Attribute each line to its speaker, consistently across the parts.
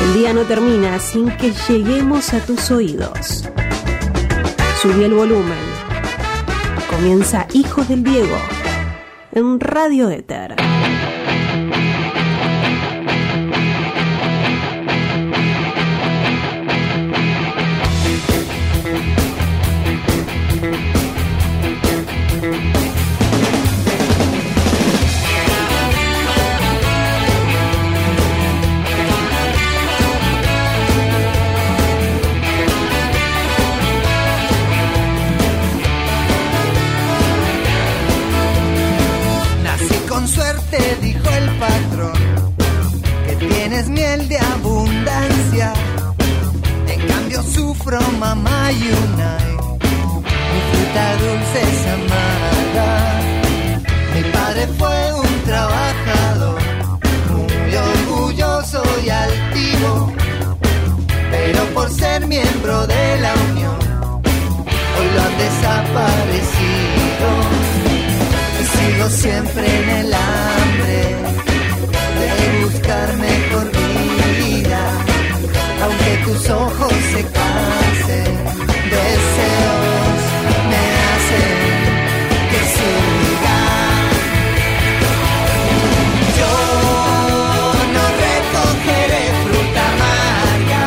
Speaker 1: El día no termina sin que lleguemos a tus oídos. Subí el volumen. Comienza Hijos del Diego en Radio Éter.
Speaker 2: Nací con suerte, dijo el patrón, que tienes miel de abundancia. En cambio sufro mamá y unai, mi fruta dulce es amada. Mi padre fue un trabajador, muy orgulloso y altivo, pero por ser miembro de la unión, hoy lo han desaparecido. He sido siempre en el hambre de buscar mejor vida. Aunque tus ojos se cansen, deseos me hacen que siga. Yo no recogeré fruta amarga.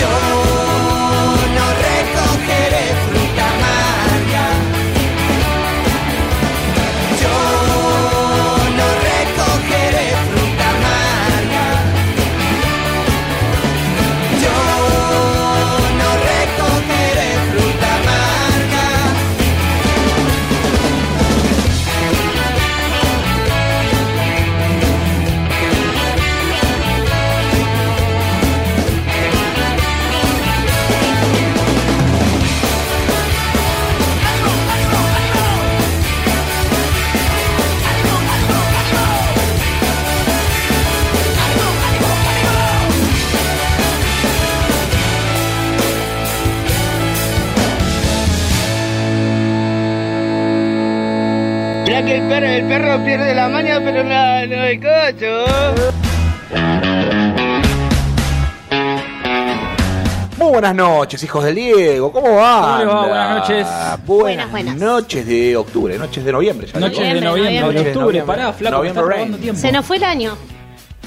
Speaker 2: Yo no recogeré fruta amarga. Yo no recogeré fruta amarga. Yo no recogeré fruta amarga.
Speaker 3: Mirá que el perro, el perro pierde la maña, pero no, no el cocho.
Speaker 4: Muy buenas noches, hijos del Diego. ¿Cómo
Speaker 5: ¿Cómo
Speaker 4: va?
Speaker 5: le va? Buenas noches.
Speaker 6: Buenas,
Speaker 4: Buenas,
Speaker 6: buenas.
Speaker 4: noches de octubre, noches de noviembre. Ya
Speaker 5: Noches
Speaker 4: digo.
Speaker 5: de
Speaker 6: Noviembre,
Speaker 5: noviembre,
Speaker 6: noviembre.
Speaker 5: de octubre, pará, flaco, me
Speaker 4: Noviembre
Speaker 5: estás robando
Speaker 4: Rain.
Speaker 5: tiempo.
Speaker 6: Se nos fue el año.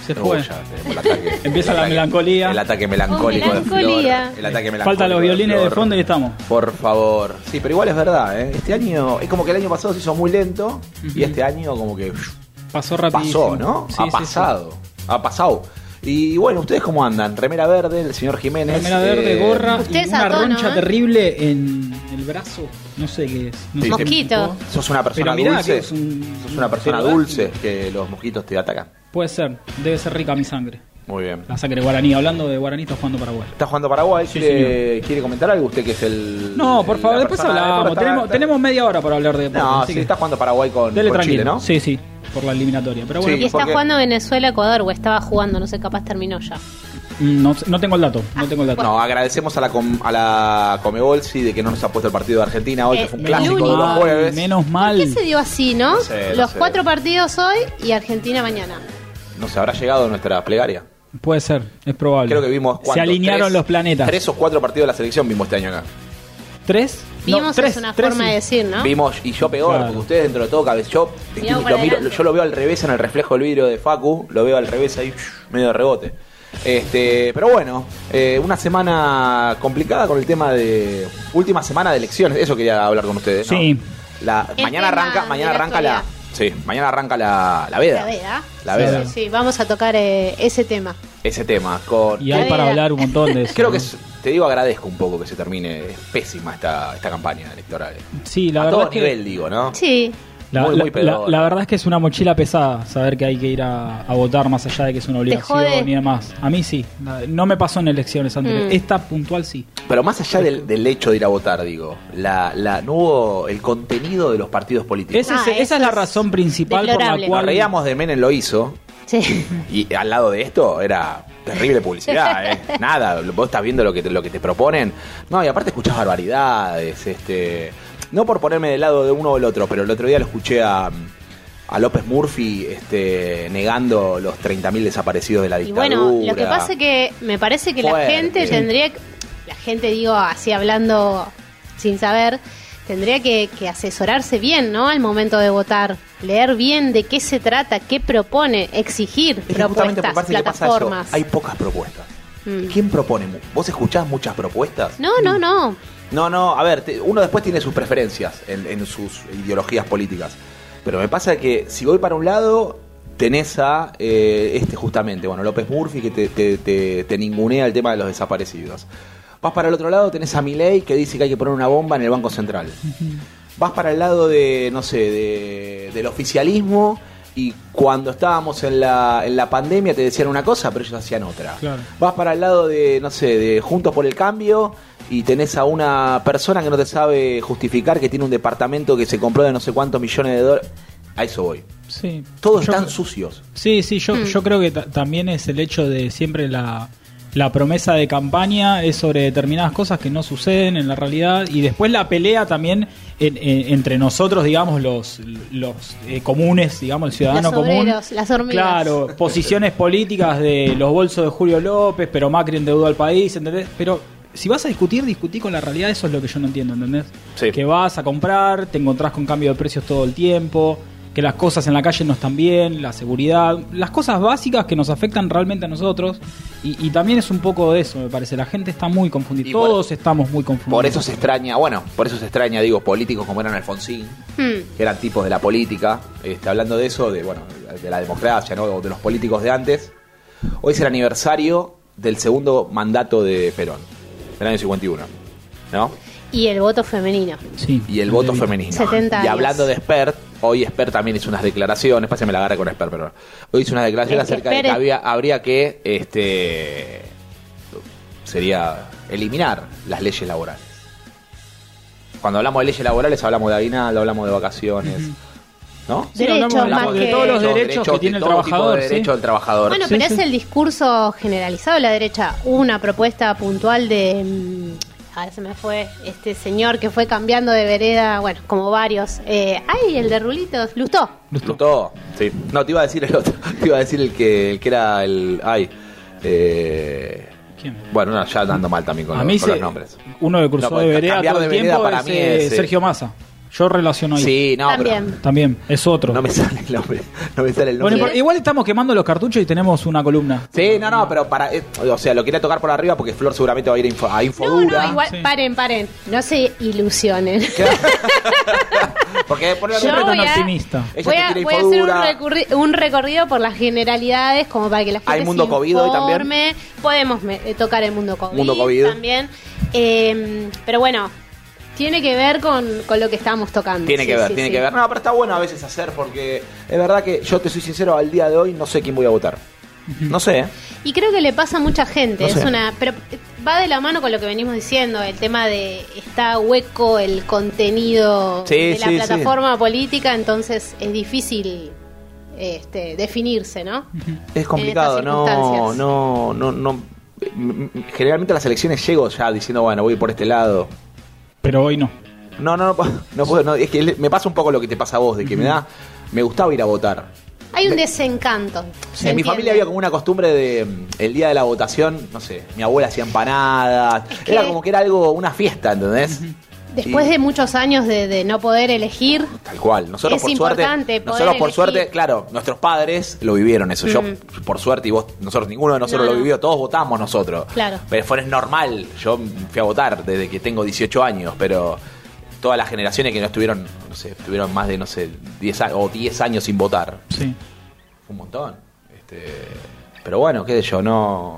Speaker 5: Se
Speaker 4: No,
Speaker 5: fue.
Speaker 4: ya tenemos el ataque.
Speaker 5: Empieza
Speaker 4: El
Speaker 5: la
Speaker 4: ataque-
Speaker 5: melancolía.
Speaker 4: El ataque melancólico.
Speaker 6: Oh,
Speaker 4: de Flor,
Speaker 6: melancolía.
Speaker 4: el ataque melancólico.
Speaker 5: Faltan los violines de
Speaker 4: Flor.
Speaker 5: fondo y estamos.
Speaker 4: Por favor. Sí, pero igual es verdad, ¿eh? Este año, es como que el año pasado se hizo muy lento y
Speaker 5: Ujú.
Speaker 4: este año como que uff,
Speaker 5: Pasó rapidísimo.
Speaker 4: pasó, ¿no?
Speaker 5: Sí,
Speaker 4: ha
Speaker 5: sí,
Speaker 4: pasado. Ha pasado. Y bueno, ¿ustedes cómo andan? Remera verde, el señor
Speaker 5: sí.
Speaker 4: Jiménez.
Speaker 5: Remera
Speaker 4: eh,
Speaker 5: verde, gorra y
Speaker 6: Ustedes
Speaker 5: una
Speaker 6: a tono,
Speaker 5: roncha
Speaker 6: ¿eh?
Speaker 5: terrible en el brazo. No sé qué es. No sé
Speaker 4: Sí, te-
Speaker 6: Mosquito.
Speaker 4: Sos una persona
Speaker 5: Pero mirá
Speaker 4: dulce.
Speaker 5: que es un-
Speaker 4: sos una persona
Speaker 5: pero-
Speaker 4: dulce que los mosquitos te atacan.
Speaker 5: Puede ser. Debe ser rica mi sangre.
Speaker 4: Muy bien.
Speaker 5: La sangre guaraní. Hablando de guaraní, está jugando Paraguay.
Speaker 4: Está jugando Paraguay.
Speaker 5: Sí,
Speaker 4: ¿Quiere, quiere comentar algo usted que es el.
Speaker 5: No, por
Speaker 4: el-
Speaker 5: favor,
Speaker 4: la
Speaker 5: después
Speaker 4: persona-
Speaker 5: hablamos.
Speaker 4: está-
Speaker 5: Tenemos,
Speaker 4: está-
Speaker 5: tenemos media hora para hablar de deporte.
Speaker 4: No,
Speaker 5: así
Speaker 4: sí,
Speaker 5: que
Speaker 4: está jugando Paraguay con,
Speaker 5: dele
Speaker 4: con
Speaker 5: tranquilo.
Speaker 4: Chile, ¿no?
Speaker 5: Sí, sí, por la eliminatoria. Pero
Speaker 4: Sí.
Speaker 5: bueno,
Speaker 6: Y está
Speaker 4: ¿por qué?
Speaker 6: jugando Venezuela, Ecuador, o estaba jugando, no sé, capaz terminó ya.
Speaker 5: mm, no, sé- no tengo el dato. No tengo el dato.
Speaker 4: No, agradecemos a la, com- a la Comebol, sí, de que no nos ha puesto el partido de Argentina hoy, que
Speaker 6: Eh,
Speaker 4: fue un
Speaker 6: el
Speaker 4: clásico de los
Speaker 6: único.
Speaker 4: jueves.
Speaker 5: menos mal.
Speaker 6: ¿Qué se dio así, no?
Speaker 4: No sé, no
Speaker 6: Los
Speaker 4: sé.
Speaker 6: cuatro partidos hoy y Argentina mañana.
Speaker 4: No se habrá llegado nuestra plegaria.
Speaker 5: Puede ser, es probable.
Speaker 4: Creo que vimos
Speaker 5: Se
Speaker 4: ¿cuántos?
Speaker 5: alinearon
Speaker 4: Tres-
Speaker 5: los planetas.
Speaker 4: Tres o cuatro partidos de la selección vimos este año acá.
Speaker 5: ¿Tres? No,
Speaker 6: Vimos
Speaker 5: tres,
Speaker 6: es una
Speaker 5: tres
Speaker 6: forma
Speaker 5: sí.
Speaker 6: de decir, ¿no?
Speaker 4: Vimos, y yo peor,
Speaker 5: Claro.
Speaker 4: porque ustedes dentro de todo, cabe- yo, estoy-
Speaker 6: Mirá, para
Speaker 4: lo miro-
Speaker 6: adelante.
Speaker 4: yo lo veo al revés en el reflejo del vidrio de Facu, lo veo al revés ahí, medio de rebote. Este, pero bueno, eh, una semana complicada con el tema de última semana de elecciones, eso quería hablar con ustedes. ¿no?
Speaker 5: Sí.
Speaker 4: La,
Speaker 6: El
Speaker 4: mañana
Speaker 6: tema
Speaker 4: arranca,
Speaker 6: de
Speaker 4: mañana
Speaker 6: la
Speaker 4: arranca la, sí, mañana arranca la, la veda.
Speaker 6: La veda.
Speaker 4: La
Speaker 5: Sí,
Speaker 4: veda.
Speaker 6: Sí, sí, vamos a tocar eh, ese tema.
Speaker 4: Ese tema con
Speaker 5: Y hay
Speaker 6: La
Speaker 5: para
Speaker 6: vida.
Speaker 5: hablar un montón de eso.
Speaker 4: Creo
Speaker 5: ¿no?
Speaker 4: que es- te digo agradezco un poco que se termine es pésima esta esta campaña electoral. eh.
Speaker 5: Sí, la
Speaker 4: a
Speaker 5: verdad
Speaker 4: todo
Speaker 5: es que-
Speaker 4: nivel digo, ¿no?
Speaker 6: Sí.
Speaker 5: La,
Speaker 4: muy,
Speaker 5: la-
Speaker 4: muy pedorra.
Speaker 5: la- la verdad es que es una mochila pesada saber que hay que ir a, a votar más allá de que es una obligación
Speaker 6: jode.
Speaker 5: y demás. A mí sí. No me pasó en elecciones anteriores.
Speaker 6: Mm.
Speaker 5: Esta puntual sí.
Speaker 4: Pero más allá del, del hecho de ir a votar, digo, la, la, no hubo el contenido de los partidos políticos.
Speaker 5: Ese es-
Speaker 6: Ah,
Speaker 5: esa
Speaker 6: eso
Speaker 5: es la
Speaker 6: es
Speaker 5: razón principal por
Speaker 6: deplorable.
Speaker 5: la
Speaker 4: Nos
Speaker 5: cual.
Speaker 4: reíamos de Menem lo hizo,
Speaker 6: Sí.
Speaker 4: y al lado de esto era terrible publicidad, ¿eh? Nada, vos estás viendo lo que, te, lo que te proponen. No, y aparte escuchás barbaridades, este... No por ponerme del lado de uno o del otro, pero el otro día lo escuché a... a López Murphy este, negando los 30.000 desaparecidos de la
Speaker 6: Y
Speaker 4: dictadura.
Speaker 6: bueno, lo que pasa es que me parece que la
Speaker 4: Fuerte.
Speaker 6: gente tendría, que- la gente digo así hablando sin saber, tendría que, que asesorarse bien, ¿no? Al momento de votar, leer bien de qué se trata, qué propone, exigir
Speaker 4: Es que justamente me
Speaker 6: propuestas,
Speaker 4: parece que pasa eso.
Speaker 6: plataformas.
Speaker 4: Hay pocas propuestas.
Speaker 6: Mm.
Speaker 4: ¿Quién propone? mu- ¿Vos escuchás muchas propuestas?
Speaker 6: No, no, no.
Speaker 4: No, no, a ver, te- uno después tiene sus preferencias en, en sus ideologías políticas. Pero me pasa que si voy para un lado, tenés a eh, este justamente, bueno, López Murphy, que te, te- te- te ningunea el tema de los desaparecidos. Vas para el otro lado, tenés a Milei, que dice que hay que poner una bomba en el Banco Central. Vas para el lado de, no sé, de- del oficialismo. Y cuando estábamos en la, en la pandemia te decían una cosa, pero ellos hacían otra.
Speaker 5: Claro.
Speaker 4: Vas para el lado de, no sé, de Juntos por el Cambio y tenés a una persona que no te sabe justificar que tiene un departamento que se compró de no sé cuántos millones de dólares. A eso voy.
Speaker 5: Sí.
Speaker 4: Todos
Speaker 5: Yo
Speaker 4: están
Speaker 5: cre-
Speaker 4: sucios.
Speaker 5: Sí, sí,
Speaker 6: Mm.
Speaker 5: yo, yo creo que ta- también es el hecho de siempre la, la promesa de campaña es sobre determinadas cosas que no suceden en la realidad y después la pelea también en- en- entre nosotros, digamos, los, los eh, comunes, digamos, el ciudadano
Speaker 6: Los obreros,
Speaker 5: común.
Speaker 6: las hormigas.
Speaker 5: Claro, posiciones políticas de los bolsos de Julio López, pero Macri endeudó al país, ¿entendés? Pero si vas a discutir, discutí con la realidad, eso es lo que yo no entiendo, ¿entendés?
Speaker 4: Sí.
Speaker 5: Que vas a comprar, te encontrás con cambio de precios todo el tiempo, que las cosas en la calle no están bien, la seguridad, las cosas básicas que nos afectan realmente a nosotros. Y, y también es un poco de eso, me parece. La gente está muy confundida,
Speaker 4: Y por-
Speaker 5: todos estamos muy confundidos.
Speaker 4: Por eso se extraña, bueno, por eso se extraña, digo, políticos como eran Alfonsín,
Speaker 6: Hmm.
Speaker 4: que eran tipos de la política, este, hablando de eso, de, bueno, de la democracia, ¿no? O de los políticos de antes. Hoy es el aniversario del segundo mandato de Perón, del año 51, ¿no?
Speaker 6: Y el voto femenino.
Speaker 5: Sí,
Speaker 4: y el voto
Speaker 5: Sí.
Speaker 4: femenino.
Speaker 6: 70
Speaker 4: Y
Speaker 6: años.
Speaker 4: hablando de Spert, hoy Spert también hizo unas declaraciones, pase me la agarra con Spert, pero hoy hizo unas declaraciones
Speaker 6: Es que
Speaker 4: acerca de que
Speaker 6: Spert-
Speaker 4: había, habría que este sería eliminar las leyes laborales. Cuando hablamos de leyes laborales hablamos de aguinaldo, hablamos de vacaciones, ¿no?
Speaker 5: Sí, hablamos-
Speaker 6: Derechos,
Speaker 5: hablamos
Speaker 6: más
Speaker 5: de
Speaker 6: que-
Speaker 5: todos los derechos, que tiene el
Speaker 4: todo tipo de
Speaker 5: trabajador. sí.
Speaker 4: derecho del trabajador.
Speaker 6: Bueno,
Speaker 5: Sí,
Speaker 6: pero
Speaker 5: sí.
Speaker 6: es el discurso generalizado de la derecha. Hubo Una propuesta puntual de. mm, Ahora se me fue este señor que fue cambiando de vereda, bueno, como varios. Eh, ¡Ay, el de Rulitos! ¡Lustó!
Speaker 4: Lutó, sí. No, te iba a decir el otro. Te iba a decir el que, el que era el. Ay. eh,
Speaker 5: ¿Quién?
Speaker 4: Bueno, no, ya ando mal también con,
Speaker 5: a
Speaker 4: los-
Speaker 5: mí
Speaker 4: con
Speaker 5: se-
Speaker 4: los nombres.
Speaker 5: uno que cruzó
Speaker 4: No,
Speaker 5: de
Speaker 4: porque
Speaker 5: vereda
Speaker 4: cambiar
Speaker 5: todo el
Speaker 4: de vereda
Speaker 5: tiempo
Speaker 4: para
Speaker 5: es,
Speaker 4: mí
Speaker 5: eh,
Speaker 4: es, eh,
Speaker 5: Sergio Massa. Yo relaciono ahí.
Speaker 4: Sí, no, pero
Speaker 6: También.
Speaker 5: También, es otro.
Speaker 4: No me sale el nombre. No me sale el
Speaker 5: Bueno,
Speaker 4: nombre.
Speaker 5: igual- igual estamos quemando los cartuchos y tenemos una columna.
Speaker 4: Sí, no, no, pero para. eh, o sea, lo quería tocar por arriba porque Flor seguramente va a ir a, info, a
Speaker 6: No,
Speaker 4: Infodura.
Speaker 6: no, igual,
Speaker 5: Sí.
Speaker 6: paren, paren. No se ilusionen.
Speaker 4: Porque por la
Speaker 6: Yo
Speaker 5: Siempre tan
Speaker 6: voy a-
Speaker 5: optimista.
Speaker 4: Ella
Speaker 6: Voy
Speaker 4: te
Speaker 6: a,
Speaker 4: tira
Speaker 6: voy a hacer un,
Speaker 4: infodura.
Speaker 6: recorri- un recorrido por las generalidades, como para que la gente
Speaker 4: Hay mundo
Speaker 6: se
Speaker 4: COVID hoy también.
Speaker 6: informe. Podemos me- eh, tocar el mundo COVID,
Speaker 4: Mundo COVID.
Speaker 6: también. Eh, pero bueno, tiene que ver con, con lo que estábamos tocando.
Speaker 4: Tiene
Speaker 6: Sí,
Speaker 4: que ver,
Speaker 6: sí,
Speaker 4: tiene
Speaker 6: sí.
Speaker 4: que ver. No, pero está bueno a veces hacer porque es verdad que yo te soy sincero, al día de hoy no sé quién voy a votar. No sé, ¿eh?
Speaker 6: Y creo que le pasa a mucha gente.
Speaker 4: No sé.
Speaker 6: Es una, pero eh, va de la mano con lo que venimos diciendo, el tema de está hueco el contenido
Speaker 4: Sí,
Speaker 6: de la
Speaker 4: sí,
Speaker 6: plataforma política, entonces es difícil este, definirse, ¿no?
Speaker 4: Es complicado,
Speaker 6: en estas
Speaker 4: no,
Speaker 6: circunstancias.
Speaker 4: no, no, no. M- m- Generalmente a las elecciones llego ya diciendo, bueno, voy por este lado.
Speaker 5: Pero hoy no.
Speaker 4: No, no, no, po- no puedo, no, es que le- me pasa un poco lo que te pasa a vos, de que me da, me gustaba ir a votar.
Speaker 6: Hay un
Speaker 4: Me-
Speaker 6: desencanto.
Speaker 4: En mi familia había como una costumbre de mm, el día de la votación, no sé, mi abuela hacía empanadas,
Speaker 6: Es que-
Speaker 4: era como que era algo, una fiesta, ¿entendés?
Speaker 6: Después
Speaker 4: Y-
Speaker 6: de muchos años de, de no poder elegir,
Speaker 4: Tal cual. Nosotros
Speaker 6: Es
Speaker 4: por suerte,
Speaker 6: importante poder
Speaker 4: nosotros por
Speaker 6: elegir.
Speaker 4: suerte, claro, nuestros padres lo vivieron eso. Yo por suerte y vos, nosotros ninguno de nosotros
Speaker 6: No,
Speaker 4: lo
Speaker 6: no.
Speaker 4: vivió, todos votamos nosotros.
Speaker 6: Claro.
Speaker 4: Pero Eh, fue es normal. Yo fui a votar desde que tengo 18 años, pero todas las generaciones que no estuvieron, no sé, estuvieron más de no sé, 10 a- o 10 años sin votar.
Speaker 5: Sí.
Speaker 4: Fue un montón. Este, pero bueno, qué sé yo, no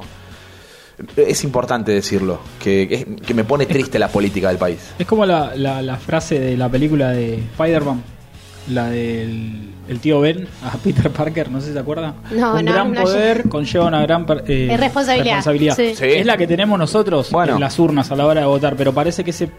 Speaker 4: es importante decirlo, que, que- que me pone triste la política del país.
Speaker 5: Es como la, la- la frase de la película de Spider-Man, la del el tío Ben a Peter Parker, no sé si se acuerda.
Speaker 6: No,
Speaker 5: Un
Speaker 6: no,
Speaker 5: gran
Speaker 6: no.
Speaker 5: poder conlleva una gran per- eh,
Speaker 6: Es responsabilidad, sí.
Speaker 4: Sí.
Speaker 5: Es la que tenemos nosotros
Speaker 4: Bueno.
Speaker 5: en las urnas a la hora de votar, pero parece que ese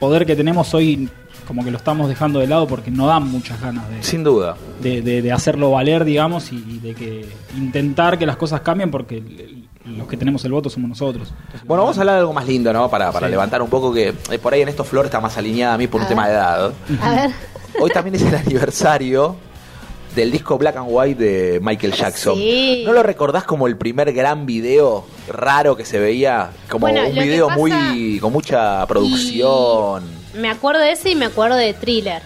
Speaker 5: poder que tenemos hoy como que lo estamos dejando de lado porque no dan muchas ganas de,
Speaker 4: Sin duda.
Speaker 5: de, de- de hacerlo valer, digamos, y, y de que intentar que las cosas cambien porque el- el- los que tenemos el voto somos nosotros. Entonces,
Speaker 4: Bueno, vamos a hablar de algo más lindo, ¿no? Para, para
Speaker 5: Sí.
Speaker 4: levantar un poco que eh, por ahí en esto Flor está más alineada a mí por
Speaker 6: A
Speaker 4: un tema
Speaker 6: ver.
Speaker 4: de edad. ¿no?
Speaker 6: a ver,
Speaker 4: Hoy también es el aniversario del disco Black and White de Michael Jackson.
Speaker 6: Sí.
Speaker 4: ¿No lo recordás como el primer gran video raro que se veía? Como
Speaker 6: Bueno,
Speaker 4: un
Speaker 6: lo que
Speaker 4: video
Speaker 6: pasa-
Speaker 4: muy con mucha producción.
Speaker 6: Me acuerdo de ese y me acuerdo de Thriller.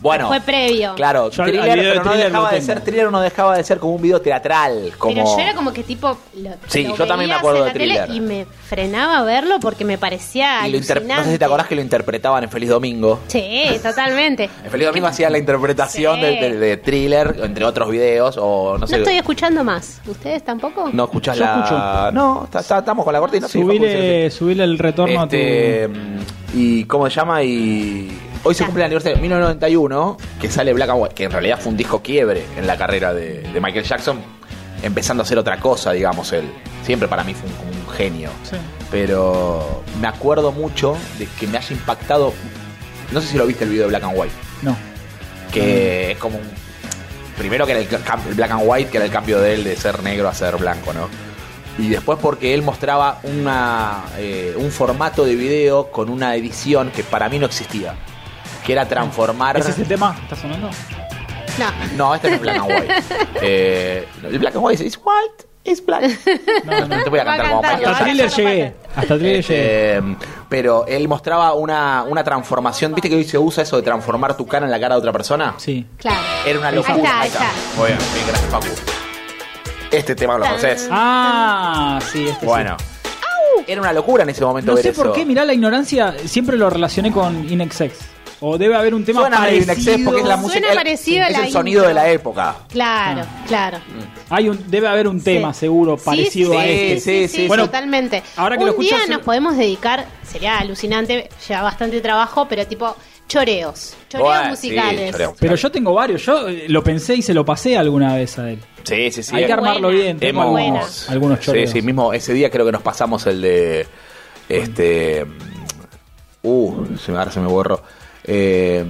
Speaker 4: Bueno,
Speaker 6: Fue previo.
Speaker 4: Claro,
Speaker 5: Yo al-
Speaker 4: thriller,
Speaker 5: al video de
Speaker 4: pero no
Speaker 5: Thriller
Speaker 4: dejaba
Speaker 5: lo
Speaker 4: de ser
Speaker 5: tengo.
Speaker 4: thriller, no dejaba de ser como un video teatral. Como...
Speaker 6: Pero yo era como que tipo. Lo,
Speaker 4: Sí,
Speaker 6: lo
Speaker 4: yo también me
Speaker 6: veías
Speaker 4: acuerdo
Speaker 6: en
Speaker 4: de
Speaker 6: la tele
Speaker 4: Thriller.
Speaker 6: Y me frenaba a verlo porque me parecía.
Speaker 4: y lo inter-
Speaker 6: alucinante.
Speaker 4: No sé si te acordás que lo interpretaban en Feliz Domingo.
Speaker 6: Sí, totalmente.
Speaker 4: En Feliz Domingo hacían la interpretación
Speaker 6: Sí.
Speaker 4: de, de- de thriller, entre otros videos, o no
Speaker 6: No
Speaker 4: sé.
Speaker 6: estoy escuchando más. ¿Ustedes tampoco?
Speaker 4: No escuchás
Speaker 5: Yo
Speaker 4: la.
Speaker 5: escucho.
Speaker 4: No, está- está- estamos con la cortina. sí,
Speaker 5: subile, subile el retorno
Speaker 4: Este,
Speaker 5: a
Speaker 4: y cómo se llama y hoy se cumple el aniversario de 1991 que sale Black and White que en realidad fue un disco quiebre en la carrera de, de Michael Jackson empezando a hacer otra cosa digamos él siempre para mí fue un, como un genio
Speaker 5: tu. Sí.
Speaker 4: pero me acuerdo mucho de que me haya impactado no sé si lo viste el video de Black and White
Speaker 5: No.
Speaker 4: que es como un, primero que era el, cam- el black and white que era el cambio de él de ser negro a ser blanco no y después porque él mostraba una eh, un formato de video con una edición que para mí no existía que era transformar
Speaker 5: ¿Ese es el tema? que ¿Está sonando?
Speaker 6: No.
Speaker 4: no este no es black and white Eh, el black and white es white is black
Speaker 5: No, no.
Speaker 4: te voy a
Speaker 6: Va a
Speaker 4: cantar como
Speaker 6: cantar,
Speaker 4: Michael
Speaker 6: lo
Speaker 5: Hasta
Speaker 6: Ahora
Speaker 5: thriller
Speaker 6: ya no
Speaker 5: llegué. Hasta thriller llegué.
Speaker 4: eh, pero él mostraba una, una transformación viste que hoy se usa eso de transformar tu cara en la cara de otra persona
Speaker 5: Sí.
Speaker 6: Claro.
Speaker 4: Era una
Speaker 6: Ahí
Speaker 4: locura.
Speaker 6: está,
Speaker 4: Ahí está. Muy bien, bien, gracias, Paco. Este tema lo
Speaker 6: Tan.
Speaker 4: conoces.
Speaker 5: Ah, sí, este sí.
Speaker 4: Bueno. Era una locura en ese momento
Speaker 5: No
Speaker 4: ver
Speaker 5: sé
Speaker 4: eso.
Speaker 5: por qué, mirá, la ignorancia siempre lo relacioné con Inexex. O debe haber un tema
Speaker 4: Suena medio
Speaker 5: parecido.
Speaker 4: Inexcess porque es la música.
Speaker 6: Suena
Speaker 4: el-
Speaker 6: parecido a
Speaker 4: es
Speaker 6: la
Speaker 4: el sonido
Speaker 6: intro.
Speaker 4: de la época.
Speaker 6: Claro, claro.
Speaker 5: Ah. Hay un, debe haber un tema
Speaker 6: Sí.
Speaker 5: seguro
Speaker 6: Sí,
Speaker 5: parecido
Speaker 6: sí,
Speaker 5: a
Speaker 6: sí,
Speaker 5: este.
Speaker 6: Sí, sí, sí,
Speaker 5: Bueno,
Speaker 6: totalmente.
Speaker 5: ahora que
Speaker 6: Un
Speaker 5: lo escucho,
Speaker 6: día
Speaker 5: se-
Speaker 6: nos podemos dedicar, sería alucinante, lleva bastante trabajo, pero tipo choreos, choreos
Speaker 4: Bueno, sí,
Speaker 6: musicales.
Speaker 4: choreo.
Speaker 5: Pero yo tengo varios. Yo eh, lo pensé y se lo pasé alguna vez a él.
Speaker 4: Sí, sí, sí.
Speaker 5: Hay que armarlo
Speaker 6: Buena.
Speaker 5: bien. Tengo
Speaker 4: Hemos,
Speaker 5: algunos, algunos choreos.
Speaker 4: Sí, sí, mismo ese día creo que nos pasamos el de. Este. Uh, se me, ahora se me borró. Eh,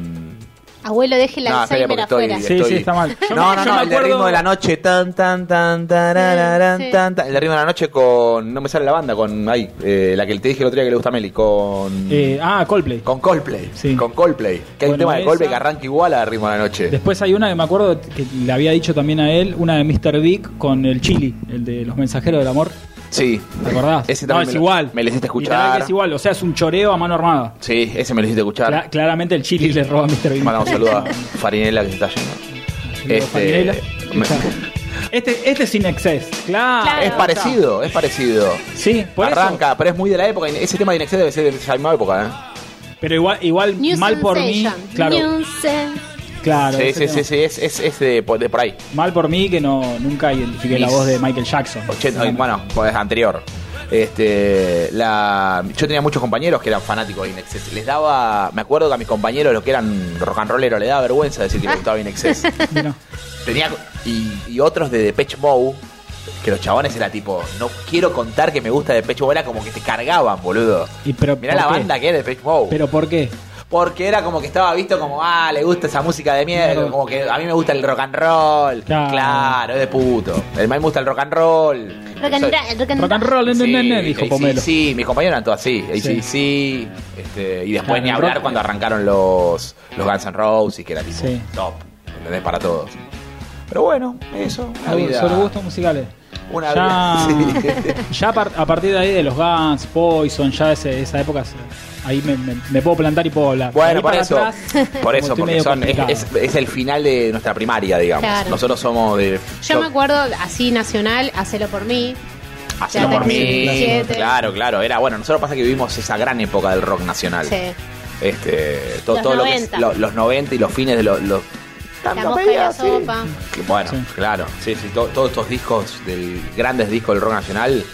Speaker 6: Abuelo, deje la
Speaker 4: no, espera,
Speaker 6: Alzheimer
Speaker 4: porque estoy,
Speaker 6: afuera.
Speaker 5: Sí,
Speaker 4: estoy-
Speaker 5: sí, está mal. Yo
Speaker 4: No,
Speaker 5: me-
Speaker 4: no,
Speaker 5: yo
Speaker 4: no,
Speaker 5: me
Speaker 4: el de
Speaker 5: acuerdo-
Speaker 4: ritmo de la noche. Tan, tan, tan, tarararán,
Speaker 6: Sí, sí.
Speaker 4: tan, tan. El de ritmo de la noche con. No me sale la banda, con. Ay, eh, la que te dije el otro día que le gusta a Meli, con.
Speaker 5: Eh, ah, Coldplay.
Speaker 4: Con Coldplay.
Speaker 5: Sí.
Speaker 4: Con Coldplay. Que hay
Speaker 5: Bueno,
Speaker 4: un tema de
Speaker 5: esa-
Speaker 4: Coldplay que arranca igual a ritmo de la noche.
Speaker 5: Después hay una que me acuerdo que le había dicho también a él, una de Mr. Big con el Chili, el de los mensajeros del amor.
Speaker 4: Sí.
Speaker 5: ¿Te acordás?
Speaker 4: Ese
Speaker 5: no, es
Speaker 4: también me lo-
Speaker 5: igual.
Speaker 4: Me lo hiciste
Speaker 5: Literal
Speaker 4: escuchar.
Speaker 5: que es igual, o sea, es un choreo a mano armada.
Speaker 4: Sí, ese me lo hiciste escuchar.
Speaker 5: Cla- claramente el Chili le roba a Mr. Big.
Speaker 4: Mandamos saludo a este Farinela que se está yendo.
Speaker 5: Le roba Farinella.
Speaker 4: me-
Speaker 5: Escuchá. Este, este es sin exceso, claro.
Speaker 6: Claro.
Speaker 4: es parecido, es parecido.
Speaker 5: Sí, por eso.
Speaker 4: Arranca, pero es muy de la época. Ese tema de Inexcess debe ser de esa misma época, ¿eh?
Speaker 5: Pero igual, igual
Speaker 6: New
Speaker 5: mal por mí.
Speaker 6: Sensation,
Speaker 5: Claro,
Speaker 6: New Sen-
Speaker 5: claro.
Speaker 4: sí,
Speaker 5: ese
Speaker 4: sí,
Speaker 5: tema.
Speaker 4: sí, sí, es, es, es de, por- de por ahí.
Speaker 5: Mal por mí que no nunca identifiqué la
Speaker 4: Mis-
Speaker 5: voz de Michael Jackson.
Speaker 4: 80, ay, bueno, pues anterior. Este, la, yo tenía muchos compañeros que eran fanáticos de Inexcess. Les daba, me acuerdo que a mis compañeros, los que eran rock and rolleros, les daba vergüenza decir que les gustaba Inexcess.
Speaker 5: Mirá.
Speaker 4: Tenía, y, y otros de Depeche Mode, que los chabones era tipo, no quiero contar que me gusta Depeche Mode, era como que te cargaban, boludo.
Speaker 5: Y pero,
Speaker 4: Mirá
Speaker 5: ¿por
Speaker 4: la
Speaker 5: qué?
Speaker 4: banda que era Depeche Mode.
Speaker 5: Pero ¿por qué?
Speaker 4: Porque era como que estaba visto como, ah, le gusta esa música de mierda,
Speaker 5: Claro.
Speaker 4: como que a mí me gusta el rock and roll. Claro,
Speaker 5: Claro.
Speaker 4: es de puto. El mal me gusta el rock and roll.
Speaker 6: Rock and
Speaker 4: Soy-
Speaker 6: roll, rock and
Speaker 5: Rock and
Speaker 6: roll.
Speaker 5: roll,
Speaker 4: Sí,
Speaker 5: nene, nene, dijo
Speaker 4: AC/DC,
Speaker 5: Pomelo.
Speaker 4: Sí, mis compañeros eran todos así.
Speaker 5: Sí.
Speaker 4: Sí, sí. Este, y después
Speaker 5: Claro,
Speaker 4: ni
Speaker 5: el
Speaker 4: hablar
Speaker 5: rock-
Speaker 4: cuando arrancaron los, los Guns N' Roses, que era tipo
Speaker 5: Sí.
Speaker 4: top. ¿Entendés? Para todos. Pero bueno, eso. Una
Speaker 5: Sobre-
Speaker 4: vida.
Speaker 5: Sobre gustos musicales.
Speaker 4: Una
Speaker 5: ya,
Speaker 4: vida. sí.
Speaker 5: ya a, par- a partir de ahí de los Guns, Poison, ya ese- esa época, se- ahí me, me- me puedo plantar y puedo hablar.
Speaker 4: Bueno,
Speaker 5: Ahí
Speaker 4: por
Speaker 5: para
Speaker 4: eso,
Speaker 5: atrás,
Speaker 4: por
Speaker 5: como
Speaker 4: eso,
Speaker 5: estoy
Speaker 4: porque
Speaker 5: medio
Speaker 4: son, es,
Speaker 5: complicado.
Speaker 4: es- es el final de nuestra primaria, digamos.
Speaker 6: Claro.
Speaker 4: Nosotros somos de.
Speaker 6: Yo me acuerdo así nacional, hacelo por mí.
Speaker 4: Hacelo
Speaker 6: Ya
Speaker 4: por
Speaker 6: tengo
Speaker 4: mí.
Speaker 6: 17.
Speaker 4: Claro, claro. Era bueno. Nosotros pasa que vivimos esa gran época del rock nacional.
Speaker 6: Sí.
Speaker 4: Este, to-
Speaker 6: Los
Speaker 4: todo lo que es
Speaker 6: 90.
Speaker 4: lo- los 90 y los fines de los. los-
Speaker 6: La mosca y la
Speaker 4: sí.
Speaker 6: sopa.
Speaker 4: Que Bueno,
Speaker 5: Sí.
Speaker 4: claro. Sí, sí. to- todos estos discos, del grandes discos del rock nacional.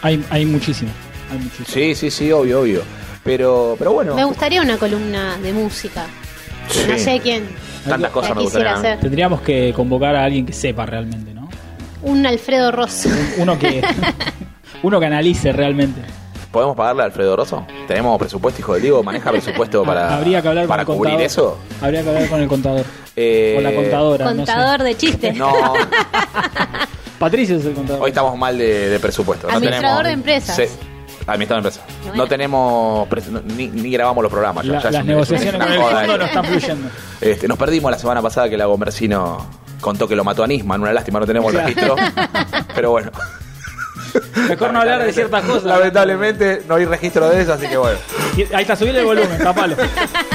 Speaker 5: Hay, hay muchísimo. Hay muchísimo.
Speaker 4: Sí, sí, sí, obvio, obvio. Pero, pero bueno.
Speaker 6: Me gustaría una columna de música.
Speaker 4: Sí.
Speaker 6: No sé quién.
Speaker 4: Tantas
Speaker 5: La
Speaker 4: cosas me
Speaker 6: quisiera
Speaker 4: gustaría.
Speaker 6: hacer.
Speaker 5: Tendríamos que convocar a alguien que sepa realmente, ¿no?
Speaker 6: Un Alfredo Rosso.
Speaker 5: Uno que, uno que analice realmente.
Speaker 4: ¿Podemos pagarle a Alfredo Rosso? ¿Tenemos presupuesto, hijo de Diego? ¿Maneja presupuesto para,
Speaker 5: Habría que hablar
Speaker 4: para
Speaker 5: con el
Speaker 4: cubrir
Speaker 5: contador.
Speaker 4: eso?
Speaker 5: Habría que hablar con el contador.
Speaker 4: Eh,
Speaker 5: o la contadora.
Speaker 6: Contador de
Speaker 4: No,
Speaker 6: chistes.
Speaker 5: No sé. Patricio es el contador.
Speaker 4: hoy estamos mal de, de presupuesto. No
Speaker 6: Administrador
Speaker 4: tenemos-
Speaker 6: de empresas.
Speaker 4: Sí, administrador de empresas.
Speaker 6: Bueno.
Speaker 4: No tenemos. pres- no- ni, ni grabamos los programas. ya-
Speaker 5: La-
Speaker 4: ya es
Speaker 5: las
Speaker 4: un-
Speaker 5: negociaciones
Speaker 4: es
Speaker 5: con
Speaker 4: una
Speaker 5: el
Speaker 4: joda
Speaker 5: fondo
Speaker 4: esto.
Speaker 5: no están fluyendo.
Speaker 4: Este, nos perdimos la semana pasada que la Gomercino contó que lo mató a Nisman, una lástima, no tenemos el registro. Pero bueno.
Speaker 5: Mejor no hablar de ciertas cosas.
Speaker 4: Lamentablemente no hay registro de eso, así que bueno.
Speaker 5: Y- Ahí está, subile el volumen, tapalo.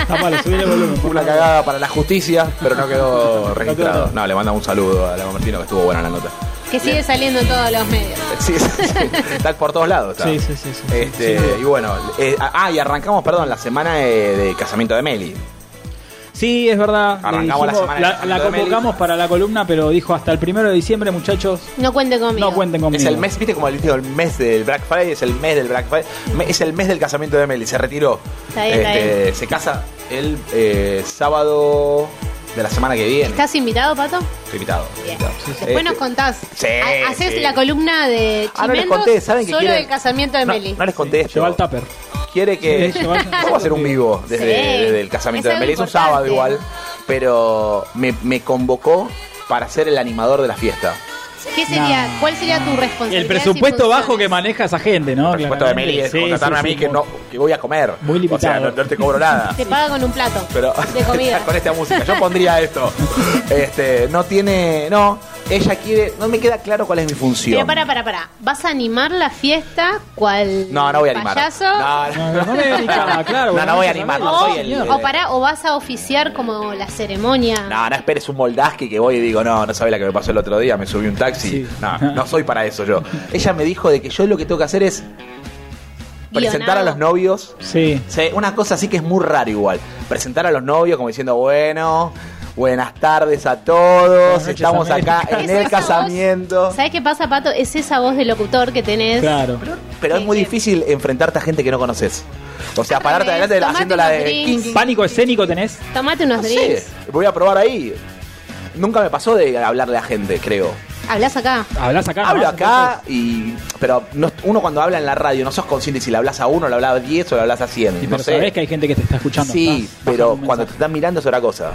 Speaker 5: Tapalo, subile el volumen. por
Speaker 4: Una
Speaker 5: favor.
Speaker 4: cagada para la justicia, pero no quedó registrado. No, le mandamos un saludo a la Martino que estuvo buena la nota.
Speaker 6: Que sigue saliendo en todos los medios.
Speaker 4: Sí, sí, sí. Está por todos lados. está.
Speaker 5: Sí, sí, sí, sí, sí,
Speaker 4: Este,
Speaker 5: sin duda.
Speaker 4: y bueno, eh, ah, y arrancamos, perdón, la semana eh, de casamiento de Meli.
Speaker 5: Sí, es verdad. le
Speaker 4: Arrancamos la semana
Speaker 5: la,
Speaker 4: de
Speaker 5: la
Speaker 4: Santo de
Speaker 5: convocamos
Speaker 4: Meli.
Speaker 5: para la columna, pero dijo hasta el primero de diciembre, muchachos.
Speaker 6: No cuente conmigo.
Speaker 5: No cuenten conmigo.
Speaker 4: Es el mes, viste como el, viste, el mes del Black Friday, es el mes del Black Friday, me- es el mes del casamiento de Meli, se retiró.
Speaker 6: Está bien, está
Speaker 4: Este, Se casa el eh, sábado de la semana que viene.
Speaker 6: ¿Estás invitado, Pato?
Speaker 4: Estoy invitado.
Speaker 6: Bien.
Speaker 4: invitado.
Speaker 6: Después
Speaker 4: Este,
Speaker 6: nos contás.
Speaker 4: Sí,
Speaker 6: Ha- Haces
Speaker 4: sí.
Speaker 6: la columna de
Speaker 4: Ah, no les
Speaker 6: Chimentos
Speaker 4: conté, ¿saben que
Speaker 6: solo
Speaker 4: quieren?
Speaker 6: el casamiento de
Speaker 4: no,
Speaker 6: Meli.
Speaker 4: No les conté esto.
Speaker 5: Lleva el tupper.
Speaker 4: Quiere que.
Speaker 5: Sí, lleva-
Speaker 4: Vamos a hacer un vivo desde,
Speaker 6: Sí.
Speaker 4: desde el casamiento
Speaker 6: Es
Speaker 4: de
Speaker 6: algo
Speaker 4: Meli. Es un
Speaker 6: importante.
Speaker 4: sábado igual. Pero me, me convocó para ser el animador de la fiesta.
Speaker 6: ¿Qué sería,
Speaker 5: Nah.
Speaker 6: ¿Cuál sería tu responsabilidad?
Speaker 5: El presupuesto
Speaker 6: sin
Speaker 5: bajo
Speaker 6: funciones?
Speaker 5: que maneja esa gente, ¿no?
Speaker 4: Por supuesto, de
Speaker 5: Claramente.
Speaker 4: Meli es
Speaker 5: Sí,
Speaker 4: contratarme
Speaker 5: sí,
Speaker 4: a mí
Speaker 5: sí,
Speaker 4: que, no, que voy a comer.
Speaker 5: Muy
Speaker 4: O sea,
Speaker 5: limitado.
Speaker 4: no, no te cobro nada.
Speaker 6: Te paga con un plato
Speaker 4: Pero
Speaker 6: de comida.
Speaker 4: con esta música, yo pondría esto. Este, no tiene. No, ella quiere. No me queda claro cuál es mi función.
Speaker 6: Pero para, para, para. ¿Vas a animar la fiesta cual
Speaker 4: No, no voy a animar.
Speaker 6: payaso?
Speaker 4: No, no.
Speaker 5: No, no, no me dedicaba, claro.
Speaker 4: No, no voy a animar, no
Speaker 6: O,
Speaker 4: soy el-
Speaker 6: o pará, o vas a oficiar como la ceremonia.
Speaker 4: No, no esperes un moldaski que voy y digo, no, no sabes la que me pasó el otro día, me subí un taxi.
Speaker 5: Sí.
Speaker 4: No, no soy para eso yo. Ella me dijo de que yo lo que tengo que hacer es presentar a los novios.
Speaker 5: Sí.
Speaker 4: Sí, Una cosa así que es muy raro igual. Presentar a los novios como diciendo, bueno, buenas tardes a
Speaker 5: Buenas
Speaker 4: todos,
Speaker 5: noches,
Speaker 4: estamos
Speaker 5: América.
Speaker 4: acá en
Speaker 6: Es
Speaker 4: el
Speaker 6: esa
Speaker 4: casamiento.
Speaker 6: voz- ¿Sabes qué pasa, Pato? Es esa voz de locutor que tenés.
Speaker 5: Claro.
Speaker 4: Pero es
Speaker 6: Sí,
Speaker 4: muy
Speaker 6: sí.
Speaker 4: difícil enfrentarte a gente que no conoces. O sea,
Speaker 6: Al
Speaker 4: pararte
Speaker 6: revés,
Speaker 4: adelante
Speaker 6: tomate
Speaker 4: haciendo la
Speaker 6: unos
Speaker 4: de...
Speaker 6: drinks.
Speaker 4: "King, king,
Speaker 5: Pánico escénico tenés.
Speaker 6: Tomate unos
Speaker 4: No sé,
Speaker 6: drinks.
Speaker 4: voy a probar ahí. Nunca me pasó de hablarle a gente, creo.
Speaker 6: Hablas acá.
Speaker 5: Hablas acá.
Speaker 4: Hablo
Speaker 5: ¿no?
Speaker 4: acá y. Pero no- uno cuando habla en la radio no sos consciente si le hablas a uno, le hablas a 10 o le hablas a 100.
Speaker 5: Sí,
Speaker 4: no
Speaker 5: pero
Speaker 4: sé.
Speaker 5: sabés que hay gente que te está escuchando.
Speaker 4: sí,
Speaker 5: Estás bajando
Speaker 4: pero
Speaker 5: un
Speaker 4: cuando te
Speaker 5: mensaje.
Speaker 4: están mirando es otra cosa.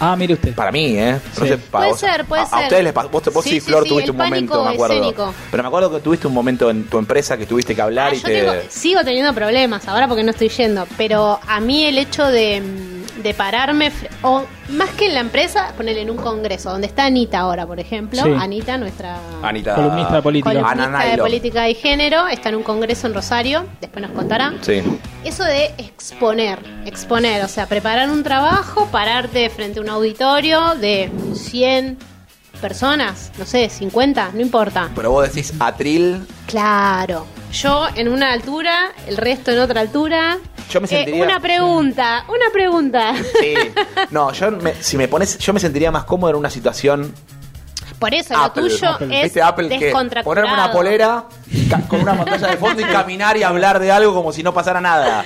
Speaker 5: Ah, mire usted.
Speaker 4: Para mí, ¿eh? No
Speaker 5: Sí.
Speaker 4: sé, para
Speaker 6: Puede
Speaker 4: vos.
Speaker 6: ser, puede
Speaker 4: a, A
Speaker 6: ser.
Speaker 4: ustedes les pasó. Vos, vos sí,
Speaker 6: Sí, sí,
Speaker 4: Flor,
Speaker 6: sí, el
Speaker 4: tuviste un momento,
Speaker 6: pánico
Speaker 4: me acuerdo.
Speaker 6: escénico.
Speaker 4: Pero me acuerdo que tuviste un momento en tu empresa que tuviste que hablar
Speaker 6: Ah,
Speaker 4: y
Speaker 6: yo
Speaker 4: te.
Speaker 6: tengo- sigo teniendo problemas ahora porque no estoy yendo, pero a mí el hecho de, mm, de pararme, fre- o más que en la empresa, ponerle en un congreso, donde está Anita ahora, por ejemplo.
Speaker 5: Sí.
Speaker 6: Anita, nuestra
Speaker 4: Anita.
Speaker 5: Columnista de política.
Speaker 6: columnista
Speaker 4: Ana
Speaker 6: de
Speaker 4: Nylon.
Speaker 6: política de género, está en un congreso en Rosario, después nos contará.
Speaker 4: Sí.
Speaker 6: Eso de exponer, exponer, o sea, preparar un trabajo, pararte frente a un auditorio de 100 personas, no sé, 50, no importa.
Speaker 4: Pero vos decís atril.
Speaker 6: Claro. Yo en una altura, el resto en otra altura.
Speaker 4: Yo me
Speaker 6: Eh,
Speaker 4: sentiría-
Speaker 6: una pregunta, una pregunta.
Speaker 4: Sí. No, yo me- si me pones. Yo me sentiría más cómodo en una situación
Speaker 6: Por eso lo tuyo es
Speaker 4: ¿Viste Apple que
Speaker 6: descontracturado.
Speaker 4: ponerme una polera ca- con una pantalla de fondo y caminar y hablar de algo como si no pasara nada.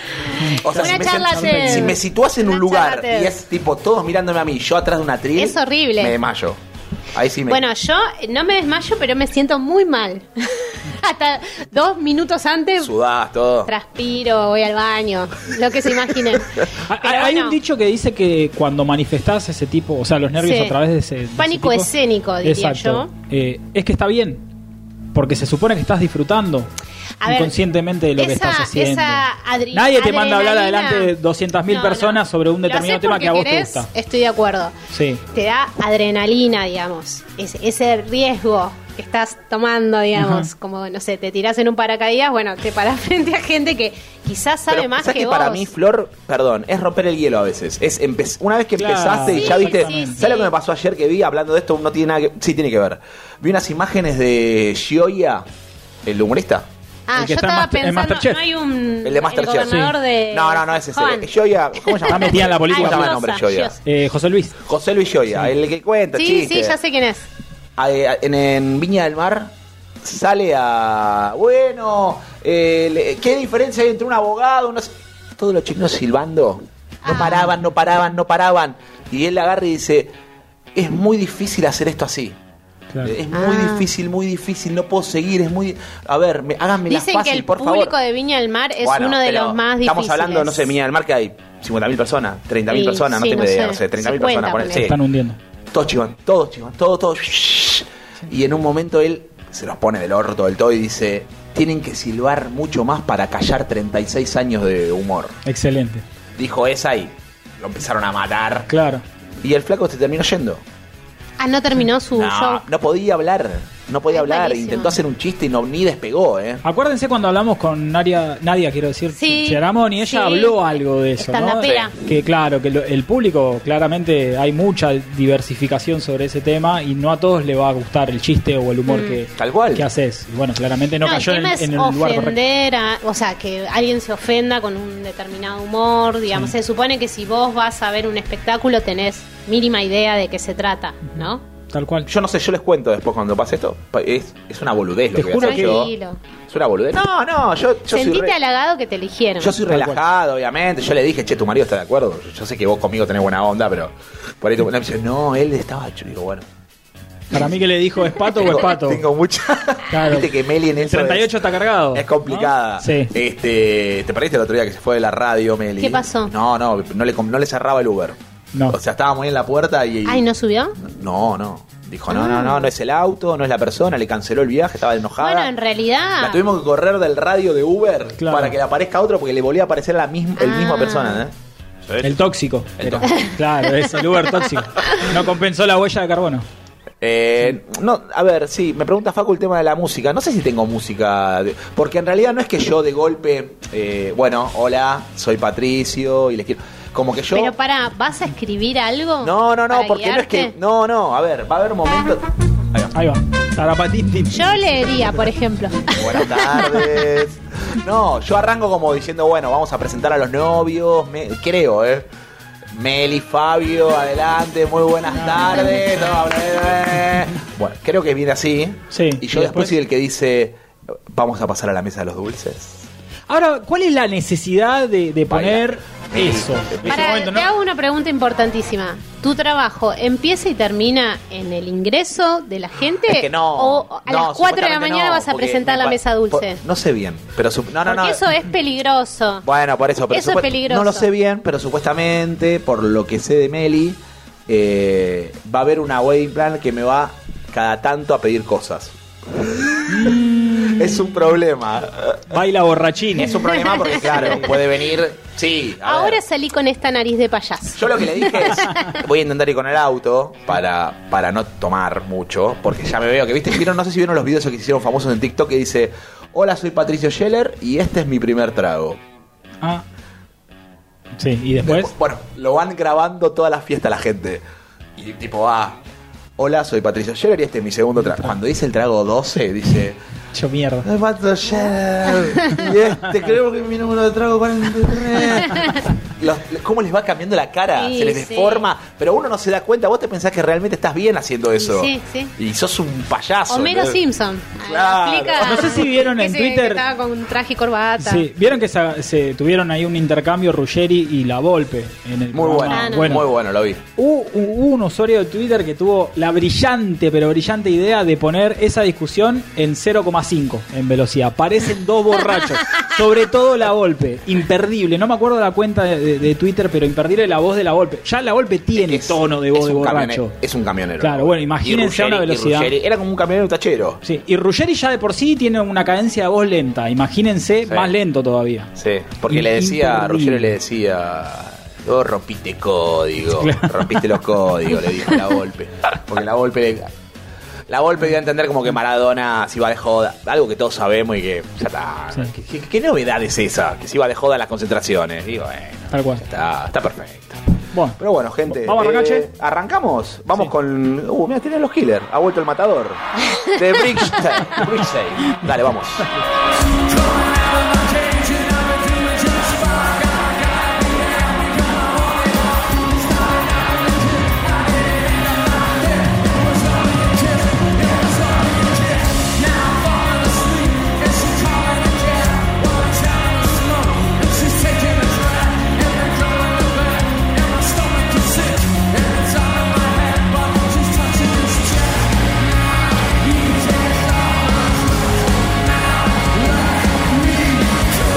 Speaker 4: O sea,
Speaker 6: Una
Speaker 4: si me,
Speaker 6: charla
Speaker 4: sen-
Speaker 6: TED.
Speaker 4: si me situás en un
Speaker 6: Una
Speaker 4: lugar
Speaker 6: charla TED.
Speaker 4: y es tipo todos mirándome a mí, yo atrás de una atril,
Speaker 6: Es horrible.
Speaker 4: Me desmayo. Ahí sí me
Speaker 6: Bueno, yo no me desmayo, pero me siento muy mal. Hasta dos minutos antes
Speaker 4: sudás todo.
Speaker 6: transpiro, voy al baño, lo que se imaginen.
Speaker 5: Ah,
Speaker 6: Pero
Speaker 5: Hay, hay
Speaker 6: bueno,
Speaker 5: un dicho que dice que cuando manifestás ese tipo, o sea, los nervios
Speaker 6: Sí.
Speaker 5: a través de ese. de ese
Speaker 6: Pánico
Speaker 5: tipo,
Speaker 6: escénico, diría
Speaker 5: exacto, eh, es que está bien. Porque se supone que estás disfrutando
Speaker 6: A ver,
Speaker 5: inconscientemente de lo que
Speaker 6: esa-
Speaker 5: estás haciendo.
Speaker 6: esa adri-
Speaker 5: Nadie te manda a hablar
Speaker 6: adrenalina-
Speaker 5: adelante de 200.000
Speaker 6: No, no.
Speaker 5: personas sobre un
Speaker 6: Lo
Speaker 5: determinado
Speaker 6: hacés
Speaker 5: tema que a vos
Speaker 6: porque querés,
Speaker 5: te gusta.
Speaker 6: Estoy de acuerdo.
Speaker 5: Sí.
Speaker 6: te da adrenalina, digamos, ese, ese riesgo que estás tomando, digamos, como, no sé, te tirás en un paracaídas, bueno, te parás frente a gente que quizás sabe
Speaker 4: Pero,
Speaker 6: más
Speaker 4: ¿sabes
Speaker 6: que,
Speaker 4: que,
Speaker 6: vos.
Speaker 4: para mí, Flor, perdón, es romper el hielo a veces. Es empe- una vez que
Speaker 5: Claro.
Speaker 4: empezaste y
Speaker 5: Sí,
Speaker 4: ya viste.
Speaker 6: sí, sí.
Speaker 4: ¿Sabes lo que me pasó ayer que vi hablando de esto? No tiene nada que. Sí, tiene que ver. Vi unas imágenes de Gioia, el humorista.
Speaker 6: ah,
Speaker 5: el
Speaker 6: yo
Speaker 5: que está en
Speaker 6: estaba
Speaker 5: Master- en
Speaker 6: pensando,
Speaker 5: Masterchef.
Speaker 6: no hay un
Speaker 4: El de Masterchef.
Speaker 6: gobernador
Speaker 5: Sí.
Speaker 6: de
Speaker 4: No, no, no es ese.
Speaker 6: Juan.
Speaker 4: Gioia, ¿cómo se llama?
Speaker 5: Está metida en la política.
Speaker 4: ¿Cómo se llama el
Speaker 6: Ay,
Speaker 4: nombre
Speaker 6: Giosa,
Speaker 4: Gioia?
Speaker 6: Giosa.
Speaker 5: Eh, José Luis,
Speaker 4: José Luis Gioia, el que cuenta,
Speaker 6: Sí,
Speaker 4: chiste.
Speaker 6: sí, ya sé quién es.
Speaker 4: A- eh, en, en Viña del Mar sale a. Bueno, eh, le- ¿qué diferencia hay entre un abogado? No sé? Todos los chinos silbando. No
Speaker 6: Ah.
Speaker 4: paraban, no paraban, no paraban. Y él agarra y dice: Es muy difícil hacer esto así.
Speaker 5: Claro.
Speaker 4: Es muy
Speaker 6: Ah.
Speaker 4: difícil, muy difícil, no puedo seguir, es muy... A ver, me, háganme la
Speaker 6: Dicen
Speaker 4: fácil,
Speaker 6: que el
Speaker 4: por
Speaker 6: público
Speaker 4: favor.
Speaker 6: de Viña del Mar es
Speaker 4: Bueno,
Speaker 6: uno de
Speaker 4: pero
Speaker 6: los más difíciles.
Speaker 4: Estamos hablando, no sé, de Viña del Mar que hay 50.000 personas, 30.000
Speaker 6: Y,
Speaker 4: personas, no
Speaker 6: sí,
Speaker 4: tengo
Speaker 6: no
Speaker 4: idea,
Speaker 6: sé,
Speaker 4: no sé, 30.000
Speaker 6: 50
Speaker 4: personas. ponele,
Speaker 6: ponele.
Speaker 4: sí.
Speaker 5: están hundiendo.
Speaker 4: Todos chivan, todos chivan, todos, todos. shhh. Y en un momento él se los pone del orto del todo y dice, tienen que silbar mucho más para callar 36 años de humor.
Speaker 5: Excelente.
Speaker 4: Dijo esa y lo empezaron a matar.
Speaker 5: Claro.
Speaker 4: Y el flaco se terminó yendo.
Speaker 6: Ah, no terminó su show.
Speaker 4: No, no podía hablar. No podía
Speaker 6: Es
Speaker 4: hablar.
Speaker 6: malísimo.
Speaker 4: Intentó hacer un chiste y no, ni despegó, ¿eh?
Speaker 5: Acuérdense cuando hablamos con Nadia, Nadia quiero decir,
Speaker 6: Sí,
Speaker 5: Cheramón, y ella
Speaker 6: sí.
Speaker 5: habló algo de eso, ¿no?
Speaker 6: Estandapera. Sí.
Speaker 5: Que claro, que lo- el público, claramente hay mucha diversificación sobre ese tema y no a todos le va a gustar el chiste o el humor que,
Speaker 4: Tal cual.
Speaker 5: que haces. Y bueno, claramente no,
Speaker 6: Mm. el
Speaker 5: cayó en,
Speaker 6: tema
Speaker 5: el-
Speaker 6: es
Speaker 5: en el lugar correcto.
Speaker 6: ofender a- o sea, que alguien se ofenda con un determinado humor, digamos. Se supone que si vos vas a ver un espectáculo tenés mínima idea de qué se trata, ¿no?
Speaker 5: Tal cual.
Speaker 4: Yo no sé, yo les cuento después cuando pase esto. Pa- Es, es una boludez
Speaker 5: Te
Speaker 4: lo que voy a
Speaker 5: juro
Speaker 4: hacer
Speaker 5: que-
Speaker 4: yo.
Speaker 6: Tranquilo.
Speaker 4: Es una boludez. No, no, yo, yo soy
Speaker 6: Sentite
Speaker 4: re-
Speaker 6: halagado que te eligieron.
Speaker 4: Yo soy
Speaker 5: Tal
Speaker 4: relajado, obviamente. Yo le dije, che, tu marido está de acuerdo. Yo sé que vos conmigo tenés buena onda, pero por ahí tu me dice, no, él estaba hecho. Digo, bueno.
Speaker 5: Para mí que le dijo, ¿es pato o es pato?
Speaker 4: Tengo mucha.
Speaker 5: Claro.
Speaker 4: Viste que Meli en
Speaker 5: El
Speaker 4: eso.
Speaker 5: 38
Speaker 4: es,
Speaker 5: está cargado.
Speaker 4: es complicada.
Speaker 5: ¿no? Sí.
Speaker 4: Este, ¿Te perdiste el otro día que se fue de la radio, Meli?
Speaker 6: ¿Qué pasó?
Speaker 4: No, no, no le, com- no le cerraba el Uber.
Speaker 5: No.
Speaker 4: O sea, estábamos ahí en la puerta y.
Speaker 6: Ay, ¿no subió?
Speaker 4: No, no. Dijo, no, no, no, no es el auto, no es la persona, le canceló el viaje, estaba enojada.
Speaker 6: Bueno, en realidad-
Speaker 4: Ah, La tuvimos que correr del radio de Uber
Speaker 5: Claro.
Speaker 4: para que le aparezca otro porque le volvía a aparecer la misma, el misma
Speaker 6: Ah.
Speaker 4: persona, ¿eh?
Speaker 5: El tóxico.
Speaker 4: El
Speaker 5: era.
Speaker 4: tóxico.
Speaker 5: Claro, es el Uber tóxico. No compensó la huella de carbono.
Speaker 4: Eh, no, a ver, sí, me pregunta Facu el tema de la música. No sé si tengo música, de- porque en realidad no es que yo de golpe, eh, bueno, hola, soy Patricio y les quiero. Como que yo.
Speaker 6: Pero para, ¿vas a escribir algo?
Speaker 4: no, no, no,
Speaker 6: para
Speaker 4: porque no es que.
Speaker 6: guiarte?
Speaker 4: No, no, a ver, va a haber momentos. Ahí va.
Speaker 5: Ahí va. Tarapatín.
Speaker 6: Yo leería, por ejemplo.
Speaker 4: Buenas tardes. No, yo arranco como diciendo, bueno, vamos a presentar a los novios, me- creo, ¿eh? Meli, Fabio, adelante, muy buenas tardes. No, bla, bla, bla. Bueno, creo que viene así.
Speaker 5: Sí,
Speaker 4: Y yo
Speaker 5: y
Speaker 4: después,
Speaker 5: después-
Speaker 4: soy el que dice, vamos a pasar a la mesa de los dulces.
Speaker 5: Ahora, ¿cuál es la necesidad de, de poner
Speaker 4: Baila.
Speaker 5: eso? En ese
Speaker 6: Para,
Speaker 5: momento, ¿no?
Speaker 6: Te hago una pregunta importantísima. ¿Tu trabajo empieza y termina en el ingreso de la gente?
Speaker 4: Es que no.
Speaker 6: ¿O a
Speaker 4: no,
Speaker 6: las 4 de la
Speaker 4: supuestamente
Speaker 6: mañana
Speaker 4: no,
Speaker 6: vas a
Speaker 4: porque
Speaker 6: presentar
Speaker 4: me
Speaker 6: la
Speaker 4: pa-
Speaker 6: mesa dulce?
Speaker 4: por- no sé bien, pero sup- no, no, no.
Speaker 6: Porque eso es peligroso.
Speaker 4: Bueno, por eso. Pero
Speaker 6: Eso es
Speaker 4: supue-
Speaker 6: peligroso.
Speaker 4: No lo sé bien, pero supuestamente, por lo que sé de Meli, eh, va a haber una wedding plan que me va cada tanto a pedir cosas. es un problema.
Speaker 5: Mm. Baila borrachín.
Speaker 4: Es un problema porque, claro, puede venir. Sí, a ver.
Speaker 6: Ahora salí con esta nariz de payaso.
Speaker 4: Yo lo que le dije es, voy a intentar ir con el auto para, para no tomar mucho, porque ya me veo que, viste, vieron, no sé si vieron los videos que se hicieron famosos en TikTok que dice, hola, soy Patricio Scheller y este es mi primer trago.
Speaker 5: Ah. Sí, y después.
Speaker 4: Bueno, lo van grabando toda la fiesta la gente. Y tipo, ah, hola, soy Patricio Scherer y este es mi segundo trago. Cuando dice el trago 12, dice,
Speaker 5: Yo mierda.
Speaker 4: soy Patricio Scherer y este creo que es mi número de trago 43. Los- ¿Cómo les va cambiando la cara?
Speaker 6: Sí,
Speaker 4: se les
Speaker 6: sí.
Speaker 4: deforma, pero uno no se da cuenta. Vos te pensás que realmente estás bien haciendo eso.
Speaker 6: Sí, sí.
Speaker 4: Y sos un payaso.
Speaker 6: Homero
Speaker 4: ¿no?
Speaker 6: Simpson.
Speaker 4: Claro.
Speaker 6: Explica
Speaker 5: No sé si vieron
Speaker 6: que
Speaker 5: en
Speaker 6: se-
Speaker 5: Twitter-
Speaker 6: que estaba con traje y corbata.
Speaker 5: Sí, vieron que se, se tuvieron ahí un intercambio Ruggeri y La Volpe en el
Speaker 4: Muy
Speaker 5: programa?
Speaker 4: bueno,
Speaker 6: Ah, no.
Speaker 4: muy bueno, lo vi.
Speaker 5: Hubo hubo un usuario de Twitter que tuvo la brillante, pero brillante idea de poner esa discusión en 0,5 en velocidad. Parecen dos borrachos. Sobre todo la golpe. Imperdible. No me acuerdo la cuenta de, de- de Twitter, pero imperdible la voz de la golpe. Ya la golpe tiene
Speaker 4: Es-
Speaker 5: tono de voz
Speaker 4: es
Speaker 5: de
Speaker 4: un
Speaker 5: borracho.
Speaker 4: camionero- es un camionero.
Speaker 5: Claro, bueno,
Speaker 4: Y
Speaker 5: imagínense a una
Speaker 4: Ruggeri- y
Speaker 5: velocidad.
Speaker 4: Ruggeri- Era como un camionero tachero.
Speaker 5: Sí, y Ruggeri ya de por sí tiene una cadencia de voz lenta. Imagínense,
Speaker 4: Sí.
Speaker 5: más lento todavía.
Speaker 4: Sí, porque le decía,
Speaker 5: Imperdible.
Speaker 4: Ruggero le decía, vos rompiste código, rompiste los códigos, le dijo la golpe. Porque la golpe La golpe dio a entender como que Maradona se iba de joda, algo que todos sabemos y que ya está.
Speaker 5: Sí.
Speaker 4: ¿Qué- ¿Qué, qué novedad es esa? Que se iba de joda en las concentraciones. Digo, bueno,
Speaker 5: Tal cual.
Speaker 4: ya está, está perfecto.
Speaker 5: Bueno,
Speaker 4: Pero bueno, gente. eh,
Speaker 5: Vamos a arrancar, che.
Speaker 4: Arrancamos. Vamos
Speaker 5: Sí.
Speaker 4: con. Uh, mira, tienen los killers. Ha vuelto el matador. De Brickstein. Dale, vamos.
Speaker 7: Thank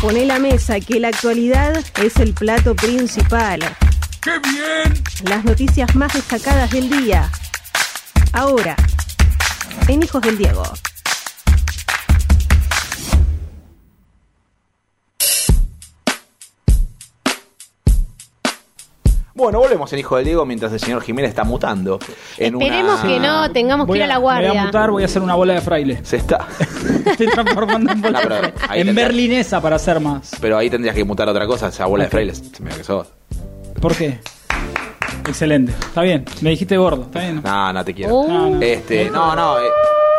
Speaker 1: Pone la mesa que la actualidad es el plato principal.
Speaker 7: ¡Qué bien!
Speaker 1: Las noticias más destacadas del día. Ahora, en Hijos del Diego.
Speaker 4: Bueno, volvemos en Hijo del Diego mientras el señor Jiménez está mutando. En una-
Speaker 6: Esperemos que no tengamos que
Speaker 5: Voy
Speaker 6: ir
Speaker 5: a,
Speaker 6: a la
Speaker 5: me voy a
Speaker 6: guardia.
Speaker 5: mutar, voy a hacer una bola de fraile.
Speaker 4: Se está.
Speaker 5: Estoy transformando en bola
Speaker 4: No, pero
Speaker 5: de
Speaker 4: ahí
Speaker 5: fraile. En
Speaker 4: tendría-
Speaker 5: berlinesa para hacer más.
Speaker 4: Pero ahí tendrías que mutar otra cosa, esa bola de frailes. Se me que sos.
Speaker 5: ¿Por qué? Excelente. Está bien. Me dijiste gordo. Está bien. Ah,
Speaker 4: No, no te quiero.
Speaker 6: Uh,
Speaker 5: No, no.
Speaker 4: Este, no, no. eh,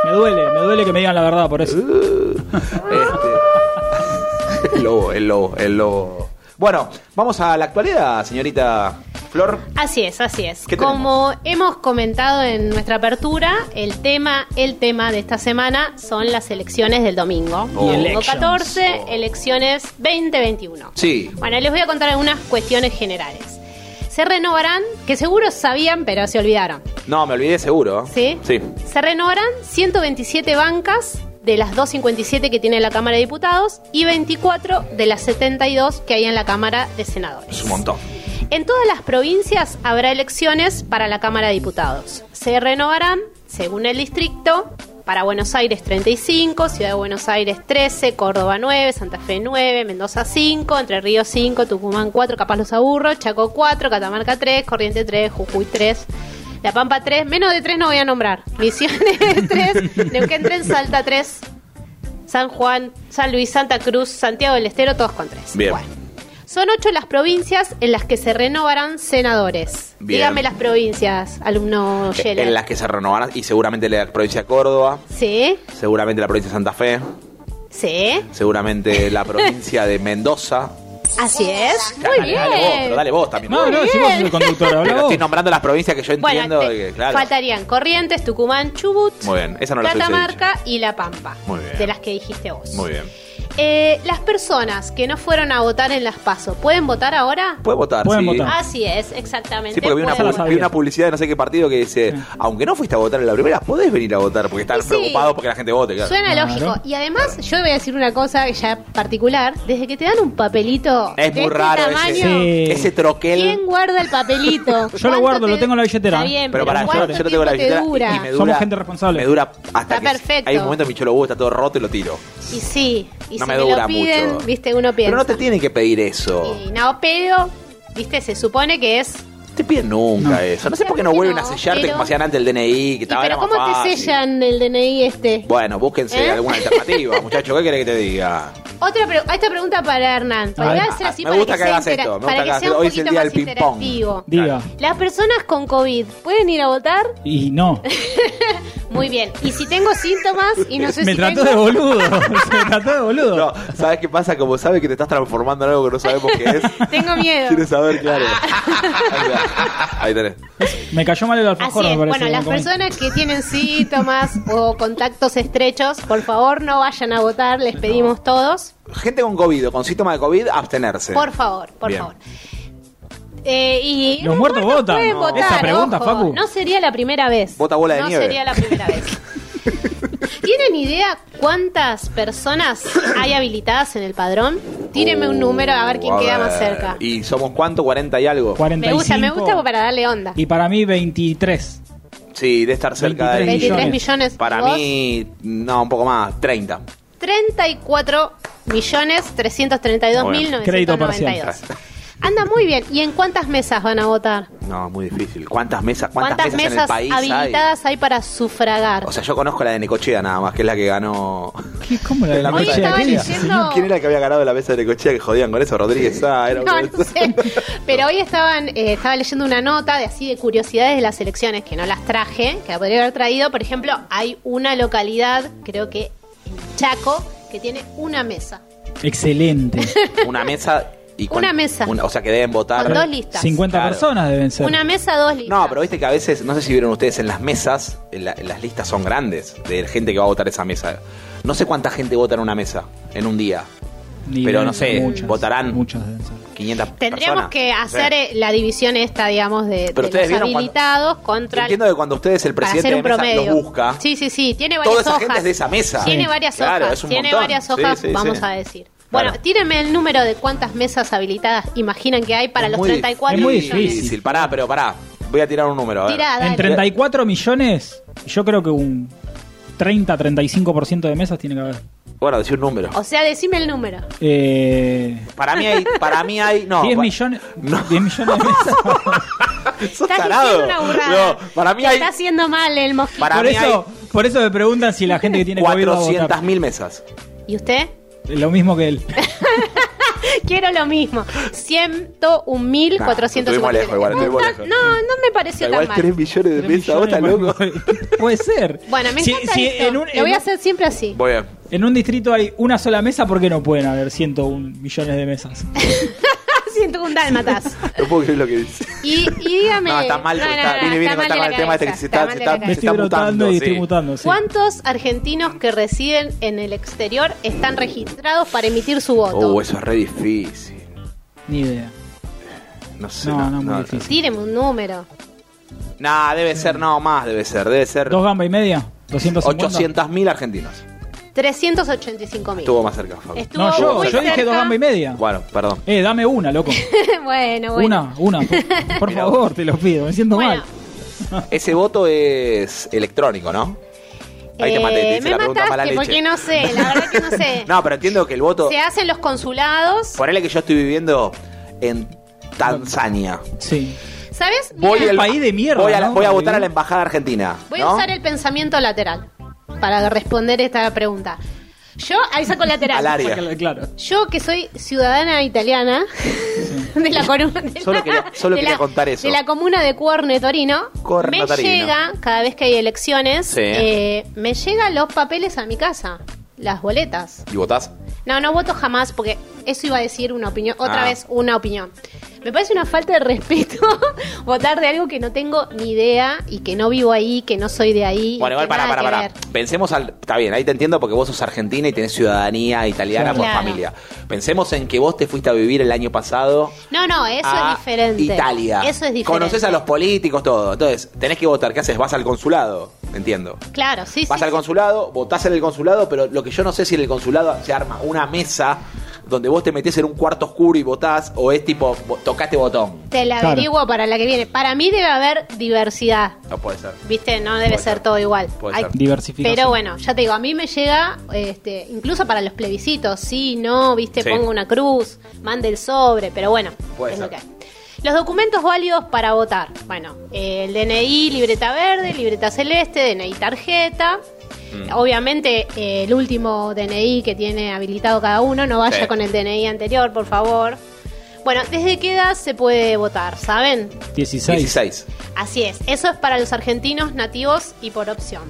Speaker 5: Me duele, me duele que me digan la verdad por eso.
Speaker 4: Uh, este. El lobo, el lobo, el lobo. Bueno, vamos a la actualidad, señorita Flor.
Speaker 6: Así es, así es.
Speaker 4: ¿Qué tenemos?
Speaker 6: Como hemos comentado en nuestra apertura, el tema, el tema de esta semana son las elecciones del domingo.
Speaker 4: Oh.
Speaker 6: Domingo
Speaker 5: Elections.
Speaker 6: 14, elecciones 2021.
Speaker 4: Sí.
Speaker 6: Bueno, les voy a contar algunas cuestiones generales. Se renovarán, que seguro sabían, pero se olvidaron.
Speaker 4: No, me olvidé seguro.
Speaker 6: ¿Sí?
Speaker 4: Sí.
Speaker 6: Se renovarán 127 bancas de las 257 que tiene la Cámara de Diputados y 24 de las 72 que hay en la Cámara de Senadores.
Speaker 4: Es un montón.
Speaker 6: En todas las provincias habrá elecciones para la Cámara de Diputados. Se renovarán, según el distrito, para Buenos Aires 35, Ciudad de Buenos Aires 13, Córdoba 9, Santa Fe 9, Mendoza 5, Entre Ríos 5, Tucumán 4, Capaz los Aburro, Chaco 4, Catamarca 3, Corriente 3, Jujuy 3. La Pampa 3, menos de 3 no voy a nombrar. Misiones 3, Neuquén 3, Salta 3, San Juan, San Luis, Santa Cruz, Santiago del Estero, todos con 3.
Speaker 4: Bien.
Speaker 6: Son ocho las provincias en las que se renovarán senadores.
Speaker 4: Bien.
Speaker 6: Dígame las provincias, alumno Yeller.
Speaker 4: Eh, En las que se renovarán y seguramente la provincia de Córdoba,
Speaker 6: Sí,
Speaker 4: seguramente la provincia de Santa Fe,
Speaker 6: sí, seguramente
Speaker 4: seguramente la provincia de Mendoza.
Speaker 6: así es. Muy
Speaker 4: Dale, dale vos,
Speaker 6: bien.
Speaker 4: pero dale vos también.
Speaker 5: No, no, si vos sos el conductor,
Speaker 4: Pero
Speaker 5: habla vos.
Speaker 4: estoy nombrando las provincias que yo entiendo.
Speaker 6: Bueno, te-
Speaker 4: que, claro.
Speaker 6: faltarían Corrientes, Tucumán, Chubut,
Speaker 4: Muy bien, esa no la hubiese
Speaker 6: Catamarca y La Pampa,
Speaker 4: Muy bien.
Speaker 6: de las que dijiste vos.
Speaker 4: Muy bien.
Speaker 6: Eh, las personas que no fueron a votar en las PASO, ¿pueden votar ahora?
Speaker 4: Puede votar,
Speaker 5: Pueden
Speaker 4: sí.
Speaker 5: votar.
Speaker 6: Así es, exactamente.
Speaker 4: Sí, porque vi una,
Speaker 5: Pueden
Speaker 4: pu-
Speaker 5: votar.
Speaker 4: vi una publicidad de no sé qué partido que dice, aunque no fuiste a votar en la primera, podés venir a votar porque están
Speaker 6: Sí.
Speaker 4: preocupados porque la gente vote. claro.
Speaker 6: Suena
Speaker 5: Claro.
Speaker 6: lógico. Y además, yo voy a decir una cosa ya particular. Desde que te dan un papelito
Speaker 4: Es
Speaker 6: de
Speaker 4: muy
Speaker 6: este
Speaker 4: raro
Speaker 6: tamaño,
Speaker 4: ese,
Speaker 5: Sí.
Speaker 4: ese troquel.
Speaker 6: ¿quién guarda el papelito?
Speaker 5: Yo lo
Speaker 6: ¿Cuánto
Speaker 5: guardo,
Speaker 6: te-
Speaker 5: lo tengo en la billetera.
Speaker 6: Está bien,
Speaker 4: Pero
Speaker 6: pero,
Speaker 4: pará, yo,
Speaker 6: ¿cuánto
Speaker 4: yo no tengo la
Speaker 6: tiempo te
Speaker 4: billetera
Speaker 6: dura?
Speaker 4: y,
Speaker 6: Y,
Speaker 4: me dura.
Speaker 5: Somos gente responsable.
Speaker 4: Me dura hasta
Speaker 6: Está
Speaker 4: que
Speaker 6: perfecto.
Speaker 4: hay un momento en mi cholo Hugo está todo roto y lo tiro.
Speaker 6: sí, y
Speaker 4: no
Speaker 6: si
Speaker 4: me
Speaker 6: lo
Speaker 4: dura
Speaker 6: piden,
Speaker 4: mucho.
Speaker 6: viste, uno piensa.
Speaker 4: Pero no te tienen que pedir eso.
Speaker 6: Y no, pero, viste, se supone que es.
Speaker 4: No te piden nunca eso. No sé por qué no
Speaker 6: Claro que
Speaker 4: vuelven
Speaker 6: no,
Speaker 4: a sellarte
Speaker 6: pero-
Speaker 4: como hacían antes el DNI, que
Speaker 6: Y,
Speaker 4: estaba
Speaker 6: pero
Speaker 4: era más
Speaker 6: ¿cómo te
Speaker 4: fácil.
Speaker 6: sellan el DNI este?
Speaker 4: Bueno, búsquense
Speaker 6: ¿Eh?
Speaker 4: alguna alternativa, muchachos. ¿Qué querés que te diga?
Speaker 6: Otra pre- esta pregunta para Hernán.
Speaker 5: A
Speaker 6: Para
Speaker 5: ver.
Speaker 6: hacer así
Speaker 4: Me
Speaker 6: para
Speaker 4: gusta que
Speaker 6: sea
Speaker 4: hagas
Speaker 6: intera-
Speaker 4: esto, me gusta
Speaker 6: para
Speaker 4: que hagas
Speaker 6: que sea
Speaker 4: esto.
Speaker 6: un
Speaker 4: Hoy es el
Speaker 6: poquito
Speaker 4: día
Speaker 6: más
Speaker 4: del ping-pong.
Speaker 6: interactivo.
Speaker 5: Diga.
Speaker 6: Las personas con COVID, ¿pueden ir a votar?
Speaker 5: Y no.
Speaker 6: Muy bien. Y si tengo síntomas y no sé
Speaker 5: Me
Speaker 6: si
Speaker 5: trató de
Speaker 6: tengo...
Speaker 5: boludo. Me trató de boludo.
Speaker 4: No, ¿sabes qué pasa? Como sabes que te estás transformando en algo que no sabemos qué es.
Speaker 6: Tengo miedo.
Speaker 4: Quieres saber, claro.
Speaker 6: Ah.
Speaker 4: Ahí está. Ahí tenés.
Speaker 5: Me cayó mal el
Speaker 6: Así
Speaker 5: alfajor,
Speaker 6: es.
Speaker 5: me parece.
Speaker 6: Bueno, las
Speaker 5: me comí.
Speaker 6: personas que tienen síntomas o contactos estrechos, por favor no vayan a votar, les pedimos todos.
Speaker 4: Gente con COVID o con síntomas de COVID, abstenerse.
Speaker 6: Por favor, por
Speaker 4: Bien.
Speaker 6: favor. Eh, y
Speaker 5: Los muertos votan.
Speaker 6: pueden
Speaker 5: No. Esa pregunta,
Speaker 6: ojo.
Speaker 5: Facu.
Speaker 6: No sería la primera vez.
Speaker 4: Vota bola de
Speaker 6: no
Speaker 4: nieve.
Speaker 6: sería la primera vez. ¿Tienen idea cuántas personas hay habilitadas en el padrón? Tírenme un número a ver quién
Speaker 4: Uh,
Speaker 6: queda
Speaker 4: ver.
Speaker 6: más cerca.
Speaker 4: ¿Y somos cuánto? ¿40 y algo?
Speaker 5: 45.
Speaker 6: Me gusta, me gusta para darle onda.
Speaker 5: Y para mí 23.
Speaker 4: Sí, de estar cerca de
Speaker 5: 23
Speaker 6: 23 millones.
Speaker 4: Para
Speaker 6: ¿Vos?
Speaker 4: mí, no, un poco más, 30.
Speaker 6: 34 millones 332 mil
Speaker 4: Bueno,
Speaker 5: crédito parcial.
Speaker 6: 992. Anda muy bien. ¿Y en cuántas mesas van a votar?
Speaker 4: No, es muy difícil. ¿Cuántas mesas? ¿Cuántas,
Speaker 6: ¿Cuántas
Speaker 4: mesas,
Speaker 6: mesas
Speaker 4: en el país hay? Oh,
Speaker 6: habilitadas hay para sufragar?
Speaker 4: O sea, yo conozco la de Necochea nada más, que es la que ganó.
Speaker 5: ¿Qué, ¿Cómo la de la
Speaker 4: Hoy
Speaker 5: noche?
Speaker 4: estaba
Speaker 5: ¿Qué
Speaker 6: leyendo-
Speaker 5: dice?
Speaker 6: No.
Speaker 4: ¿Quién era el que había ganado la mesa de Necochea que jodían con eso? Rodríguez Sá, era
Speaker 6: No,
Speaker 4: uno de
Speaker 6: no
Speaker 4: esos.
Speaker 6: sé. Pero hoy estaban, eh, estaba leyendo una nota de así de curiosidades de las elecciones que no las traje, que la podría haber traído. Por ejemplo, hay una localidad, creo que en Chaco, que tiene una mesa.
Speaker 5: Excelente.
Speaker 4: Una mesa y con-
Speaker 6: Una mesa.
Speaker 4: o sea, que deben votar.
Speaker 6: Con dos listas.
Speaker 5: 50
Speaker 4: Claro.
Speaker 5: personas deben ser.
Speaker 6: Una mesa, dos listas.
Speaker 4: No, pero viste que a veces, no sé si vieron ustedes en las mesas, en la- en las listas son grandes de gente que va a votar esa mesa. No sé cuánta gente vota en una mesa en un día.
Speaker 5: Ni
Speaker 4: pero
Speaker 5: deben
Speaker 4: no
Speaker 5: ser
Speaker 4: sé,
Speaker 5: muchas,
Speaker 4: votarán.
Speaker 5: Muchas deben ser.
Speaker 4: 500
Speaker 6: Tendríamos
Speaker 4: personas.
Speaker 6: que
Speaker 4: No sé.
Speaker 6: hacer eh, la división esta, digamos, de,
Speaker 4: Pero
Speaker 6: de
Speaker 4: ustedes
Speaker 6: los
Speaker 4: vieron cuando-
Speaker 6: habilitados contra...
Speaker 4: Entiendo que cuando ustedes el
Speaker 6: para hacer
Speaker 4: presidente
Speaker 6: un
Speaker 4: de mesa
Speaker 6: promedio.
Speaker 4: lo busca,
Speaker 6: Sí, sí, sí. Tiene varias
Speaker 4: toda esa
Speaker 6: hojas.
Speaker 4: gente es de esa mesa.
Speaker 6: Tiene
Speaker 5: Sí.
Speaker 6: varias
Speaker 4: Claro,
Speaker 6: hojas.
Speaker 4: es un
Speaker 6: Tiene
Speaker 4: montón.
Speaker 6: varias
Speaker 4: Sí,
Speaker 6: hojas,
Speaker 4: sí,
Speaker 6: vamos
Speaker 4: sí.
Speaker 6: a decir. Bueno,
Speaker 4: Claro.
Speaker 6: tírenme el número de cuántas mesas habilitadas imaginan que hay para
Speaker 4: Es
Speaker 6: los
Speaker 4: muy
Speaker 6: 34
Speaker 5: es muy
Speaker 6: millones.
Speaker 5: difícil.
Speaker 4: Pará, pero pará. Voy a tirar un número. A ver.
Speaker 6: Tirá, dale.
Speaker 5: En 34 millones, yo creo que un 30-35% de mesas tiene que haber.
Speaker 4: Bueno, decir un número.
Speaker 6: O sea, decime el número.
Speaker 5: Eh,
Speaker 4: Para mí hay. Para mí hay no,
Speaker 5: 10
Speaker 4: pa-
Speaker 5: millones,
Speaker 4: No.
Speaker 5: 10 millones de mesas.
Speaker 4: Sos
Speaker 6: Estás
Speaker 4: tarado.
Speaker 6: diciendo una burrada.
Speaker 4: No, para mí
Speaker 6: Te
Speaker 4: hay
Speaker 6: Está haciendo mal el mosquito.
Speaker 4: Para
Speaker 5: por,
Speaker 4: mí
Speaker 5: eso, por eso me preguntan si la gente que tiene COVID va a votar.
Speaker 4: 400.000 mesas.
Speaker 6: ¿Y usted?
Speaker 5: Lo mismo que él.
Speaker 6: Quiero lo mismo. 101.450.
Speaker 4: Nah, estuvimos lejos igual, estuvimos
Speaker 6: no,
Speaker 4: lejos.
Speaker 6: no, no me pareció tan mal.
Speaker 4: millones
Speaker 5: Tres millones, Marco. Puede ser.
Speaker 6: Bueno, me
Speaker 5: Si-
Speaker 6: encanta
Speaker 5: si
Speaker 6: esto.
Speaker 5: en un-
Speaker 6: Lo voy
Speaker 5: en
Speaker 6: a
Speaker 5: un-
Speaker 6: hacer siempre así.
Speaker 4: Muy bien.
Speaker 5: En un distrito hay una sola mesa, ¿por qué no pueden haber 101 millones de mesas?
Speaker 6: Siento un dálmatas.
Speaker 4: No puedo creer lo que dice.
Speaker 6: Y, y dígame...
Speaker 4: No, está mal,
Speaker 6: no, no,
Speaker 4: está-
Speaker 6: no,
Speaker 4: viene, viene,
Speaker 6: mal
Speaker 4: está
Speaker 6: de
Speaker 4: con
Speaker 6: la
Speaker 4: el tema este que
Speaker 6: cabeza,
Speaker 4: se está-
Speaker 6: mal de la
Speaker 4: se está-
Speaker 5: Me
Speaker 6: cabeza.
Speaker 5: estoy
Speaker 4: está mutando,
Speaker 5: brotando y
Speaker 4: sí.
Speaker 5: distributando. sí.
Speaker 6: ¿Cuántos argentinos que residen en el exterior están registrados para emitir su voto?
Speaker 4: Oh, eso es re difícil.
Speaker 5: Ni idea.
Speaker 4: No sé.
Speaker 5: No, no, muy difícil.
Speaker 6: Tíreme un número.
Speaker 4: Nah, debe ser, no, más debe ser. Debe ser
Speaker 5: ¿Dos gamba y media? ¿250?
Speaker 4: 800.000 argentinos.
Speaker 6: 385 mil.
Speaker 4: Estuvo más cerca, Fabio.
Speaker 6: Estuvo
Speaker 5: No, yo,
Speaker 6: muy
Speaker 5: yo dije
Speaker 6: cerca.
Speaker 5: dos gamba y media.
Speaker 4: Bueno, perdón.
Speaker 5: Eh, dame una, loco.
Speaker 6: bueno, bueno.
Speaker 5: Una, una. Por, por
Speaker 4: Mirá.
Speaker 5: favor, te lo pido, me siento
Speaker 6: Bueno,
Speaker 5: mal.
Speaker 4: Ese voto es electrónico, ¿no? Ahí te maté, te
Speaker 6: eh,
Speaker 4: hice
Speaker 6: me
Speaker 4: la pregunta mala
Speaker 6: mataste
Speaker 4: leche.
Speaker 6: porque no sé, la verdad que no sé.
Speaker 4: No, pero entiendo que el voto.
Speaker 6: Se hacen los consulados.
Speaker 4: Ponele que yo estoy viviendo en Tanzania.
Speaker 5: Sí.
Speaker 6: ¿Sabes?
Speaker 4: Voy,
Speaker 6: Mirá,
Speaker 4: al-
Speaker 5: país de mierda,
Speaker 4: voy a, la-
Speaker 5: ¿no?
Speaker 4: voy a votar a la embajada argentina.
Speaker 6: voy
Speaker 4: ¿no?
Speaker 6: a usar el pensamiento lateral para responder esta pregunta. Yo, ahí saco lateral.
Speaker 4: Al área.
Speaker 5: Sácalo de claro.
Speaker 6: Yo que soy ciudadana italiana de la comuna de
Speaker 4: Solo
Speaker 6: la-
Speaker 4: quería- solo
Speaker 6: de
Speaker 4: quería
Speaker 6: la-
Speaker 4: contar eso.
Speaker 6: de la comuna de Cuorne Torino
Speaker 4: Cuorne,
Speaker 6: me
Speaker 4: Torino.
Speaker 6: llega cada vez que hay elecciones
Speaker 4: Sí.
Speaker 6: eh, me llegan los papeles a mi casa las boletas
Speaker 4: ¿Y votás?
Speaker 6: no no voto jamás porque eso iba a decir una opinión otra
Speaker 4: Ah.
Speaker 6: vez una opinión me parece una falta de respeto votar de algo que no tengo ni idea y que no vivo ahí que no soy de ahí y
Speaker 4: Bueno, igual
Speaker 6: que
Speaker 4: para,
Speaker 6: nada
Speaker 4: para,
Speaker 6: que
Speaker 4: para.
Speaker 6: ver.
Speaker 4: Pensemos al. Está bien, ahí te entiendo porque vos sos argentina y tenés ciudadanía italiana por
Speaker 6: Claro.
Speaker 4: familia. Pensemos en que vos te fuiste a vivir el año pasado.
Speaker 6: no no eso
Speaker 4: a
Speaker 6: es diferente
Speaker 4: Ah, Italia.
Speaker 6: eso es diferente
Speaker 4: Conoces a los políticos, todo. Entonces, tenés que votar. ¿Qué haces? Vas al consulado. Entiendo.
Speaker 6: claro sí
Speaker 4: Vas
Speaker 6: sí,
Speaker 4: al
Speaker 6: sí.
Speaker 4: consulado, votás en el consulado, pero lo que yo no sé es si en el consulado se arma una mesa donde vos te metés en un cuarto oscuro y votás, o es tipo, vo- tocaste botón.
Speaker 6: Te la
Speaker 5: Claro.
Speaker 6: averiguo para la que viene. Para mí debe haber diversidad.
Speaker 4: No puede ser.
Speaker 6: ¿Viste? No debe
Speaker 4: Puede
Speaker 6: ser
Speaker 4: ser.
Speaker 6: todo igual.
Speaker 4: Puede ser.
Speaker 5: Diversificación.
Speaker 6: Pero bueno, ya te digo, a mí me llega, este, incluso para los plebiscitos, sí, no, viste,
Speaker 4: Sí.
Speaker 6: pongo una cruz, mande el sobre, pero bueno,
Speaker 4: Puede
Speaker 6: es
Speaker 4: ser.
Speaker 6: lo que hay. Los documentos válidos para votar. Bueno, eh, el DNI, libreta verde, libreta celeste, DNI tarjeta. Obviamente eh, el último DNI que tiene habilitado cada uno, no vaya
Speaker 4: Sí.
Speaker 6: con el DNI anterior, por favor. Bueno, ¿desde qué edad se puede votar? ¿Saben?
Speaker 5: 16.
Speaker 4: 16.
Speaker 6: Así es, eso es para los argentinos nativos y por opción.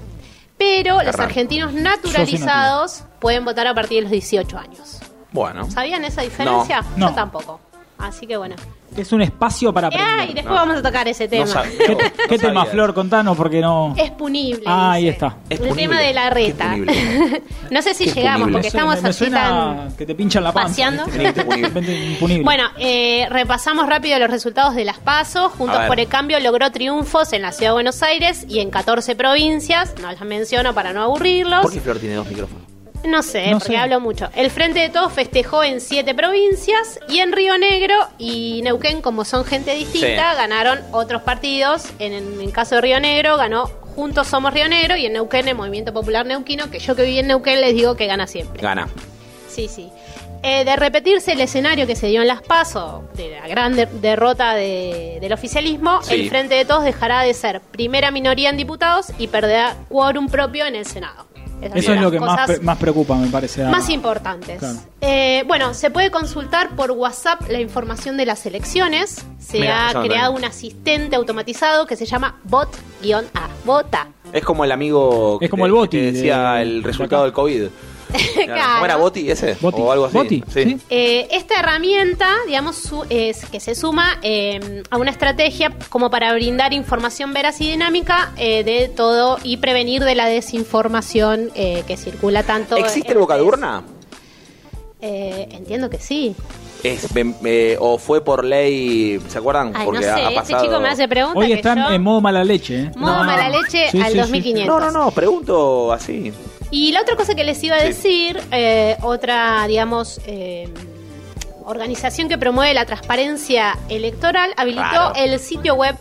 Speaker 6: Pero los
Speaker 4: raro.
Speaker 6: argentinos naturalizados pueden votar a partir de los 18 años.
Speaker 4: Bueno.
Speaker 6: ¿Sabían esa diferencia?
Speaker 5: No.
Speaker 6: Yo tampoco. Así que bueno.
Speaker 5: Es un espacio para
Speaker 6: Ay,
Speaker 5: aprender.
Speaker 6: después vamos a tocar ese tema.
Speaker 4: No sab-
Speaker 5: ¿Qué,
Speaker 4: no, no
Speaker 5: qué tema,
Speaker 4: sabía.
Speaker 5: Flor? Contanos porque no...
Speaker 6: Es punible.
Speaker 5: Ah, ahí
Speaker 6: dice.
Speaker 5: está.
Speaker 4: Es
Speaker 6: el
Speaker 4: punible.
Speaker 6: tema de la
Speaker 4: Qué
Speaker 6: reta.
Speaker 4: punible.
Speaker 6: no sé si
Speaker 4: Qué
Speaker 6: llegamos
Speaker 4: punible.
Speaker 6: porque
Speaker 5: No sé, me-
Speaker 6: estamos
Speaker 5: me
Speaker 6: así
Speaker 5: suena
Speaker 6: tan...
Speaker 5: que te pinchan la panza.
Speaker 6: paseando.
Speaker 5: ¿viste? Que de repente es impunible.
Speaker 6: Bueno, eh, repasamos rápido los resultados de las PASO.
Speaker 4: A
Speaker 6: Juntos
Speaker 4: ver.
Speaker 6: por el Cambio logró triunfos en la Ciudad de Buenos Aires y en 14 provincias. No las menciono para no aburrirlos.
Speaker 4: ¿Por qué Flor tiene dos micrófonos?
Speaker 6: No sé,
Speaker 5: No
Speaker 6: porque
Speaker 5: sé.
Speaker 6: hablo mucho. El Frente de Todos festejó en siete provincias y en Río Negro y Neuquén, como son gente distinta,
Speaker 4: Sí.
Speaker 6: ganaron otros partidos. En, en el caso de Río Negro ganó Juntos Somos Río Negro y en Neuquén el Movimiento Popular Neuquino, que yo que viví en Neuquén les digo que gana siempre.
Speaker 4: Gana.
Speaker 6: Sí, sí. Eh, de repetirse el escenario que se dio en Las Paso, de la gran de- derrota de- del oficialismo,
Speaker 4: Sí.
Speaker 6: el Frente de Todos dejará de ser primera minoría en diputados y perderá quórum propio en el Senado. Esas
Speaker 5: Eso
Speaker 6: son
Speaker 5: es
Speaker 6: las
Speaker 5: lo que más,
Speaker 6: cosas
Speaker 5: pre- más preocupa, me parece. a-
Speaker 6: más importantes.
Speaker 5: Claro.
Speaker 6: Eh, bueno, se puede consultar por WhatsApp la información de las elecciones. Se
Speaker 4: Mirá,
Speaker 6: ha
Speaker 4: yo no
Speaker 6: creado
Speaker 4: tengo.
Speaker 6: un asistente automatizado que se llama Bot-A. Bota.
Speaker 4: Es como el amigo.
Speaker 5: Es como
Speaker 4: te-
Speaker 5: el Boti
Speaker 4: te decía
Speaker 5: de-
Speaker 4: el
Speaker 5: de
Speaker 4: resultado
Speaker 5: acá.
Speaker 4: del COVID.
Speaker 6: Claro.
Speaker 4: ¿Cómo era Boti ese?
Speaker 5: Boti.
Speaker 4: O algo así.
Speaker 5: Boti, sí.
Speaker 6: Eh, esta herramienta, digamos, su- es que se suma eh, a una estrategia como para brindar información veraz y dinámica eh, de todo y prevenir de la desinformación eh, que circula tanto.
Speaker 4: ¿Existe
Speaker 6: en
Speaker 4: el boca de
Speaker 6: redes.
Speaker 4: urna?
Speaker 6: Eh, entiendo que sí.
Speaker 4: Es- me- me- ¿O fue por ley? ¿Se acuerdan?
Speaker 6: Ay, no
Speaker 4: Porque
Speaker 6: sé,
Speaker 4: ha- ha
Speaker 6: este
Speaker 4: pasado-
Speaker 6: chico me hace preguntas.
Speaker 5: Hoy
Speaker 6: que
Speaker 5: están
Speaker 6: yo-
Speaker 5: en modo mala leche. ¿eh?
Speaker 6: Modo mala leche al 2500.
Speaker 4: No, no, no, pregunto así.
Speaker 6: Y la otra cosa que les iba a
Speaker 4: Sí.
Speaker 6: decir, eh, otra, digamos, eh, organización que promueve la transparencia electoral habilitó
Speaker 4: Claro.
Speaker 6: el sitio web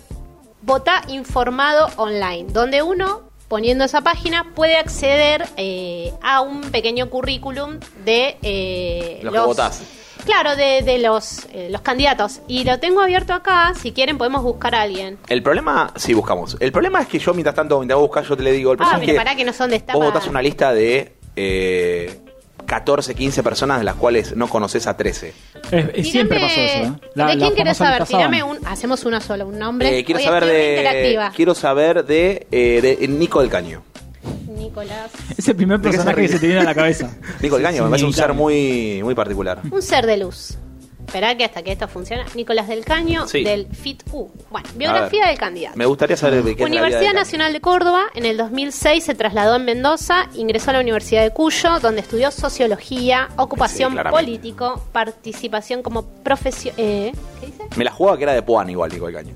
Speaker 6: Vota Informado Online, donde uno, poniendo esa página, puede acceder eh, a un pequeño currículum de eh,
Speaker 4: Los que votás.
Speaker 6: Claro, de, de los, eh, los candidatos. Y lo tengo abierto acá, si quieren podemos buscar a alguien.
Speaker 4: El problema, sí, buscamos. El problema es que yo, mientras tanto, mientras vos buscas, yo te le digo.
Speaker 6: Ah,
Speaker 4: El problema es
Speaker 6: pero pará que no son de esta
Speaker 4: Vos votás una lista de eh, 14, 15 personas de las cuales no conoces a 13.
Speaker 5: Es- es- siempre
Speaker 6: Tirame-
Speaker 5: pasó eso, ¿eh? La-
Speaker 6: ¿De
Speaker 5: la
Speaker 6: quién querés
Speaker 5: famosa
Speaker 6: saber?
Speaker 5: lista sábana.
Speaker 6: Tirame un. Hacemos una sola, un nombre.
Speaker 4: Eh, quiero,
Speaker 6: Hoy
Speaker 4: saber
Speaker 6: estoy muy
Speaker 4: de,
Speaker 6: Interactiva.
Speaker 4: quiero saber de. eh, de Nico del Caño.
Speaker 6: Nicolás.
Speaker 5: Es el primer
Speaker 4: ¿De qué se
Speaker 5: personaje que
Speaker 4: ríe?
Speaker 5: se te viene a la cabeza.
Speaker 4: Nico del
Speaker 5: Es-
Speaker 4: Caño
Speaker 5: es
Speaker 4: me parece un ser
Speaker 5: inevitable.
Speaker 4: muy, muy particular.
Speaker 6: Un ser de luz. Esperá que hasta que esto funcione. Nicolás del Caño,
Speaker 4: Sí.
Speaker 6: del FIT-U. Bueno,
Speaker 4: A
Speaker 6: biografía
Speaker 4: ver,
Speaker 6: del candidato.
Speaker 4: Me gustaría saber de qué es la vida del
Speaker 6: Universidad
Speaker 4: Caño.
Speaker 6: Nacional de Córdoba, en el 2006 se trasladó en Mendoza, ingresó a la Universidad de Cuyo, donde estudió sociología, ocupación
Speaker 4: Sí, claramente.
Speaker 6: político, participación como profesión... ¿Qué dice?
Speaker 4: Me la jugaba que era de Puan igual, Nico del Caño.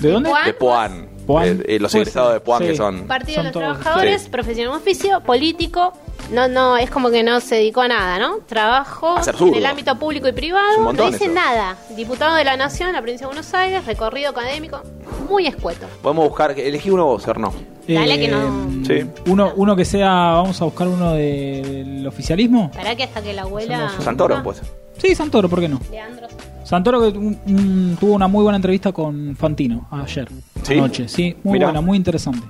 Speaker 5: ¿De dónde?
Speaker 6: Juan.
Speaker 4: De Puan.
Speaker 5: Puan.
Speaker 4: Eh, eh, los
Speaker 5: Puede
Speaker 4: egresados
Speaker 5: ser.
Speaker 4: de Puan que
Speaker 5: Sí.
Speaker 4: son.
Speaker 6: Partido
Speaker 5: Son
Speaker 6: de los
Speaker 5: todos-
Speaker 6: Trabajadores,
Speaker 4: Sí.
Speaker 6: profesión de oficio, político. No, no, es como que no se dedicó a nada, ¿no? Trabajo
Speaker 4: A ser zurdo.
Speaker 6: en el ámbito público y
Speaker 4: Es
Speaker 6: privado,
Speaker 4: un montón
Speaker 6: no dice
Speaker 4: eso.
Speaker 6: nada. Diputado de la Nación, la provincia de Buenos Aires, recorrido académico, muy escueto.
Speaker 4: Podemos buscar. Elegí uno vos, Erno.
Speaker 6: Dale que no.
Speaker 5: mm,
Speaker 4: Sí.
Speaker 5: Uno, uno que sea. Vamos a buscar uno del oficialismo.
Speaker 6: Pará que hasta que la abuela...
Speaker 5: Son los-
Speaker 4: Santoro,
Speaker 6: Ah,
Speaker 4: pues.
Speaker 5: Sí, Santoro, ¿por qué no?
Speaker 6: Leandro.
Speaker 5: Santoro que tu- mm, tuvo una muy buena entrevista con Fantino ayer,
Speaker 4: ¿Sí?
Speaker 5: anoche. Sí, muy
Speaker 4: Mirá.
Speaker 5: buena, muy interesante.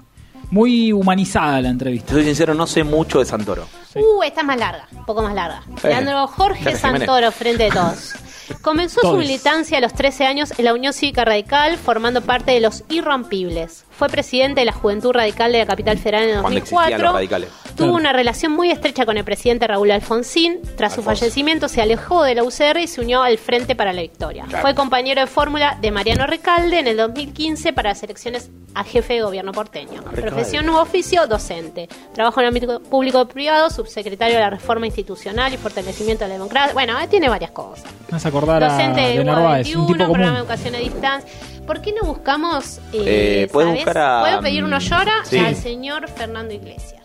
Speaker 5: Muy humanizada la entrevista.
Speaker 4: Te soy sincero, no sé mucho de Santoro.
Speaker 6: Uh, esta es más larga, un poco más larga.
Speaker 4: bien.
Speaker 6: Leandro Jorge
Speaker 4: Gracias, Jiménez.
Speaker 6: Santoro, frente de todos. Comenzó su
Speaker 5: Todos.
Speaker 6: militancia a los 13 años en la Unión Cívica Radical, formando parte de los Irrompibles. Fue presidente de la Juventud Radical de la Capital Federal en el
Speaker 4: Cuando existían
Speaker 6: 2004.
Speaker 4: los radicales.
Speaker 6: Tuvo
Speaker 5: Claro.
Speaker 6: una relación muy estrecha con el presidente Raúl Alfonsín. Tras su
Speaker 4: Alfonso.
Speaker 6: fallecimiento, se alejó de la UCR y se unió al Frente para la Victoria.
Speaker 4: Claro.
Speaker 6: Fue compañero de fórmula de Mariano Recalde en el 2015 para las elecciones a jefe de gobierno porteño. Profesión u oficio, docente. Trabajo en el ámbito público-privado, subsecretario de la reforma institucional y fortalecimiento de la democracia. Bueno, eh, tiene varias cosas.
Speaker 5: Me hace acordar a
Speaker 6: Docente de
Speaker 5: de Narváez, un
Speaker 6: 21,
Speaker 5: tipo
Speaker 6: programa de
Speaker 5: común.
Speaker 6: educación a distancia. ¿Por qué no buscamos, eh,
Speaker 4: Eh, ¿puedes
Speaker 6: ¿sabes?
Speaker 4: buscar a-
Speaker 6: Puedo pedir uno llora
Speaker 4: Sí.
Speaker 6: al señor Fernando Iglesias.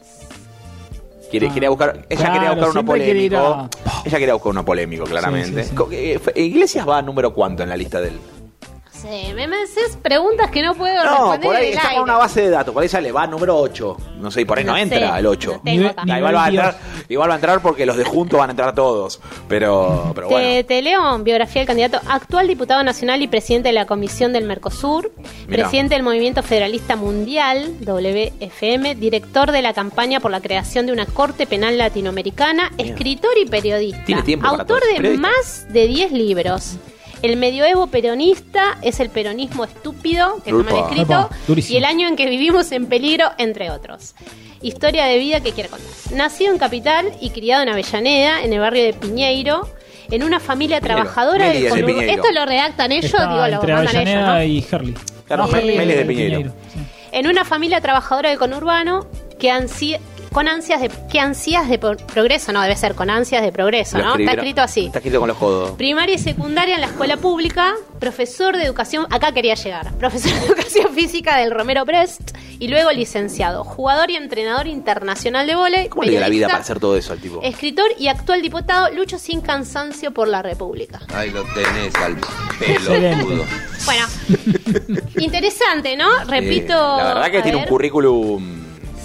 Speaker 4: Quiere-
Speaker 5: Ah.
Speaker 4: quería buscar, ella
Speaker 5: Claro,
Speaker 4: quería buscar uno
Speaker 5: siempre quiere ir
Speaker 4: polémico. Ella quería buscar uno polémico, claramente.
Speaker 5: sí, sí.
Speaker 4: Co- eh, fue- Iglesias va a número cuánto en la lista del.
Speaker 6: Sí, me me haces preguntas que no puedo
Speaker 4: No,
Speaker 6: responder
Speaker 4: por ahí
Speaker 6: en el
Speaker 4: está
Speaker 6: aire.
Speaker 4: con una base de datos. Por ahí sale, va número 8. No sé, y por ahí no,
Speaker 6: No sé,
Speaker 4: entra el 8.
Speaker 6: no tengo acá.
Speaker 5: Ni-
Speaker 4: igual, va a
Speaker 5: Dios.
Speaker 4: entrar, igual va a entrar porque los de juntos van a entrar todos. Pero, pero
Speaker 6: Te,
Speaker 4: bueno.
Speaker 6: te leo biografía del candidato actual diputado nacional y presidente de la Comisión del Mercosur,
Speaker 4: Mirá.
Speaker 6: presidente del Movimiento Federalista Mundial, WFM, director de la campaña por la creación de una Corte Penal Latinoamericana, escritor y periodista,
Speaker 4: Tiene tiempo para
Speaker 6: autor
Speaker 4: todo,
Speaker 6: de
Speaker 4: periodista.
Speaker 6: más de 10 libros. El medioevo peronista es el peronismo estúpido, que no me han
Speaker 4: Upa.
Speaker 6: escrito,
Speaker 5: Upa, durísimo.
Speaker 6: y el año en que vivimos en peligro, entre otros. Historia de vida que quiere contar. Nacido en Capital y criado en Avellaneda, en el barrio de Piñeiro, en una familia
Speaker 4: Piñeiro.
Speaker 6: trabajadora del
Speaker 4: Meli es de
Speaker 6: conurbano.
Speaker 4: Piñeiro.
Speaker 6: Esto lo redactan ellos,
Speaker 5: Está
Speaker 6: digo, lo
Speaker 5: entre
Speaker 6: mandan ellos, ¿no?
Speaker 5: Avellaneda y Herley.
Speaker 4: Claro,
Speaker 5: No, Herley
Speaker 4: Meli es de
Speaker 5: y
Speaker 4: Piñeiro.
Speaker 5: sí.
Speaker 6: En una familia trabajadora del conurbano que ansi- con ansias de que ansias de pro- progreso, no debe ser con ansias de progreso,
Speaker 4: Lo
Speaker 6: ¿no? Está
Speaker 4: escribieron-
Speaker 6: escrito así.
Speaker 4: Está escrito con los codos.
Speaker 6: Primaria y secundaria en la escuela pública, profesor de educación, acá quería llegar, profesor de educación física del Romero Brest y luego licenciado, jugador y entrenador internacional de vóley,
Speaker 4: ¿Cómo le dio la vida
Speaker 6: periodista,
Speaker 4: para hacer todo eso al tipo?
Speaker 6: escritor y actual diputado, lucho sin cansancio por la República.
Speaker 7: Ahí lo tenés al
Speaker 5: Excelente.
Speaker 7: pelotudo.
Speaker 6: Bueno, interesante, ¿no? Repito.
Speaker 4: Eh, la verdad que
Speaker 6: a
Speaker 4: tiene un
Speaker 6: ver.
Speaker 4: currículum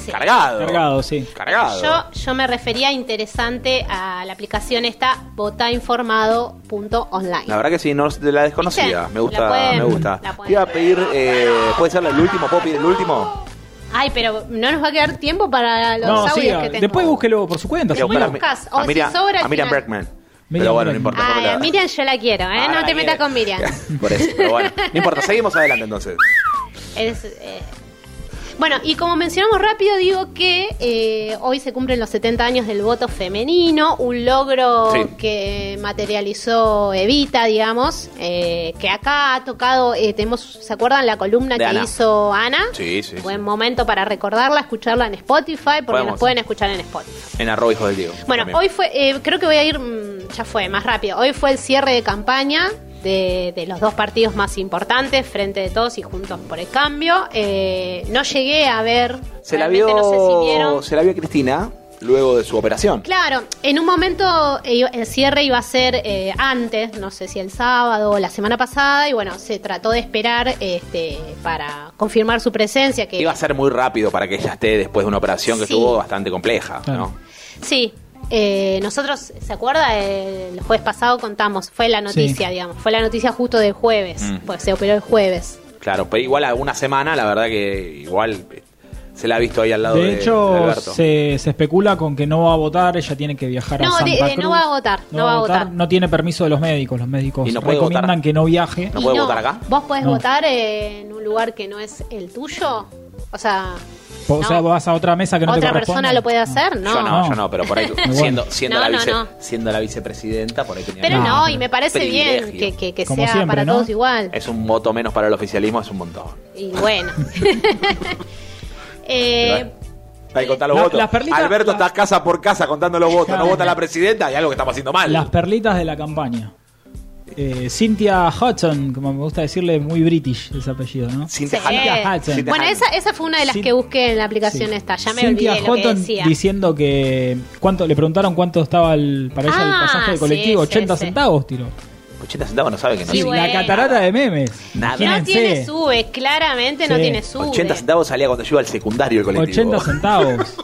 Speaker 6: Sí.
Speaker 4: cargado.
Speaker 5: Cargado, sí.
Speaker 4: Cargado.
Speaker 6: Yo, yo me refería interesante a la aplicación esta votainformado.online.
Speaker 4: La verdad que sí, no de la desconocida.
Speaker 6: ¿Viste?
Speaker 4: Me gusta,
Speaker 6: La pueden-
Speaker 4: me gusta.
Speaker 6: la pueden
Speaker 4: Te iba a pedir, eh, ¿puede ser el último? ¿Puedo pedir el último?
Speaker 6: Ay, pero no nos va a quedar tiempo para los
Speaker 5: No,
Speaker 6: audios
Speaker 5: siga.
Speaker 6: que tengo.
Speaker 5: Después búsquelo por su cuenta.
Speaker 4: Quiero
Speaker 5: señor.
Speaker 6: Después
Speaker 4: buscar a,
Speaker 6: buscas,
Speaker 4: a
Speaker 6: o si
Speaker 4: Miriam,
Speaker 6: sobra al
Speaker 4: a Miriam
Speaker 6: final.
Speaker 4: Bergman.
Speaker 5: Miriam
Speaker 4: pero bueno, no
Speaker 5: Bergman.
Speaker 4: importa.
Speaker 6: Ay,
Speaker 4: porque la-
Speaker 6: a Ah, Miriam yo la quiero, ¿eh?
Speaker 4: Ah,
Speaker 6: no
Speaker 4: la
Speaker 6: te metas
Speaker 4: quiere.
Speaker 6: con Miriam.
Speaker 4: Por eso, pero bueno. No importa, seguimos adelante entonces.
Speaker 6: Es, eh, Bueno, y como mencionamos rápido, digo que eh, hoy se cumplen los 70 años del voto femenino, un logro
Speaker 4: Sí.
Speaker 6: que materializó Evita, digamos, eh, que acá ha tocado, eh, tenemos, ¿se acuerdan la columna
Speaker 4: De
Speaker 6: que
Speaker 4: Ana.
Speaker 6: hizo Ana?
Speaker 4: Sí, sí,
Speaker 6: Buen
Speaker 4: sí.
Speaker 6: momento para recordarla, escucharla en Spotify, porque
Speaker 4: Podemos.
Speaker 6: nos pueden escuchar en Spotify.
Speaker 4: En arroba hijos del Diego.
Speaker 6: Bueno,
Speaker 4: También.
Speaker 6: hoy fue, eh, creo que voy a ir, mm, ya fue, más rápido. Hoy fue el cierre de campaña de, de los dos partidos más importantes, Frente de Todos y Juntos por el Cambio. Eh, no llegué a ver,
Speaker 4: Se la
Speaker 6: realmente
Speaker 4: vio,
Speaker 6: no sé si vieron.
Speaker 4: se la vio Cristina luego de su operación.
Speaker 6: Claro, en un momento eh, el cierre iba a ser eh, antes, no sé si el sábado o la semana pasada, y bueno, se trató de esperar este, para confirmar su presencia. Que
Speaker 4: Iba a ser muy rápido para que ella esté después de una operación que
Speaker 6: Sí.
Speaker 4: estuvo bastante compleja,
Speaker 5: Claro.
Speaker 6: Sí, eh, nosotros, ¿se acuerda? Eh, El jueves pasado contamos, fue la noticia, digamos, fue la noticia justo del jueves,
Speaker 4: Mm.
Speaker 6: pues se operó el jueves.
Speaker 4: ¿no? Claro, pero igual a una semana, la verdad que igual eh, se la ha visto ahí al lado de,
Speaker 5: De
Speaker 4: de
Speaker 5: hecho,
Speaker 4: Alberto.
Speaker 5: se, se especula con que no va a votar, ella tiene que viajar a
Speaker 6: No,
Speaker 5: Santa
Speaker 6: de- de- no
Speaker 5: Cruz.
Speaker 6: va a votar, no va a votar.
Speaker 5: No tiene permiso de los médicos, los médicos
Speaker 4: Y no puede
Speaker 5: recomiendan
Speaker 4: votar.
Speaker 5: que no viaje.
Speaker 4: No
Speaker 6: Y
Speaker 4: puede votar acá.
Speaker 6: ¿Vos podés
Speaker 5: No.
Speaker 6: votar eh, en un lugar que no es el tuyo? O sea,
Speaker 5: O sea,
Speaker 6: no.
Speaker 5: vas a otra mesa que no te
Speaker 6: ¿otra
Speaker 5: corresponde.
Speaker 6: persona lo puede
Speaker 5: No.
Speaker 6: hacer? No.
Speaker 4: Yo no,
Speaker 5: No.
Speaker 4: yo no, pero por ahí,
Speaker 5: bueno.
Speaker 4: siendo, siendo,
Speaker 6: No,
Speaker 4: la
Speaker 6: no,
Speaker 4: vice-
Speaker 6: no.
Speaker 4: siendo la vicepresidenta, por ahí tenía
Speaker 6: Pero
Speaker 4: que-
Speaker 6: no, y me parece bien
Speaker 4: Privilegio.
Speaker 6: que, que- que sea
Speaker 5: Como siempre,
Speaker 6: para
Speaker 5: ¿no?
Speaker 6: todos igual.
Speaker 4: Es un voto menos para el oficialismo, es un montón.
Speaker 6: Y bueno. Eh,
Speaker 4: Hay que contar los
Speaker 5: La-
Speaker 4: votos.
Speaker 5: las perlitas-
Speaker 4: Alberto
Speaker 5: las-
Speaker 4: está casa por casa contando los votos. No
Speaker 5: Claro.
Speaker 4: vota la presidenta, hay algo que estamos haciendo mal.
Speaker 5: Las perlitas de la campaña. Eh, Cynthia Hudson, como me gusta decirle, muy british ese apellido, ¿no?
Speaker 4: Sin
Speaker 6: Sí.
Speaker 4: tejar-
Speaker 5: Hudson.
Speaker 4: sin tejar-
Speaker 6: bueno, esa, esa fue una de las
Speaker 5: Cin-
Speaker 6: que busqué en la aplicación
Speaker 5: Sí.
Speaker 6: esta. Ya me
Speaker 5: Cynthia
Speaker 6: olvidé lo que
Speaker 5: Houghton
Speaker 6: decía.
Speaker 5: diciendo que cuánto le preguntaron cuánto estaba el, para ella el
Speaker 6: Ah,
Speaker 5: pasaje de
Speaker 6: sí,
Speaker 5: colectivo,
Speaker 6: sí,
Speaker 5: 80
Speaker 6: sí.
Speaker 5: centavos tiró.
Speaker 4: 80 centavos no sabe que no.
Speaker 6: Sí,
Speaker 5: Sí,
Speaker 4: es.
Speaker 6: bueno.
Speaker 5: la catarata de memes.
Speaker 4: Nada.
Speaker 6: No
Speaker 5: Imagínense,
Speaker 6: tiene sube, claramente no
Speaker 5: Sí.
Speaker 6: tiene sube.
Speaker 4: 80 centavos salía cuando yo iba al secundario el colectivo.
Speaker 5: 80 centavos.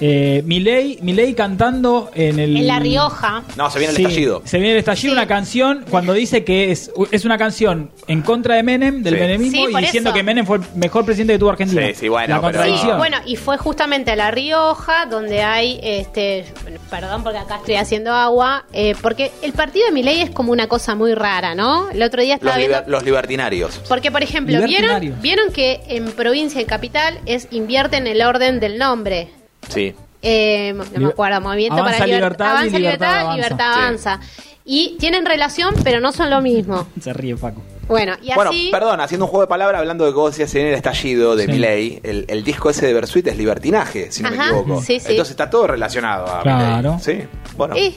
Speaker 5: eh, Milei, Milei cantando en el
Speaker 6: En La Rioja.
Speaker 4: No, se viene el
Speaker 5: Sí,
Speaker 4: estallido.
Speaker 5: Se viene el
Speaker 6: Sí.
Speaker 5: estallido, una canción cuando dice que es, es una canción en contra de Menem, del
Speaker 4: Sí.
Speaker 5: menemismo,
Speaker 6: Sí,
Speaker 5: y
Speaker 6: por
Speaker 5: diciendo
Speaker 6: eso.
Speaker 5: que Menem fue el mejor presidente que tuvo Argentina.
Speaker 4: Sí, sí, bueno,
Speaker 5: La
Speaker 4: pero-
Speaker 6: Sí,
Speaker 5: contradicción.
Speaker 6: bueno, y fue justamente a La Rioja donde hay, este, perdón porque acá estoy haciendo agua, eh, porque el partido de Milei es como una cosa muy rara, ¿no? El otro día
Speaker 4: Los,
Speaker 6: estaba
Speaker 4: liber-
Speaker 6: viendo...
Speaker 4: los libertinarios.
Speaker 6: Porque, por ejemplo, ¿vieron,
Speaker 5: Libertinarios.
Speaker 6: vieron que en provincia y capital es invierten el orden del nombre.
Speaker 4: Sí.
Speaker 6: Eh, no me
Speaker 5: Liber-
Speaker 6: acuerdo, movimiento
Speaker 5: Avanza
Speaker 6: para liber-
Speaker 5: Libertad y
Speaker 6: avanza
Speaker 5: Libertad
Speaker 6: libertad,
Speaker 5: Avanza.
Speaker 6: libertad avanza. Y tienen relación, pero no son lo mismo.
Speaker 5: Se ríe Paco.
Speaker 6: Bueno, y así.
Speaker 4: Bueno, perdón, haciendo un juego de palabras, hablando de cosas decías en el estallido de
Speaker 5: Sí.
Speaker 4: Milei, el, el disco ese de Bersuit es Libertinaje, si no me
Speaker 6: Ajá,
Speaker 4: equivoco.
Speaker 6: sí, sí.
Speaker 4: Entonces está todo relacionado a
Speaker 5: Claro.
Speaker 4: Milei. Sí, bueno.
Speaker 6: Y, eh,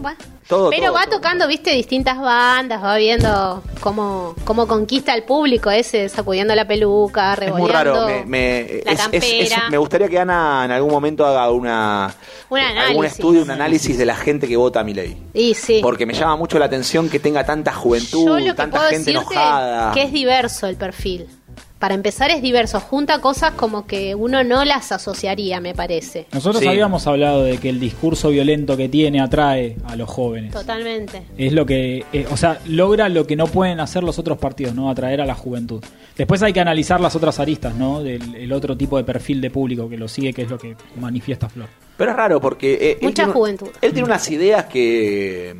Speaker 6: bueno.
Speaker 4: Todo,
Speaker 6: pero
Speaker 4: todo,
Speaker 6: va
Speaker 4: todo.
Speaker 6: tocando, viste, distintas bandas, va viendo cómo, cómo conquista al público ese, sacudiendo la peluca,
Speaker 4: Es muy
Speaker 6: revoleando.
Speaker 4: raro. Me, me-
Speaker 6: la
Speaker 4: es- es- es-
Speaker 6: campera.
Speaker 4: me gustaría que Ana en algún momento haga una,
Speaker 6: Un
Speaker 4: algún
Speaker 6: análisis.
Speaker 4: estudio, un análisis de la gente que vota a Milei.
Speaker 6: Y sí.
Speaker 4: Porque me llama mucho la atención que tenga tanta
Speaker 6: Yo
Speaker 4: juventud,
Speaker 6: lo que
Speaker 4: tanta
Speaker 6: puedo
Speaker 4: gente
Speaker 6: decirte
Speaker 4: enojada.
Speaker 6: que es diverso el perfil. Para empezar es diverso, junta cosas como que uno no las asociaría, me parece.
Speaker 5: Nosotros
Speaker 4: Sí.
Speaker 5: habíamos hablado de que el discurso violento que tiene atrae a los jóvenes.
Speaker 6: Totalmente.
Speaker 5: Es lo que, eh, o sea, logra lo que no pueden hacer los otros partidos, ¿no? Atraer a la juventud. Después hay que analizar las otras aristas, ¿no? Del el otro tipo de perfil de público que lo sigue, que es lo que manifiesta Flor.
Speaker 4: Pero es raro porque. eh, él
Speaker 6: Mucha
Speaker 4: tiene un-
Speaker 6: juventud.
Speaker 4: Él tiene unas ideas que.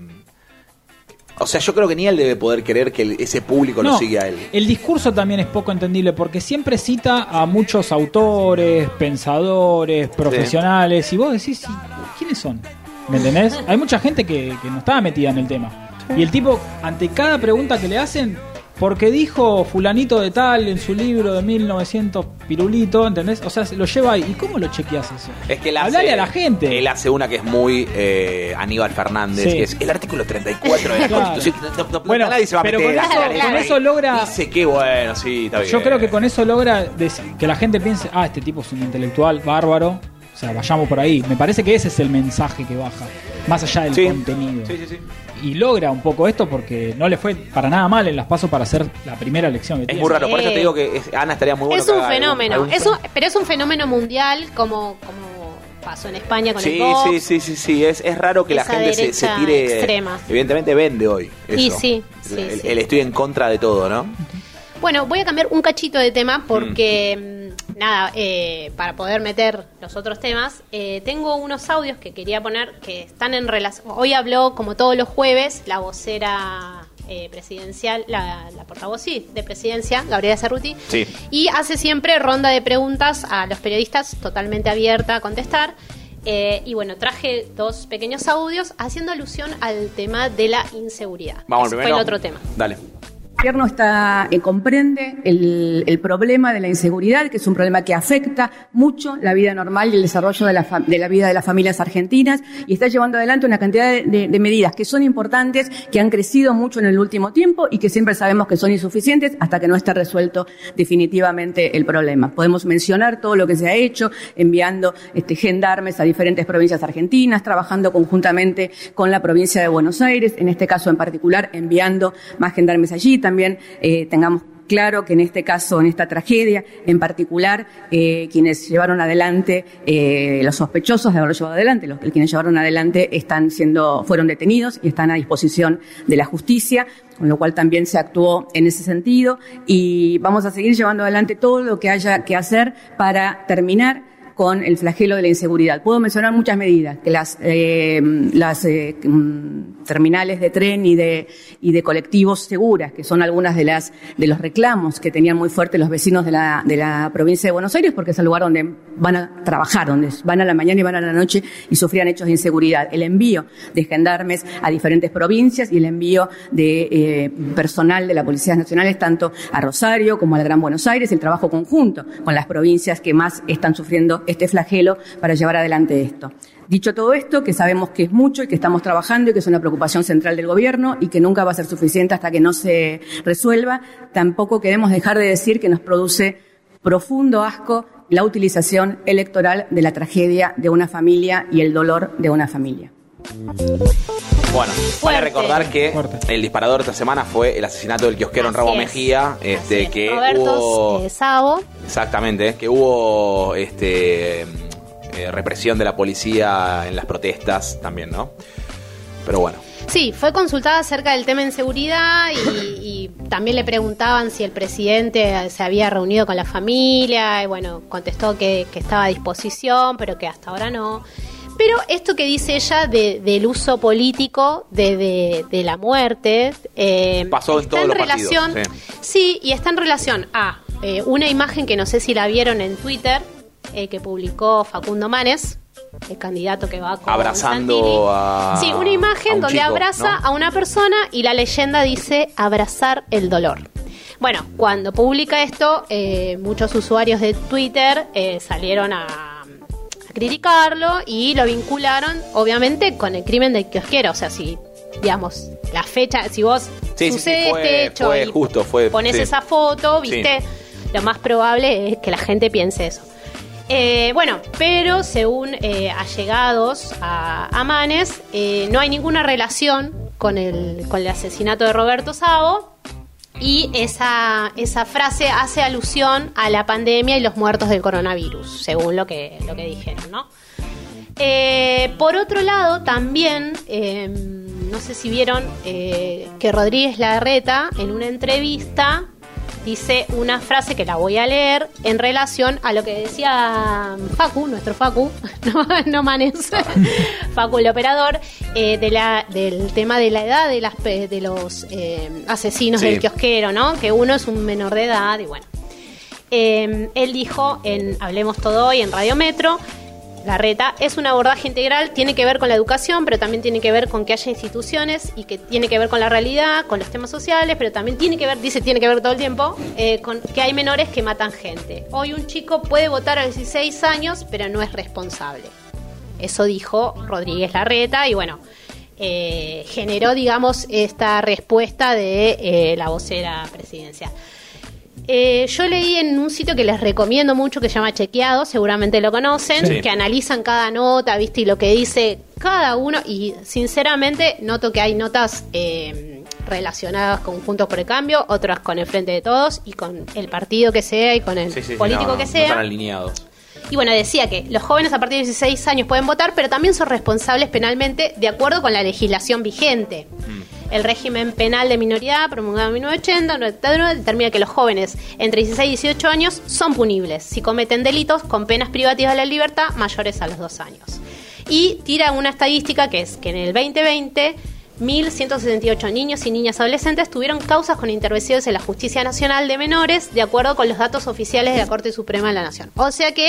Speaker 4: O sea, yo creo que ni él debe poder querer que el- ese público lo
Speaker 5: No,
Speaker 4: siga a él.
Speaker 5: El discurso también es poco entendible porque siempre cita a muchos autores, pensadores, profesionales, y vos decís, "¿Y ¿quiénes son? ¿Me entendés? Hay mucha gente que, que no estaba metida en el tema. Y el tipo, ante cada pregunta que le hacen, porque dijo fulanito de tal en su libro de 1900 pirulito, ¿entendés? O sea, lo lleva ahí. ¿Y cómo lo chequeas eso?
Speaker 4: Es que él hace-
Speaker 5: Hablale a la gente.
Speaker 4: Él hace una que es muy eh, Aníbal Fernández,
Speaker 5: Sí.
Speaker 4: que es el artículo 34 de la
Speaker 5: Claro.
Speaker 4: Constitución. No, no- no-
Speaker 5: Bueno,
Speaker 4: nadie se va a
Speaker 5: pero
Speaker 4: meter.
Speaker 5: con
Speaker 4: a
Speaker 5: eso-
Speaker 4: hacer
Speaker 6: con
Speaker 4: ahí.
Speaker 5: eso logra-
Speaker 4: Dice que bueno, sí, está bien.
Speaker 5: Yo creo que con eso logra dec- que la gente piense, ah, este tipo es un intelectual bárbaro, o sea, vayamos por ahí. Me parece que ese es el mensaje que baja, más allá del
Speaker 4: Sí.
Speaker 5: contenido.
Speaker 4: Sí, sí, sí.
Speaker 5: Y logra un poco esto porque no le fue para nada mal en las pasos para hacer la primera elección. que
Speaker 4: Es
Speaker 5: tiene.
Speaker 4: muy raro, por eso
Speaker 6: Sí.
Speaker 4: te digo que es- Ana estaría muy bueno.
Speaker 6: es
Speaker 4: que
Speaker 6: un
Speaker 4: haga algún-
Speaker 6: fenómeno,
Speaker 4: algún-
Speaker 6: es un- pero es un fenómeno mundial como, como pasó en España con el
Speaker 4: Sí,
Speaker 6: box.
Speaker 4: sí, sí, sí, sí, es, es raro que la
Speaker 6: Esa
Speaker 4: gente se, se
Speaker 6: derecha
Speaker 4: tire...
Speaker 6: extrema.
Speaker 4: Evidentemente vende hoy. Eso.
Speaker 6: Sí, sí, sí,
Speaker 4: El, el-
Speaker 6: sí.
Speaker 4: el estoy en contra de todo, ¿no?
Speaker 6: Bueno, voy a cambiar un cachito de tema porque, mm, nada, eh, para poder meter los otros temas, eh, tengo unos audios que quería poner que están en relación... Hoy habló, como todos los jueves, la vocera eh, presidencial, la, la portavoz, sí, de presidencia, Gabriela Cerruti,
Speaker 4: Sí.
Speaker 6: y hace siempre ronda de preguntas a los periodistas, totalmente abierta a contestar. Eh, y bueno, traje dos pequeños audios haciendo alusión al tema de la inseguridad.
Speaker 4: Vamos,
Speaker 6: Ese
Speaker 4: primero.
Speaker 6: Fue el otro tema.
Speaker 4: Dale.
Speaker 7: gobierno está, eh, comprende el, el problema de la inseguridad, que es un problema que afecta mucho la vida normal y el desarrollo de la, fam- de la vida de las familias argentinas y está llevando adelante una cantidad de, de- de medidas que son importantes, que han crecido mucho en el último tiempo y que siempre sabemos que son insuficientes hasta que no esté resuelto definitivamente el problema. Podemos mencionar todo lo que se ha hecho, enviando este, gendarmes a diferentes provincias argentinas, trabajando conjuntamente con la provincia de Buenos Aires, en este caso en particular, enviando más gendarmes allí. También eh, tengamos claro que en este caso, en esta tragedia en particular, eh, quienes llevaron adelante, eh, los sospechosos de haberlo llevado adelante, los quienes llevaron adelante están siendo, fueron detenidos y están a disposición de la justicia, con lo cual también se actuó en ese sentido y vamos a seguir llevando adelante todo lo que haya que hacer para terminar con el flagelo de la inseguridad. Puedo mencionar muchas medidas, que las, eh, las eh, mm, terminales de tren y de, y de colectivos seguras, que son algunas de, las, de los reclamos que tenían muy fuerte los vecinos de la, de la provincia de Buenos Aires, porque es el lugar donde van a trabajar, donde van a la mañana y van a la noche y sufrían hechos de inseguridad. El envío de gendarmes a diferentes provincias y el envío de eh, personal de la Policía Nacional, tanto a Rosario como al Gran Buenos Aires, el trabajo conjunto con las provincias que más están sufriendo este flagelo para llevar adelante esto. Dicho todo esto, que sabemos que es mucho y que estamos trabajando y que es una preocupación central del Gobierno y que nunca va a ser suficiente hasta que no se resuelva, tampoco queremos dejar de decir que nos produce profundo asco la utilización electoral de la tragedia de una familia y el dolor de una familia.
Speaker 4: Bueno, vale
Speaker 6: Fuerte.
Speaker 4: recordar que el disparador esta semana fue el asesinato del kiosquero en
Speaker 6: Así
Speaker 4: Rabo
Speaker 6: es.
Speaker 4: Mejía, este,
Speaker 6: Así es.
Speaker 4: que
Speaker 6: Roberto
Speaker 4: hubo...
Speaker 6: eh, Sabo,
Speaker 4: Exactamente, que hubo este eh, represión de la policía en las protestas también, ¿no? Pero bueno.
Speaker 6: sí, fue consultada acerca del tema en seguridad y, y también le preguntaban si el presidente se había reunido con la familia y bueno, contestó que, que estaba a disposición, pero que hasta ahora no. Pero esto que dice ella de- del uso político de, de- de la muerte eh,
Speaker 4: Pasó en
Speaker 6: está
Speaker 4: todos
Speaker 6: en
Speaker 4: los
Speaker 6: relación,
Speaker 4: partidos,
Speaker 6: sí. y está en relación a eh, una imagen que no sé si la vieron en Twitter eh, que publicó Facundo Manes, el candidato que va con Santini.
Speaker 4: Abrazando a-
Speaker 6: sí, una
Speaker 4: a
Speaker 6: imagen
Speaker 4: un
Speaker 6: donde
Speaker 4: chico,
Speaker 6: abraza
Speaker 4: ¿no?
Speaker 6: a una persona y la leyenda dice abrazar el dolor. Bueno, cuando publica esto, eh, muchos usuarios de Twitter eh, salieron a, a criticarlo y lo vincularon, obviamente, con el crimen del kiosquero. O sea, si, digamos, la fecha, si vos
Speaker 4: Sí, sí, sí,
Speaker 6: sucede
Speaker 4: fue-
Speaker 6: este hecho
Speaker 4: fue
Speaker 6: y
Speaker 4: justo, fue-
Speaker 6: pones
Speaker 4: sí.
Speaker 6: esa foto,
Speaker 4: Sí.
Speaker 6: viste, lo más probable es que la gente piense eso. Eh, bueno, pero según eh, allegados a, a Manes, eh, no hay ninguna relación con el, con el asesinato de Roberto Savo. Y esa, esa frase hace alusión a la pandemia y los muertos del coronavirus, según lo que, lo que dijeron, ¿no? Eh, por otro lado, también, eh, no sé si vieron eh, que Rodríguez Larreta en una entrevista dice una frase que la voy a leer en relación a lo que decía Facu, nuestro Facu, no, no Manes, Facu el operador, eh, de la, del tema de la edad de, las, pe- de los eh, asesinos
Speaker 4: Sí.
Speaker 6: del kiosquero, ¿no? Que uno es un menor de edad y bueno. Eh, él dijo en Hablemos Todo Hoy en Radio Metro. La reta es un abordaje integral, tiene que ver con la educación, pero también tiene que ver con que haya instituciones y que tiene que ver con la realidad, con los temas sociales, pero también tiene que ver, dice, tiene que ver todo el tiempo, eh, con que hay menores que matan gente. Hoy un chico puede votar a los 16 años, pero no es responsable. Eso dijo Rodríguez Larreta y bueno, eh, generó, digamos, esta respuesta de eh, la vocera presidencial. Eh, yo leí en un sitio que les recomiendo mucho que se llama Chequeado, seguramente lo conocen,
Speaker 4: Sí.
Speaker 6: que analizan cada nota, viste, y lo que dice cada uno. Y sinceramente noto que hay notas eh, relacionadas con Juntos por el Cambio, otras con el Frente de Todos y con el partido que sea y con el
Speaker 4: Sí, sí, sí,
Speaker 6: político
Speaker 4: no,
Speaker 6: que
Speaker 4: no
Speaker 6: sea.
Speaker 4: están alineados.
Speaker 6: Y bueno, decía que los jóvenes a partir de 16 años pueden votar, pero también son responsables penalmente de acuerdo con la legislación vigente. El régimen penal de minoría promulgado en 1980 1981, determina que los jóvenes entre 16 y 18 años son punibles si cometen delitos con penas privativas de la libertad mayores a los dos años. Y tira una estadística que es que en el 2020 1.168 niños y niñas adolescentes tuvieron causas con intervenciones en la Justicia Nacional de Menores, de acuerdo con los datos oficiales de la Corte Suprema de la Nación. O sea que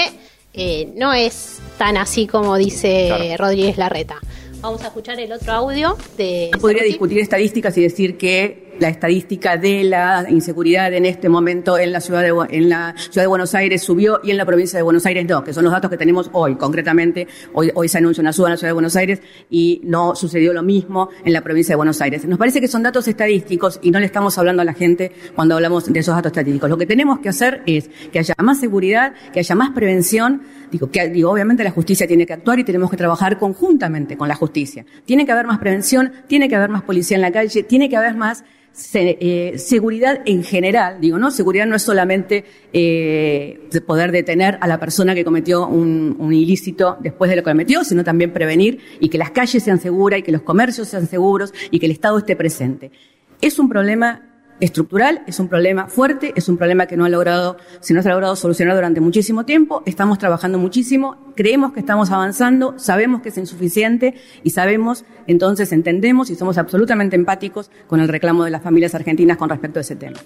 Speaker 6: eh, no es tan así como dice
Speaker 4: Claro.
Speaker 6: Rodríguez Larreta. Vamos a escuchar el otro audio de...
Speaker 7: Podría
Speaker 6: Cerruti.
Speaker 7: discutir estadísticas y decir que la estadística de la inseguridad en este momento en la ciudad de Bu- en la ciudad de Buenos Aires subió y en la provincia de Buenos Aires no, que son los datos que tenemos hoy concretamente. Hoy, hoy se anuncia una suba en la ciudad de Buenos Aires y no sucedió lo mismo en la provincia de Buenos Aires. Nos parece que son datos estadísticos y no le estamos hablando a la gente cuando hablamos de esos datos estadísticos. Lo que tenemos que hacer es que haya más seguridad, que haya más prevención. Digo, que, digo, obviamente la justicia tiene que actuar y tenemos que trabajar conjuntamente con la justicia. Tiene que haber más prevención, tiene que haber más policía en la calle, tiene que haber más se- eh, seguridad en general, digo, ¿no? Seguridad no es solamente eh, de poder detener a la persona que cometió un, un ilícito después de lo que cometió, sino también prevenir y que las calles sean seguras y que los comercios sean seguros y que el Estado esté presente. Es un problema estructural, es un problema fuerte, es un problema que no ha logrado, se no se ha logrado solucionar durante muchísimo tiempo, estamos trabajando muchísimo, creemos que estamos avanzando, sabemos que es insuficiente y sabemos, entonces entendemos y somos absolutamente empáticos con el reclamo de las familias argentinas con respecto a ese tema.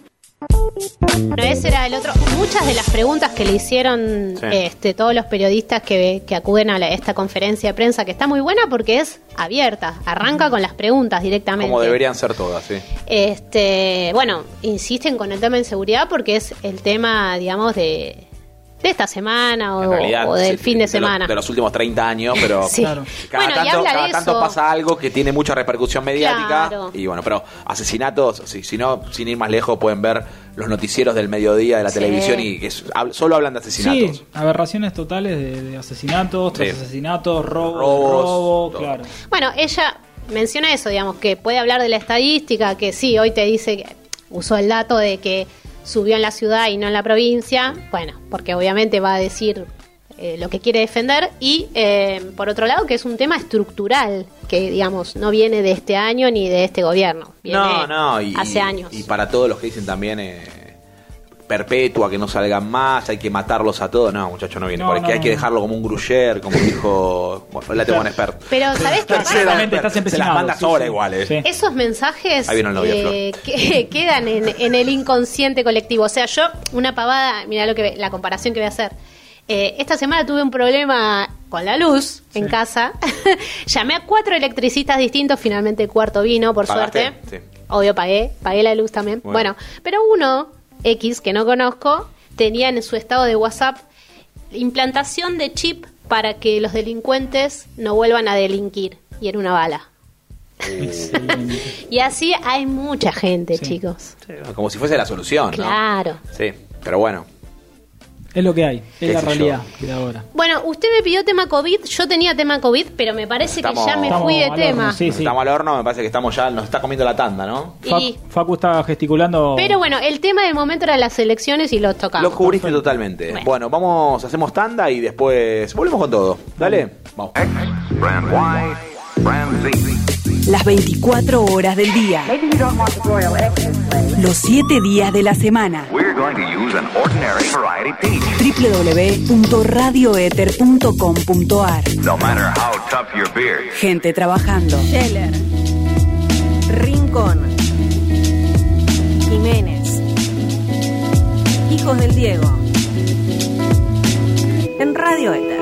Speaker 6: Bueno, ese era el otro. Muchas de las preguntas que le hicieron
Speaker 4: Sí.
Speaker 6: este, todos los periodistas que, que acuden a la- esta conferencia de prensa, que está muy buena porque es abierta, arranca con las preguntas directamente.
Speaker 4: Como deberían ser todas, sí.
Speaker 6: Este, bueno, insisten con el tema de inseguridad porque es el tema, digamos, de, de esta semana o,
Speaker 4: En realidad,
Speaker 6: o del
Speaker 4: sí,
Speaker 6: fin de,
Speaker 4: los-
Speaker 6: semana.
Speaker 4: de los últimos 30 años, pero
Speaker 6: Sí.
Speaker 5: Claro.
Speaker 4: cada,
Speaker 6: Bueno, y
Speaker 4: tanto,
Speaker 6: habla
Speaker 4: cada
Speaker 6: de
Speaker 4: tanto
Speaker 6: eso.
Speaker 4: pasa algo que tiene mucha repercusión mediática.
Speaker 6: Claro.
Speaker 4: Y bueno, pero asesinatos, si, si no, sin ir más lejos, pueden ver los noticieros del mediodía de la
Speaker 6: Sí.
Speaker 4: televisión y es- hab- solo hablan de asesinatos.
Speaker 5: Sí, aberraciones totales de, de asesinatos, tras
Speaker 4: Sí.
Speaker 5: asesinatos, robo,
Speaker 4: Robos,
Speaker 5: robo,
Speaker 4: todo.
Speaker 5: claro.
Speaker 6: Bueno, ella menciona eso, digamos, que puede hablar de la estadística, que sí, hoy te dice que usó el dato de que subió en la ciudad y no en la provincia, bueno, porque obviamente va a decir eh, lo que quiere defender, y eh, por otro lado que es un tema estructural, que digamos, no viene de este año ni de este gobierno, viene
Speaker 4: no, no, y,
Speaker 6: hace años.
Speaker 4: Y para todos los que dicen también eh, perpetua, que no salgan más, hay que matarlos a todos. No, muchachos, no viene.
Speaker 5: No,
Speaker 4: por aquí,
Speaker 5: no,
Speaker 4: hay
Speaker 5: no,
Speaker 4: que
Speaker 5: no.
Speaker 4: dejarlo como un gruyer, como dijo. Bueno, la tengo un experto.
Speaker 6: Pero ¿sabés qué pasa?
Speaker 5: Exactamente, estás
Speaker 4: Se las
Speaker 5: empecinado.
Speaker 4: manda
Speaker 5: sí,
Speaker 4: sola
Speaker 5: sí.
Speaker 4: igual, eh.
Speaker 5: Sí.
Speaker 6: Esos mensajes
Speaker 4: Ahí vino el novio,
Speaker 6: eh, que quedan en, en el inconsciente colectivo. O sea, yo, una pavada, mira lo que la comparación que voy a hacer. Eh, esta semana tuve un problema con la luz en casa. Llamé a cuatro electricistas distintos, finalmente el cuarto vino, por
Speaker 4: Pagaste,
Speaker 6: suerte.
Speaker 4: sí.
Speaker 6: Obvio, pagué, pagué la luz también. Bueno.
Speaker 4: Bueno.
Speaker 6: pero uno, X, que no conozco, tenía en su estado de WhatsApp implantación de chip para que los delincuentes no vuelvan a delinquir. Y era una bala. Y así hay mucha gente,
Speaker 5: Sí.
Speaker 6: chicos.
Speaker 4: Como si fuese la solución, ¿no?
Speaker 6: Claro.
Speaker 4: Sí, pero bueno.
Speaker 5: Es lo que hay, es
Speaker 4: Qué
Speaker 5: la
Speaker 4: sé
Speaker 5: realidad
Speaker 4: yo.
Speaker 5: de ahora.
Speaker 6: Bueno, usted me pidió tema COVID, yo tenía tema COVID, pero me parece
Speaker 4: Estamos-
Speaker 6: que ya me
Speaker 5: Estamos
Speaker 6: fui de
Speaker 5: al
Speaker 6: tema.
Speaker 5: horno, sí,
Speaker 4: Nos
Speaker 5: sí.
Speaker 4: Estamos al horno, me parece que estamos ya, nos está comiendo la tanda, ¿no?
Speaker 5: Facu,
Speaker 6: Y-
Speaker 5: Facu está gesticulando.
Speaker 6: pero bueno, el tema del momento era las elecciones y los tocamos.
Speaker 4: Lo cubriste totalmente. Bueno.
Speaker 6: Bueno.
Speaker 4: vamos, hacemos tanda y después volvemos con todo. Dale, vamos.
Speaker 8: brand Y, brand Z.
Speaker 1: Las 24 horas del día. Los 7 días de la semana.
Speaker 8: We're going to use an ordinary variety peach.
Speaker 1: www.radioeter.com.ar
Speaker 8: No matter how tough your beer.
Speaker 1: Gente trabajando.
Speaker 7: Scheller,
Speaker 1: Rincón. Jiménez. Hijos del Diego. En Radio Éter.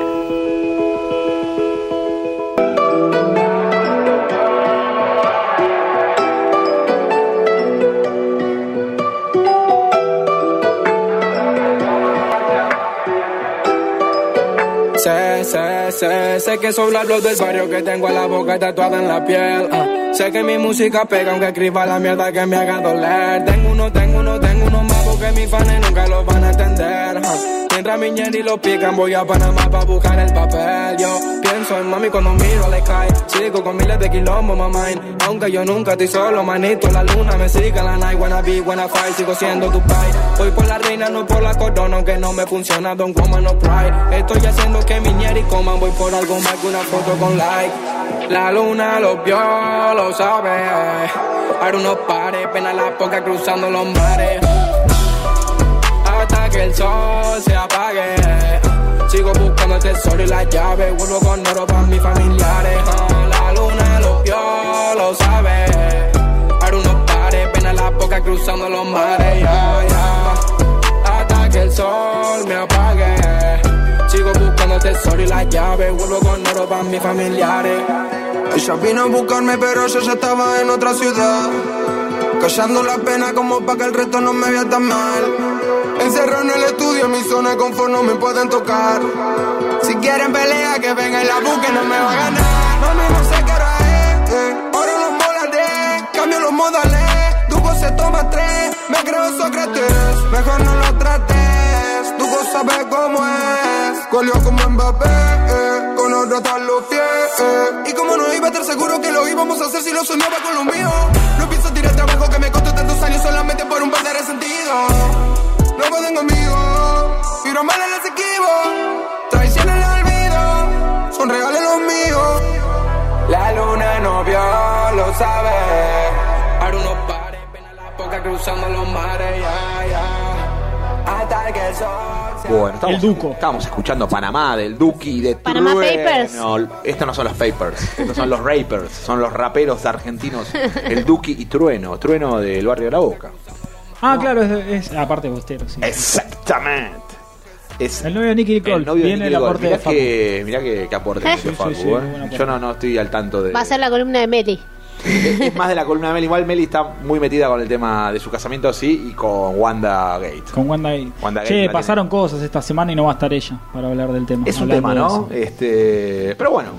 Speaker 9: Sé, sé, sé, sé que son las los del barrio que tengo la boca tatuada en la piel. ah. Sé que mi música pega aunque escriba la mierda que me haga doler. Tengo uno, tengo uno, tengo unos mapos que mis fans nunca los van a entender. ah. Mientras mi ñeri lo pican, voy a Panamá para buscar el papel. Yo pienso en mami cuando miro al sky. Sigo con miles de quilombos, mamá. Aunque yo nunca estoy solo, manito. La luna me sigue en la night. Wanna be, wanna fight. Sigo siendo tu pai. Voy por la reina, no por la corona. Aunque no me funciona, don't coma, no pride. Estoy haciendo que mi ñeri coman. Voy por algo más que una foto con like. La luna lo vio, lo sabe. Ahora unos pares, pena la poca cruzando los mares hasta que el sol se apague. Sigo buscando el tesoro y la llave, vuelvo con oro para mis familiares. Ah, La luna lo vio, lo sabe. Ahora unos pares, pena la poca cruzando los mares. Ya, ya. Hasta que el sol me apague. Sigo buscando el tesoro y la llave, vuelvo con oro para mis familiares.
Speaker 2: Ella vino a buscarme, pero yo ya estaba en otra ciudad.
Speaker 9: Callando la pena como pa' que el resto no me vea tan mal. Encerrado en el estudio, en mi zona de confort no me pueden tocar. Si quieren pelea, que venga y la busquen, no me va a ganar. Mami, no sé qué hora es. eh. Ahora los molaré, cambio los modales. Duco se toma tres, me creo Sócrates. Mejor no lo trates, Duco sabe cómo es. Colió como Mbappé, eh. con otro tal lo fiel. eh. Y como no iba a estar seguro que lo íbamos a hacer si lo soñaba con lo mío. No pienso tirar trabajo que me costó tantos años solamente por un par de resentidos. No pueden conmigo, tiro mal en el equipo. Traición en el olvido, son regalos los míos. La luna no vio, lo sabe. Ahora unos pares, pena la poca cruzando los mares, ya, ya. Hasta que el sol se
Speaker 4: Bueno, estamos,
Speaker 5: El Duco.
Speaker 4: Estamos escuchando Panamá, del Duki, de
Speaker 6: Panamá Papers.
Speaker 4: No, estos no son los Papers, estos son los Rapers, son los raperos argentinos. El Duki y Trueno, Trueno del barrio de la Boca.
Speaker 5: Ah, claro, es, es- aparte Bostero, sí.
Speaker 4: Exactamente. Es
Speaker 5: El novio de Nicky Nicole.
Speaker 4: el novio de
Speaker 5: viene
Speaker 4: Nicky
Speaker 5: el aporte
Speaker 4: Nicole.
Speaker 5: de
Speaker 4: Mirá
Speaker 5: Facu.
Speaker 4: que, mirá que, que aporte que
Speaker 6: Sí,
Speaker 4: hizo
Speaker 5: sí,
Speaker 4: Facu,
Speaker 5: sí,
Speaker 4: ¿eh?
Speaker 5: muy buen aporte.
Speaker 4: Yo no, no estoy al tanto de.
Speaker 6: Va a ser la columna de Meli.
Speaker 4: Es más de la columna de Meli. Igual Meli está muy metida con el tema de su casamiento, sí, y con Wanda Gate.
Speaker 5: Con Wanda Gay.
Speaker 4: Wanda Gay,
Speaker 5: che,
Speaker 4: la
Speaker 5: pasaron cosas esta semana y no va a estar ella para hablar del tema.
Speaker 4: Es un
Speaker 5: Hablando
Speaker 4: tema,
Speaker 5: de
Speaker 4: ¿no?
Speaker 5: eso.
Speaker 4: Este, pero bueno,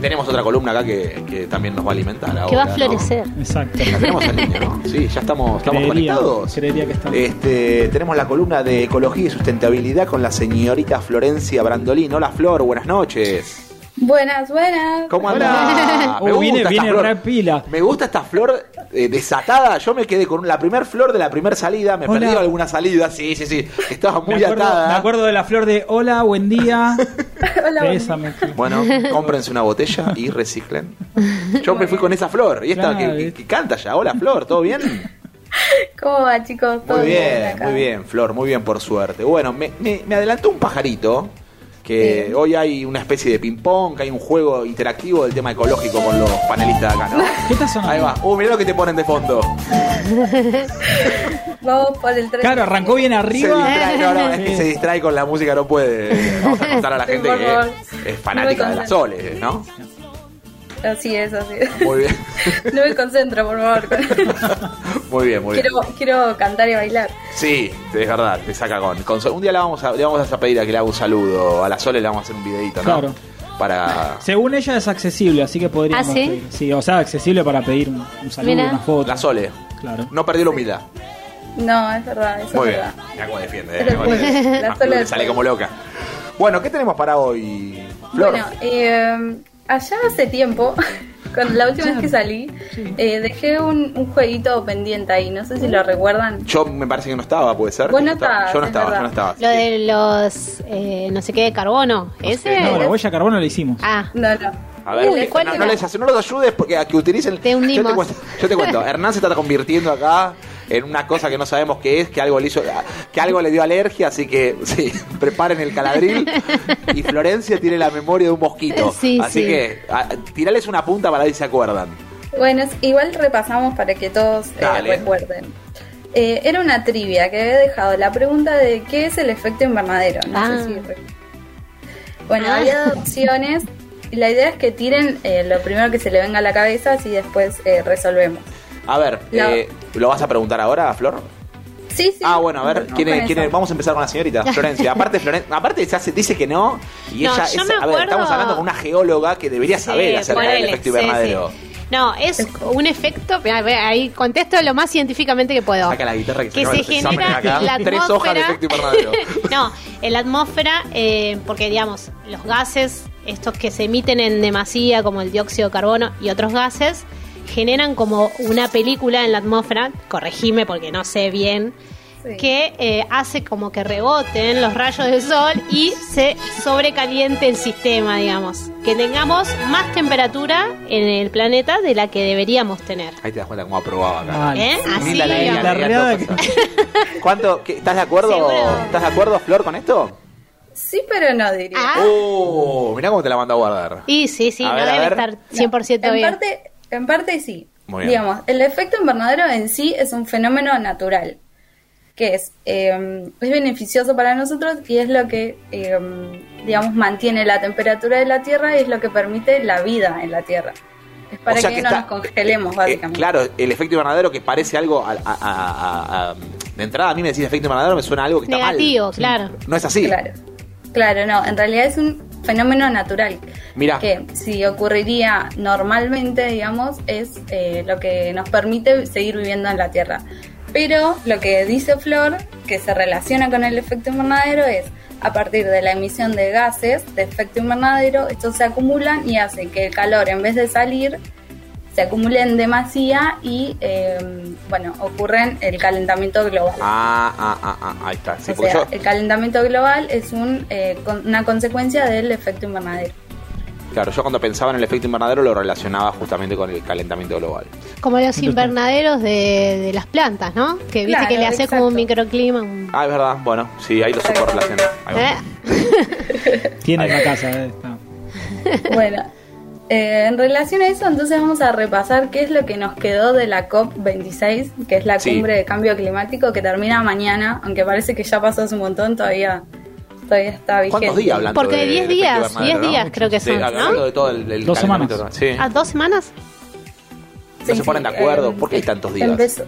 Speaker 4: tenemos otra columna acá que, que también nos va a alimentar.
Speaker 6: Que
Speaker 4: ahora,
Speaker 6: va a
Speaker 4: ¿no?
Speaker 6: florecer.
Speaker 5: Exacto.
Speaker 4: La tenemos en línea, ¿no? Sí, ya estamos, estamos
Speaker 5: Creería-
Speaker 4: conectados.
Speaker 5: creería que estamos.
Speaker 4: Este, tenemos la columna de Ecología y Sustentabilidad con la señorita Florencia Brandolín. Hola, Flor, buenas noches.
Speaker 10: Buenas, buenas.
Speaker 4: ¿Cómo andás?
Speaker 5: Oh, viene-
Speaker 4: esta
Speaker 5: viene
Speaker 4: flor.
Speaker 5: re pila.
Speaker 4: Me gusta esta flor eh, desatada. Yo me quedé con la primer flor de la primer salida. Me
Speaker 5: Hola.
Speaker 4: perdí alguna salida. Sí, sí, sí. Estaba muy
Speaker 5: me, acuerdo,
Speaker 4: atada.
Speaker 5: me acuerdo de la flor de hola, buen día.
Speaker 10: Hola, buen
Speaker 5: Bésame.
Speaker 4: Bueno, cómprense una botella y reciclen. Yo me fui con esa flor y esta
Speaker 5: Claro,
Speaker 4: que,
Speaker 5: ¿viste?
Speaker 4: que canta ya. Hola, Flor, ¿todo bien?
Speaker 10: ¿Cómo va, chicos?
Speaker 4: Muy
Speaker 10: ¿Todo
Speaker 4: bien,
Speaker 10: acá?
Speaker 4: muy bien, Flor, muy bien, por suerte. Bueno, me, me- me adelantó un pajarito que hoy hay una especie de ping-pong, que hay un juego interactivo del tema ecológico con los panelistas de acá, ¿no?
Speaker 5: ¿Qué está sonando?
Speaker 4: Ahí va. Uh, mirá lo que te ponen de fondo.
Speaker 10: Vamos por el tren.
Speaker 5: Claro, arrancó bien
Speaker 4: Se
Speaker 5: arriba.
Speaker 4: distrae, no, no, es que se distrae con la música, no puede. Vamos a contar a la
Speaker 10: Por
Speaker 4: gente
Speaker 10: favor.
Speaker 4: que es fanática
Speaker 10: No me
Speaker 4: de las
Speaker 10: concentro.
Speaker 4: soles, ¿no?
Speaker 10: Así es, así es.
Speaker 4: Muy bien.
Speaker 10: No me concentro, por favor.
Speaker 4: Muy bien, muy bien.
Speaker 10: quiero, quiero cantar y bailar.
Speaker 4: Sí, es verdad, te saca con. con sol. un día le vamos, a, le vamos a pedir a que le haga un saludo. A la Sole le vamos a hacer un videito, ¿no?
Speaker 5: Claro.
Speaker 4: Para.
Speaker 5: Según ella es accesible, así que podríamos
Speaker 6: ¿Ah, sí?
Speaker 5: pedir. Sí, o sea, accesible para pedir un, un saludo,
Speaker 6: Mirá.
Speaker 5: una foto.
Speaker 4: La Sole.
Speaker 5: Claro.
Speaker 4: No perdió la humildad.
Speaker 10: No, es verdad, eso
Speaker 4: Muy
Speaker 10: es
Speaker 4: bien.
Speaker 10: verdad.
Speaker 4: Mira cómo defiende.
Speaker 10: Pero
Speaker 4: eh, cómo
Speaker 10: pues,
Speaker 4: defiende.
Speaker 10: la
Speaker 4: Más
Speaker 10: Sole
Speaker 4: que
Speaker 10: es-
Speaker 4: sale como loca. Bueno, ¿qué tenemos para hoy, Flor?
Speaker 10: Bueno, eh, allá hace tiempo, con la última vez que salí, eh, dejé un, un jueguito pendiente ahí. No sé si lo recuerdan.
Speaker 4: Yo me parece que no estaba, puede ser.
Speaker 10: Vos no
Speaker 4: Yo estaba- Yo
Speaker 10: estabas,
Speaker 4: no
Speaker 10: es
Speaker 4: estaba, yo
Speaker 10: verdad.
Speaker 4: no estaba. así
Speaker 6: Lo
Speaker 4: que-
Speaker 6: de los. eh, no sé qué de carbono. ¿Ese?
Speaker 5: No, la huella de carbono la hicimos.
Speaker 6: Ah,
Speaker 10: No, no.
Speaker 4: A ver,
Speaker 6: Uy,
Speaker 4: que-
Speaker 6: ¿cuál
Speaker 4: no,
Speaker 6: era?
Speaker 4: no les hace- no los ayudes porque a que utilicen.
Speaker 6: Te
Speaker 4: Yo te
Speaker 6: hundimos.
Speaker 4: cuento, yo te cuento, Hernán se está convirtiendo acá en una cosa que no sabemos qué es, que algo le hizo, que algo le dio alergia, así que sí, preparen el caladril. Y Florencia tiene la memoria de un mosquito.
Speaker 6: Sí,
Speaker 4: así
Speaker 6: sí.
Speaker 4: que a- tirales una punta para ver si se acuerdan.
Speaker 10: Bueno, es- igual repasamos para que todos eh,
Speaker 4: Dale.
Speaker 10: recuerden. Eh, era una trivia que había dejado la pregunta de qué es el efecto invernadero. No
Speaker 6: Ah.
Speaker 10: sé si re- Bueno,
Speaker 6: Ah.
Speaker 10: había dos opciones y la idea es que tiren eh, lo primero que se le venga a la cabeza así después eh, resolvemos.
Speaker 4: A ver,
Speaker 10: No.
Speaker 4: eh, ¿lo vas a preguntar ahora, Flor?
Speaker 10: Sí, sí.
Speaker 4: Ah, bueno, a ver,
Speaker 10: No,
Speaker 4: ¿quién es-
Speaker 10: con
Speaker 4: quién
Speaker 10: eso.
Speaker 4: es? vamos a empezar con la señorita, Florencia. Aparte, Floren- aparte se hace, dice que no, y
Speaker 6: No,
Speaker 4: ella
Speaker 6: yo
Speaker 4: es-
Speaker 6: me
Speaker 4: a ver, estamos
Speaker 6: acuerdo-
Speaker 4: hablando con una geóloga que debería saber
Speaker 6: Sí,
Speaker 4: acerca del
Speaker 6: ponele,
Speaker 4: efecto
Speaker 6: sí,
Speaker 4: invernadero.
Speaker 6: sí. No, es un efecto. a ver, Ahí contesto lo más científicamente que puedo.
Speaker 4: Saca la guitarra que,
Speaker 6: que
Speaker 4: saca
Speaker 6: se
Speaker 4: los exámenes
Speaker 6: genera
Speaker 4: acá.
Speaker 6: en la atmósfera.
Speaker 4: Tres hojas de efecto invernadero.
Speaker 6: no, en la atmósfera, eh, porque digamos, los gases, estos que se emiten en demasía, como el dióxido de carbono y otros gases, generan como una película en la atmósfera, corregime porque no sé bien,
Speaker 10: Sí.
Speaker 6: que eh, hace como que reboten los rayos del sol y se sobrecaliente el sistema, digamos. Que tengamos más temperatura en el planeta de la que deberíamos tener.
Speaker 4: Ahí te das cuenta cómo aprobaba acá.
Speaker 5: Mal.
Speaker 6: ¿Eh?
Speaker 4: Ni
Speaker 6: Así,
Speaker 4: la leí,
Speaker 5: La
Speaker 4: la leí a
Speaker 5: reada
Speaker 4: todos. ¿Cuánto? qué- ¿Estás de acuerdo?
Speaker 6: Seguro.
Speaker 4: ¿Estás de acuerdo, Flor, con esto?
Speaker 10: Sí, pero no diría.
Speaker 6: Ah.
Speaker 4: Oh, mirá cómo te la mando a guardar.
Speaker 6: Y sí, sí,
Speaker 4: A
Speaker 6: no
Speaker 4: ver, a
Speaker 6: debe
Speaker 4: ver.
Speaker 6: estar
Speaker 10: No,
Speaker 6: 100%
Speaker 10: en
Speaker 6: bien.
Speaker 10: Parte, en parte sí.
Speaker 4: Muy bien.
Speaker 10: Digamos, el efecto invernadero en sí es un fenómeno natural, que es, eh, es beneficioso para nosotros y es lo que, eh, digamos, mantiene la temperatura de la Tierra y es lo que permite la vida en la Tierra. Es para
Speaker 4: O sea
Speaker 10: que,
Speaker 4: que
Speaker 10: no
Speaker 4: está-
Speaker 10: nos congelemos,
Speaker 4: Eh,
Speaker 10: básicamente.
Speaker 4: claro, el efecto invernadero que parece algo a- a- a- a- a- de entrada a mí me decís efecto invernadero me suena a algo que está mal.
Speaker 6: Negativo, claro.
Speaker 4: No es así.
Speaker 10: Claro. Claro, no, en realidad es un fenómeno natural.
Speaker 4: Mirá.
Speaker 10: Que si ocurriría normalmente, digamos, es eh, lo que nos permite seguir viviendo en la Tierra. Pero lo que dice Flor, que se relaciona con el efecto invernadero, es a partir de la emisión de gases de efecto invernadero, estos se acumulan y hacen que el calor, en vez de salir, se acumule en demasía y, eh, bueno, ocurren el calentamiento global.
Speaker 4: Ah, ah, ah, ah, ahí está. Sí,
Speaker 10: O
Speaker 4: porque
Speaker 10: sea,
Speaker 4: yo-
Speaker 10: el calentamiento global es un, eh, con- una consecuencia del efecto invernadero.
Speaker 4: claro, yo cuando pensaba en el efecto invernadero lo relacionaba justamente con el calentamiento global.
Speaker 6: Como los invernaderos de, de las plantas, ¿no? Que viste
Speaker 10: Claro,
Speaker 6: que le hace como un
Speaker 10: exacto.
Speaker 6: microclima. un-
Speaker 4: Ah, es verdad. Bueno, sí, ahí lo supo relacionar. Ahí va.
Speaker 6: ¿Eh?
Speaker 5: Tiene
Speaker 4: Ahí
Speaker 5: la
Speaker 4: va.
Speaker 5: casa. eh, está.
Speaker 10: bueno, eh, en relación a eso, entonces vamos a repasar qué es lo que nos quedó de la COP26, que es la
Speaker 4: Sí.
Speaker 10: cumbre de cambio climático que termina mañana, aunque parece que ya pasó hace un montón, todavía, todavía está vigente.
Speaker 4: ¿Cuántos días hablando
Speaker 6: Porque
Speaker 4: de-
Speaker 6: 10
Speaker 4: de efecto
Speaker 6: días,
Speaker 4: invernadero,
Speaker 6: 10
Speaker 4: no?
Speaker 6: días creo que
Speaker 4: Sí,
Speaker 6: son,
Speaker 4: hablando
Speaker 6: ¿no?
Speaker 4: de todo el, el
Speaker 5: Dos semanas.
Speaker 4: calentamiento global. Sí.
Speaker 6: ¿A dos semanas?
Speaker 4: No se ponen de acuerdo,
Speaker 6: Eh,
Speaker 4: ¿por qué hay tantos días?
Speaker 10: empezó-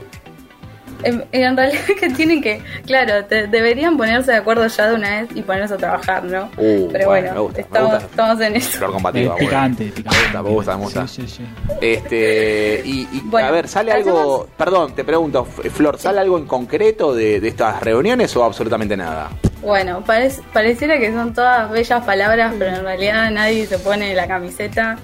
Speaker 10: En, Em, en realidad que tienen que, claro, te- deberían ponerse de acuerdo ya de una vez y ponerse a trabajar, ¿no?
Speaker 4: Uh,
Speaker 10: Pero
Speaker 4: bueno,
Speaker 10: bueno,
Speaker 4: me gusta, me
Speaker 10: estamos,
Speaker 4: gusta.
Speaker 10: estamos en eso.
Speaker 4: Flor combativa.
Speaker 5: Eh,
Speaker 4: bueno.
Speaker 5: picante, picante.
Speaker 4: Me gusta, me gusta, me gusta.
Speaker 5: Sí, sí, sí.
Speaker 4: Este, y, y,
Speaker 10: Bueno,
Speaker 4: a ver, ¿sale algo? Perdón, te pregunto, F- Flor, ¿sale algo en concreto de, de estas reuniones o absolutamente nada?
Speaker 10: Bueno, parec- pareciera que son todas bellas palabras, pero en realidad nadie se pone la camiseta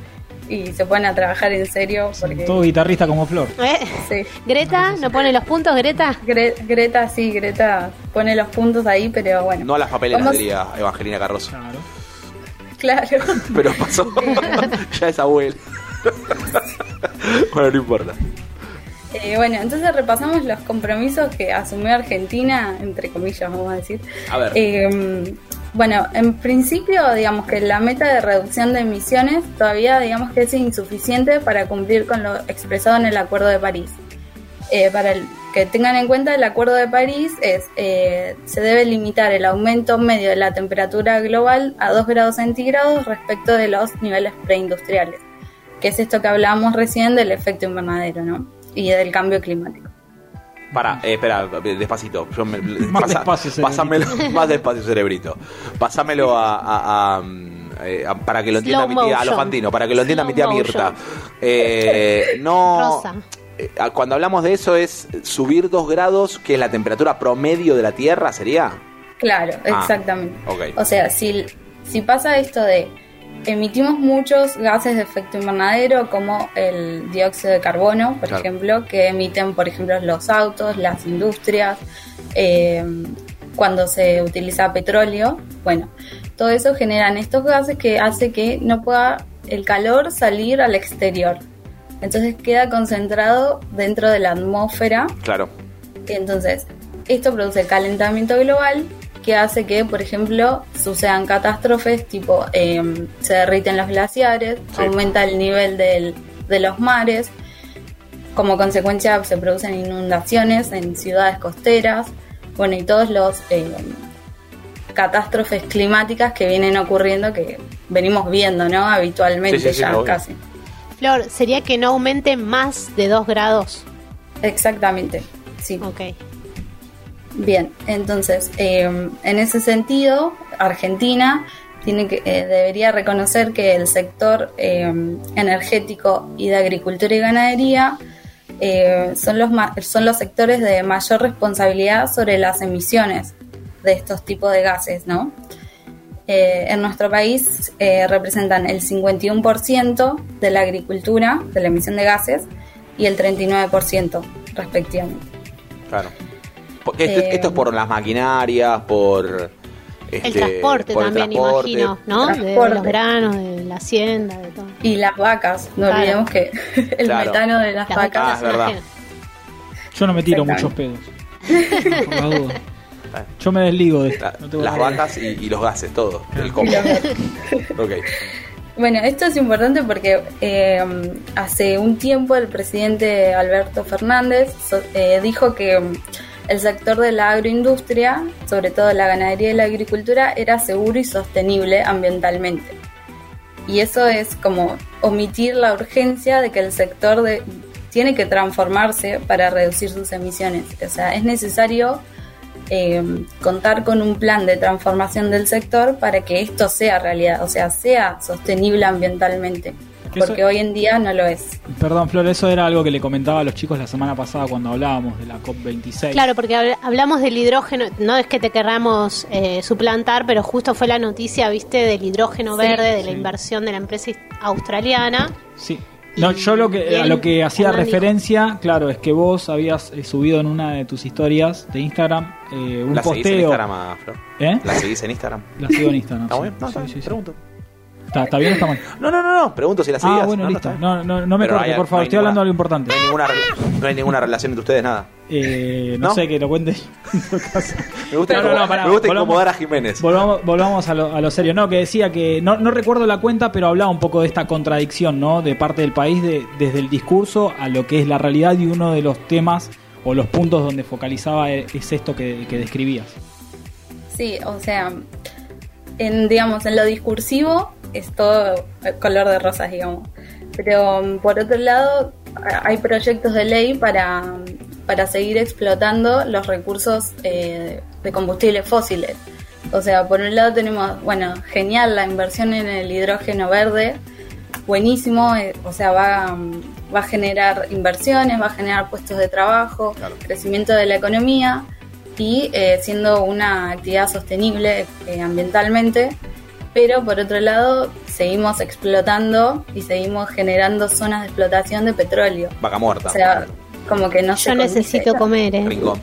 Speaker 10: y se pone a trabajar en serio porque
Speaker 5: Todo guitarrista como Flor.
Speaker 6: ¿Eh?
Speaker 10: sí.
Speaker 6: Greta, ¿no pone los puntos, Greta?
Speaker 10: Gre- Greta sí, Greta pone los puntos ahí, pero bueno.
Speaker 4: No a las papeleras,
Speaker 10: Vamos-
Speaker 4: diría Evangelina Carroso.
Speaker 5: Claro.
Speaker 10: Claro.
Speaker 4: Pero pasó, ya es abuela. bueno, no importa.
Speaker 10: Eh, bueno, entonces repasamos los compromisos que asumió Argentina, entre comillas, vamos a decir.
Speaker 4: A ver.
Speaker 10: Eh, bueno, en principio, digamos que la meta de reducción de emisiones todavía, digamos que es insuficiente para cumplir con lo expresado en el Acuerdo de París. Eh, para el- que tengan en cuenta, el Acuerdo de París es eh, se debe limitar el aumento medio de la temperatura global a 2 grados centígrados respecto de los niveles preindustriales, que es esto que hablábamos recién del efecto invernadero, ¿no? Y del cambio climático.
Speaker 4: Pará, eh, espera, despacito. Yo me-
Speaker 5: Más despacio, cerebrito.
Speaker 4: pásamelo, más despacio, cerebrito. Pásamelo a, a- a, mm, eh, a- para que lo entienda
Speaker 6: Slow
Speaker 4: mi tía, a lo
Speaker 6: motion.
Speaker 4: fantino, para que lo entienda mi tía
Speaker 6: Slow
Speaker 4: Mirta.
Speaker 6: motion.
Speaker 4: Eh, no.
Speaker 6: Rosa.
Speaker 4: eh, a- Cuando hablamos de eso es subir dos grados, que es la temperatura promedio de la Tierra, ¿sería?
Speaker 10: Claro,
Speaker 4: Ah,
Speaker 10: exactamente.
Speaker 4: ok.
Speaker 10: O sea, si, si pasa esto de emitimos muchos gases de efecto invernadero como el dióxido de carbono, por
Speaker 4: Claro.
Speaker 10: ejemplo, que emiten, por ejemplo, los autos, las industrias, eh, cuando se utiliza petróleo, bueno, todo eso generan estos gases que hace que no pueda el calor salir al exterior. Entonces queda concentrado dentro de la atmósfera
Speaker 4: Claro.
Speaker 10: entonces, esto produce el calentamiento global que hace que, por ejemplo, sucedan catástrofes tipo eh, se derriten los glaciares,
Speaker 4: Sí.
Speaker 10: aumenta el nivel del- de los mares, como consecuencia se producen inundaciones en ciudades costeras, bueno, y todos los eh, catástrofes climáticas que vienen ocurriendo, que venimos viendo, ¿no? Habitualmente
Speaker 4: Sí, sí, sí,
Speaker 10: ya
Speaker 4: obvio.
Speaker 10: casi.
Speaker 6: Flor, sería que no aumente más de 2 grados.
Speaker 10: Exactamente, sí.
Speaker 6: Ok.
Speaker 10: Bien, entonces, eh, en ese sentido, Argentina tiene que, eh, debería reconocer que el sector eh, energético y de agricultura y ganadería eh, son, los ma- son los sectores de mayor responsabilidad sobre las emisiones de estos tipos de gases, ¿no? Eh, en nuestro país eh, representan el 51% de la agricultura, de la emisión de gases, y el 39% respectivamente.
Speaker 4: Claro. Porque esto,
Speaker 10: Eh,
Speaker 4: esto es por las maquinarias, por.
Speaker 6: El
Speaker 4: este,
Speaker 6: transporte
Speaker 4: por el
Speaker 6: también,
Speaker 4: transporte.
Speaker 6: imagino, ¿no? De, de
Speaker 10: Transporte.
Speaker 6: los granos, de la hacienda, de todo.
Speaker 10: Y las vacas, no
Speaker 6: Claro.
Speaker 10: olvidemos que el
Speaker 4: Claro.
Speaker 10: metano de las,
Speaker 6: Las
Speaker 10: vacas.
Speaker 4: Ah,
Speaker 6: vacas
Speaker 4: es
Speaker 6: las
Speaker 4: verdad.
Speaker 6: imagen.
Speaker 5: Yo no me tiro
Speaker 10: Exacto.
Speaker 5: muchos pedos. Por la duda. Yo me desligo de esto.
Speaker 4: La-
Speaker 5: no tengo
Speaker 4: las
Speaker 5: nada.
Speaker 4: vacas y, y los gases, todo. El combo. ok.
Speaker 10: Bueno, esto es importante porque eh, hace un tiempo el presidente Alberto Fernández so- eh, dijo que mm, el sector de la agroindustria, sobre todo la ganadería y la agricultura, era seguro y sostenible ambientalmente. Y eso es como omitir la urgencia de que el sector de- tiene que transformarse para reducir sus emisiones. O sea, es necesario eh, contar con un plan de transformación del sector para que esto sea realidad, o sea, sea sostenible ambientalmente,
Speaker 5: Que eso-
Speaker 10: porque hoy en día no lo es.
Speaker 5: Perdón, Flor, eso era algo que le comentaba a los chicos la semana pasada cuando hablábamos de la COP26.
Speaker 6: Claro, porque habl- hablamos del hidrógeno, no es que te querramos eh, suplantar, pero justo fue la noticia, viste, del hidrógeno
Speaker 10: Sí.
Speaker 6: verde, de la
Speaker 5: Sí.
Speaker 6: inversión de la empresa australiana.
Speaker 5: Sí. No, yo lo que, a lo que hacía
Speaker 6: Hernán dijo-
Speaker 5: referencia, claro, es que vos habías eh, subido en una de tus historias de Instagram eh, un
Speaker 4: ¿La seguís en
Speaker 5: posteo.
Speaker 4: Instagram, ah, Flor?
Speaker 5: ¿Eh?
Speaker 4: ¿La seguís en Instagram?
Speaker 5: La sigo en Instagram.
Speaker 4: ¿Está
Speaker 5: sí.
Speaker 4: bien? No, está
Speaker 5: Sí,
Speaker 4: bien,
Speaker 5: sí, sí.
Speaker 4: pregunto.
Speaker 5: ¿Está, está bien o está mal?
Speaker 4: No, no, no, no, pregunto si la seguías.
Speaker 5: Ah, bueno,
Speaker 4: no,
Speaker 5: listo.
Speaker 4: está bien.
Speaker 5: No, no, no me
Speaker 4: Pero
Speaker 5: corte,
Speaker 4: hay-
Speaker 5: por favor,
Speaker 4: no hay
Speaker 5: estoy
Speaker 4: ninguna-
Speaker 5: hablando de algo importante.
Speaker 4: No hay, ninguna, re- no hay ninguna relación entre ustedes, nada.
Speaker 5: Eh, no,
Speaker 4: ¿No?
Speaker 5: sé, que lo cuente en todo caso.
Speaker 4: Me gusta,
Speaker 5: No, no,
Speaker 4: incomodar,
Speaker 5: no, pará,
Speaker 4: me gusta
Speaker 5: volvamos-
Speaker 4: incomodar a Jiménez.
Speaker 5: Volvamos, volvamos a, lo, a lo serio. No, que decía que no, no recuerdo la cuenta, pero hablaba un poco de esta contradicción, ¿no? De parte del país, de- desde el discurso a lo que es la realidad y uno de los temas o los puntos donde focalizaba e- es esto que, que describías.
Speaker 10: Sí, o sea, en, digamos, en lo discursivo es todo eh, color de rosas, digamos. Pero mm, por otro lado, a- hay proyectos de ley para, mm, para seguir explotando los recursos eh, de combustibles fósiles. O sea, por un lado tenemos, bueno, genial la inversión en el hidrógeno verde, buenísimo, eh, o sea, va, mm, va a generar inversiones, va a generar puestos de trabajo,
Speaker 11: Claro.
Speaker 10: crecimiento de la economía y eh, siendo una actividad sostenible eh, ambientalmente, pero por otro lado seguimos explotando y seguimos generando zonas de explotación de petróleo.
Speaker 4: Vaca muerta.
Speaker 10: O sea, como que no se
Speaker 6: Yo
Speaker 10: condice.
Speaker 6: necesito comer, ¿eh?
Speaker 4: Rincón.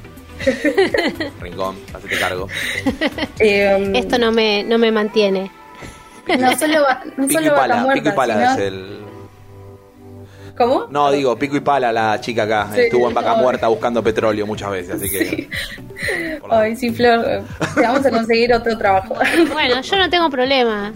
Speaker 4: Rincón, hacete cargo.
Speaker 10: Eh,
Speaker 6: Esto no me, no me mantiene.
Speaker 10: no solo, va- no
Speaker 4: Pico y
Speaker 10: solo vaca
Speaker 4: pala,
Speaker 10: muerta,
Speaker 4: pico y pala
Speaker 10: sino-
Speaker 4: es el.
Speaker 10: ¿Cómo?
Speaker 4: No, digo, pico y pala la chica acá.
Speaker 10: Sí,
Speaker 4: Estuvo en vaca
Speaker 10: no.
Speaker 4: muerta buscando petróleo muchas veces, así que. Por la-
Speaker 10: Ay, sí, Flor, eh, te vamos a conseguir otro trabajo.
Speaker 6: Bueno, yo no tengo problema.